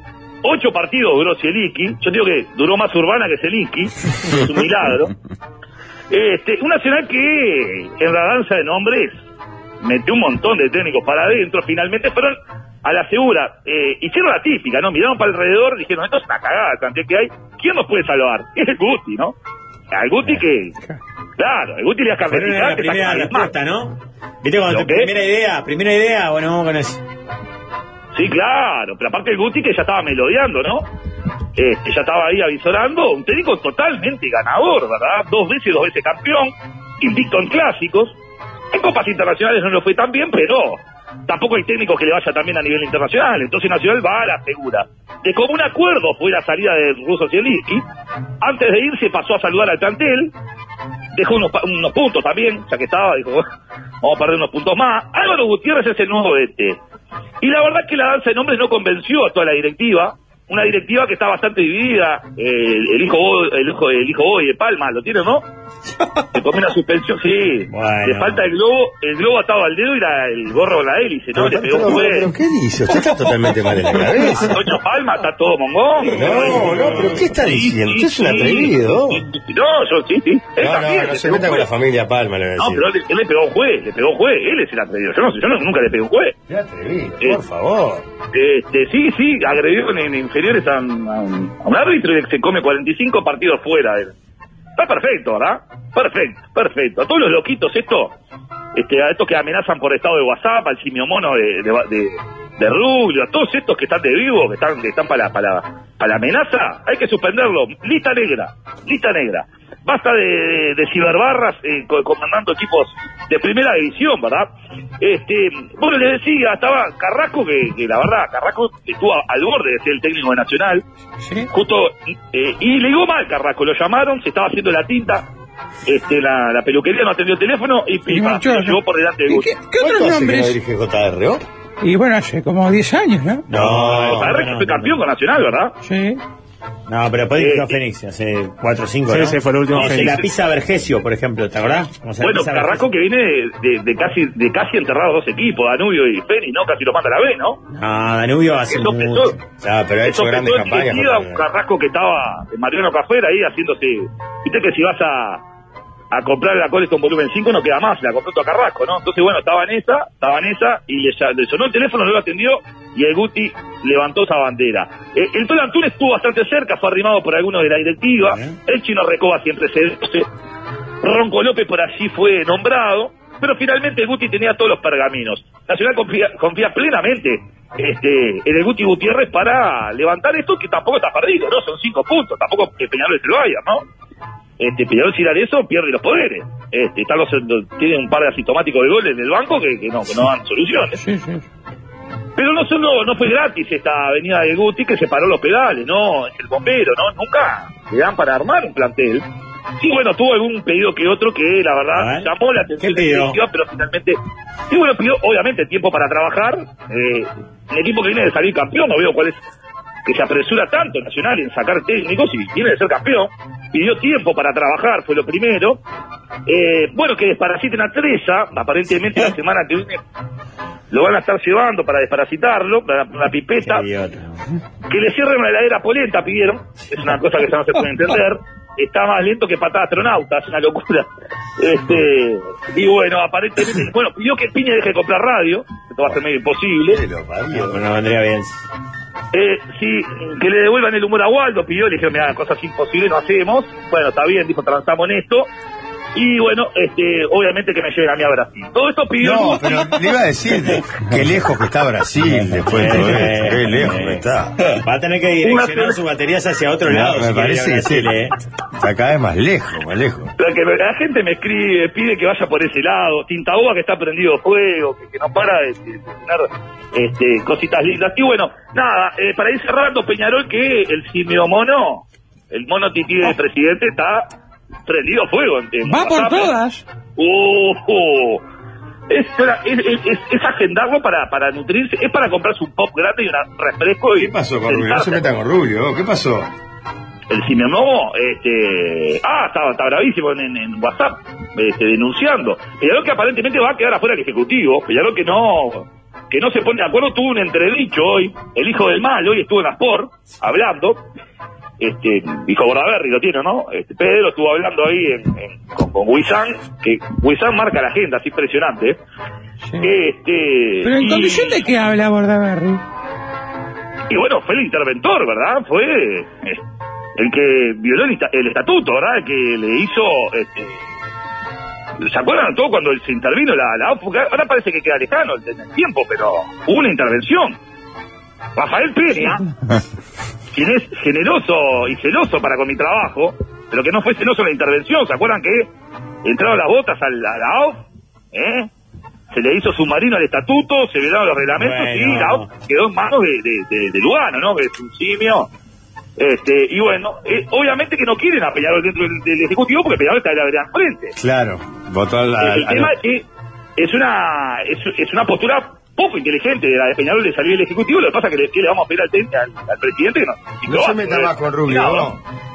Speaker 14: Ocho partidos duró Zielinski. Yo digo que duró más Urbana que Zielinski. es un milagro. Este, un nacional que en la danza de nombres metió un montón de técnicos para adentro. Finalmente fueron a la segura. Eh, hicieron la típica, ¿no? Miraron para alrededor y dijeron, esto es una cagada, la cantidad que hay. ¿Quién nos puede salvar? Es el Guti, ¿no? Al Guti que... Claro, el Guti le ha
Speaker 7: Fueron a la primera respuesta, ¿no? Viste
Speaker 14: ¿Lo
Speaker 7: cuando tu
Speaker 14: qué?
Speaker 7: primera idea, primera idea, bueno, vamos con eso.
Speaker 14: Sí, claro, pero aparte el Guti que ya estaba melodeando, ¿no? Este, ya estaba ahí avisorando, un técnico totalmente ganador, ¿verdad? Dos veces, dos veces campeón, invicto en clásicos. En copas internacionales no lo fue tan bien, pero tampoco hay técnicos que le vaya tan bien a nivel internacional. Entonces Nacional va a la segura. De común acuerdo fue la salida de Russo Zielinski. Antes de irse pasó a saludar al plantel. Dejó unos, pa- unos puntos también, ya que estaba, dijo, vamos a perder unos puntos más. Álvaro Gutiérrez es el nuevo DT. Y la verdad es que la danza de nombres no convenció a toda la directiva. Una directiva que está bastante dividida. Eh, el hijo Bo- el hijo el hijo Boy de Palma, ¿lo tiene no? Se comió una suspensión, sí. Le falta el globo, el globo atado al dedo y la- el gorro con la hélice, ¿no? Le pegó
Speaker 4: Pero,
Speaker 14: un
Speaker 4: pero, ¿qué dice? Usted está totalmente mal de la cabeza.
Speaker 14: Antonio Palma está todo mongón.
Speaker 4: No, no, pero ¿qué está diciendo? Usted es un atrevido.
Speaker 14: No, yo sí, sí. Él
Speaker 4: No,
Speaker 14: también,
Speaker 4: no, no
Speaker 14: le
Speaker 4: se
Speaker 14: pegó
Speaker 4: meta
Speaker 14: un
Speaker 4: con la
Speaker 14: juez.
Speaker 4: familia Palma, le voy a
Speaker 14: No,
Speaker 4: decir.
Speaker 14: pero él, él le pegó a un juez, le pegó a un juez, él es el atrevido. Yo, no, yo no- nunca le pegué a un juez.
Speaker 4: Qué atrevido, por favor.
Speaker 14: Este, sí, sí, agredió en, en inferiores a, un- a un a un árbitro y se come 45 partidos fuera. él. Está perfecto, ¿verdad? Perfecto, perfecto. A todos los loquitos esto, este, a estos que amenazan por estado de WhatsApp, al simio mono de, de, de- de Rubio, a todos estos que están de vivo, que están, que están para, para, para la amenaza, hay que suspenderlo. Lista negra, lista negra. Basta de, de- de ciberbarras eh, co- comandando equipos de primera división, ¿verdad? Este, bueno, les decía, estaba Carrasco, que, que la verdad, Carrasco estuvo a- al borde de ser el técnico de Nacional. Justo, eh, y le digo mal Carrasco, lo llamaron, se estaba haciendo la tinta, este, la, la peluquería no atendió el teléfono y, y pa,
Speaker 12: mucho,
Speaker 14: se lo
Speaker 12: ¿no?
Speaker 14: llevó por delante de
Speaker 12: ¿Y
Speaker 14: Guti.
Speaker 12: qué- qué otros
Speaker 14: ¿Cuánto hace que
Speaker 12: nombres?
Speaker 4: ¿Dirige JRO?
Speaker 12: Y bueno, hace como 10 años, ¿no?
Speaker 14: No, el Carrasco fue campeón con Nacional, ¿verdad?
Speaker 12: Sí.
Speaker 7: No, pero después dirigió a Fénix hace 4 o 5
Speaker 14: Sí,
Speaker 7: ¿no?
Speaker 14: ese fue el último
Speaker 7: Como se
Speaker 14: Fénix.
Speaker 7: la pisa Vergesio, por ejemplo, ¿te acordás? Como se la
Speaker 14: Bueno,
Speaker 7: pisa
Speaker 14: Carrasco que viene de, de- de casi de casi enterrados dos equipos, Danubio y Fénix, ¿no? Casi lo manda a la B, ¿no?
Speaker 7: Vergesio. No, Danubio hace
Speaker 14: Eso
Speaker 7: mucho.
Speaker 4: Ah, pero ha hecho
Speaker 14: Eso
Speaker 4: grandes
Speaker 14: empezó en
Speaker 4: campañas.
Speaker 14: Chesida,
Speaker 4: con
Speaker 14: un
Speaker 4: Palma.
Speaker 14: Carrasco que estaba en Mariano Cafera ahí haciéndose... Viste que si vas a, a comprar la Coleton Volumen 5 no queda más, la compró todo a Carrasco, ¿no? Entonces, bueno, estaba en esa, estaba en esa, y le, ya- le sonó el teléfono, no lo atendió, y el Guti levantó esa bandera. Eh, el Tolan Antunes estuvo bastante cerca, fue arrimado por algunos de la directiva, el chino Recoba siempre se... se- Ronco López por allí fue nombrado, pero finalmente el Guti tenía todos los pergaminos. Nacional confía, confía plenamente este, en el Guti Gutiérrez para levantar esto que tampoco está perdido, ¿no? Son cinco puntos, tampoco que Peñarol se lo vaya, ¿no? Este, Peñarol si da eso pierde los poderes. Este, están los, tiene un par de asintomáticos de goles en el banco que, que no, que no dan soluciones. Pero no solo no fue gratis esta avenida de Guti que se paró los pedales, no, es el bombero, no, nunca le dan para armar un plantel. Sí, bueno, tuvo algún pedido que otro que la verdad llamó la atención, de la
Speaker 7: pidió?
Speaker 14: directiva, pero finalmente, sí, bueno, pidió obviamente tiempo para trabajar. Eh, un equipo que viene de salir campeón, no veo cuál es que se apresura tanto Nacional en sacar técnicos y tiene de ser campeón. Pidió tiempo para trabajar, fue lo primero. Eh, bueno, que desparasiten a Treza, aparentemente la semana que viene lo van a estar llevando para desparasitarlo, para la pipeta. Que le cierren la heladera polenta, pidieron. Es una cosa que ya no se puede entender. está más lento que patada astronauta, es una locura. Este, y bueno, aparentemente, bueno, pidió que Piña deje de comprar radio, esto va a ser medio imposible.
Speaker 7: No, pero no vendría bien.
Speaker 14: Eh, sí, que le devuelvan el humor a Waldo, pidió, le dijeron, mira, cosas imposibles no hacemos. Bueno, está bien, dijo, transamos en esto. Y bueno, este, obviamente que me lleven a mí a Brasil. Todo esto pidió...
Speaker 4: No, pero le iba a decir qué lejos que está Brasil después de todo esto, qué lejos que está.
Speaker 7: Va a tener que direccionar sus baterías hacia otro
Speaker 4: No,
Speaker 7: lado.
Speaker 4: me
Speaker 7: si quiere ir a
Speaker 4: parece que sí.
Speaker 7: Brasil, ¿eh?
Speaker 4: Está cada vez más lejos, más lejos.
Speaker 14: La, que me- la gente me escribe, pide que vaya por ese lado. Tintaboa que está prendido fuego, que, que no para de, de- de tener este, cositas lindas. Y bueno, nada, eh, para ir cerrando, Peñarol, que el simio mono, el mono tití del presidente, está prendido fuego. entiendo.
Speaker 12: Va por
Speaker 14: Está-
Speaker 12: todas.
Speaker 14: ¡Ojo! Es, para- es, es- es- es agendarlo para, para nutrirse, es para comprarse un pop grande y un refresco. ¿Qué
Speaker 4: pasó con Rubio? No se meta con Rubio, ¿qué pasó?
Speaker 14: el Simeonomo, este, ah, estaba, está bravísimo en, en- en WhatsApp, este, denunciando. Peñarol que aparentemente va a quedar afuera del Ejecutivo, Peñarol que no, que no se pone de acuerdo, tuvo un entredicho hoy, el hijo del mal, hoy estuvo en Aspor, hablando, este, hijo Bordaberry lo tiene, ¿no? Este, Pedro estuvo hablando ahí en- en- con, con Wisan, que Wisan marca la agenda, es impresionante. ¿eh? Este,
Speaker 12: Pero en
Speaker 14: y-
Speaker 12: condición de que habla Bordaberry.
Speaker 14: y bueno, fue el interventor, ¿verdad? Fue eh, el que violó el, esta- el estatuto, ¿verdad? El que le hizo... Este, ¿Se acuerdan todo cuando se intervino la, la OPU? Ahora parece que queda lejano en el tiempo, pero hubo una intervención. Rafael Peña, quien es generoso y celoso para con mi trabajo, pero que no fue celoso en la intervención, ¿se acuerdan que entraron las botas al- a la, AOF? ¿Eh? Se le hizo submarino al estatuto, se violaron los reglamentos y
Speaker 7: Bueno.
Speaker 14: la AOF quedó en manos de, de- de- de Lugano, ¿no? Que es un simio. Este, y bueno, eh, obviamente que no quieren a Peñarol dentro del, del Ejecutivo porque Peñarol está de la vereda enfrente.
Speaker 4: Claro, votó al...
Speaker 14: El,
Speaker 4: al-
Speaker 14: el
Speaker 4: al-
Speaker 14: tema es que es una, es, es una postura poco inteligente de la de Peñarol de salir del Ejecutivo. Lo que pasa es que le, que le vamos a pedir al, te- al- al presidente que no. que
Speaker 4: No
Speaker 14: lo
Speaker 4: se
Speaker 14: haga,
Speaker 4: meta
Speaker 14: ¿no?
Speaker 4: más con Rubio,
Speaker 14: Claro.
Speaker 4: no.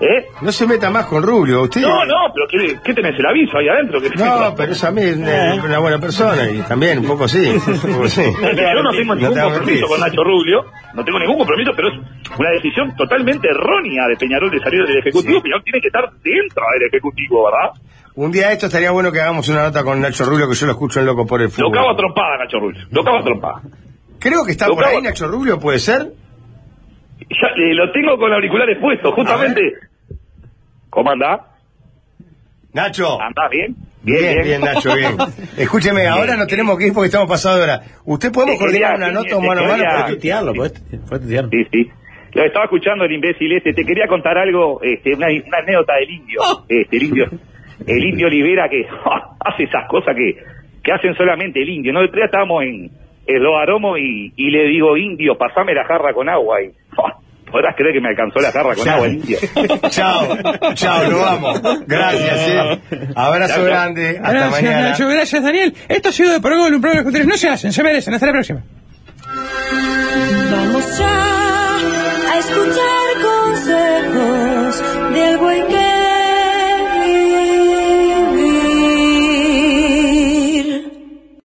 Speaker 14: ¿Eh?
Speaker 4: No se meta más con Rubio, usted...
Speaker 14: No, no, pero ¿qué, qué tenés? ¿El aviso ahí adentro? ¿Qué Eh.
Speaker 4: No, pero es a mí es una, una buena persona y también un poco sí. un poco sí.
Speaker 14: Yo no tengo ningún
Speaker 4: te hago
Speaker 14: compromiso
Speaker 4: mentir.
Speaker 14: con Nacho Rubio, no tengo ningún compromiso, pero es una decisión totalmente errónea de Peñarol de salir del Ejecutivo. Peñarol tiene que estar dentro del Ejecutivo, ¿verdad?
Speaker 4: Un día de esto estaría bueno que hagamos una nota con Nacho Rubio, que yo lo escucho en Loco por el
Speaker 14: Lo
Speaker 4: Fútbol.
Speaker 14: cago a trompada, Nacho Rubio. Lo cago a trompada.
Speaker 4: Creo que está
Speaker 14: Lo
Speaker 4: por
Speaker 14: cago-
Speaker 4: ahí Nacho Rubio, ¿puede ser?
Speaker 14: Ya, eh, lo tengo con auriculares puestos, justamente. ¿Cómo andás?
Speaker 4: Nacho.
Speaker 14: ¿Andás bien?
Speaker 4: Bien, bien,
Speaker 14: Ah, bien.
Speaker 4: Nacho, bien. Escúcheme,
Speaker 14: Bien.
Speaker 4: ahora nos tenemos que ir porque estamos pasados ahora. ¿Usted podemos
Speaker 14: Te quería-
Speaker 4: coordinar una nota o
Speaker 14: te
Speaker 4: mano a mano?
Speaker 14: quería-
Speaker 4: Porque- pues,
Speaker 14: Sí, sí. Lo estaba escuchando el imbécil este. Te quería contar algo, este, una, una anécdota del indio.
Speaker 4: Oh.
Speaker 14: Este, el indio. El indio Olivera que hace esas cosas que, que hacen solamente el indio. No, el otro día estábamos en el Aromo y, y le digo, indio, pasame la jarra con agua. Y, podrás creer que me alcanzó la jarra con
Speaker 4: Ya.
Speaker 14: agua el indio.
Speaker 4: Chao, chao, lo vamos. Gracias, eh. Abrazo
Speaker 14: Chao, chao.
Speaker 4: grande, hasta
Speaker 12: Gracias,
Speaker 4: mañana.
Speaker 12: Nacho. Gracias, Daniel. Esto ha sido de Progol, un programa de Juteles. No se hacen, se merecen. Hasta la próxima.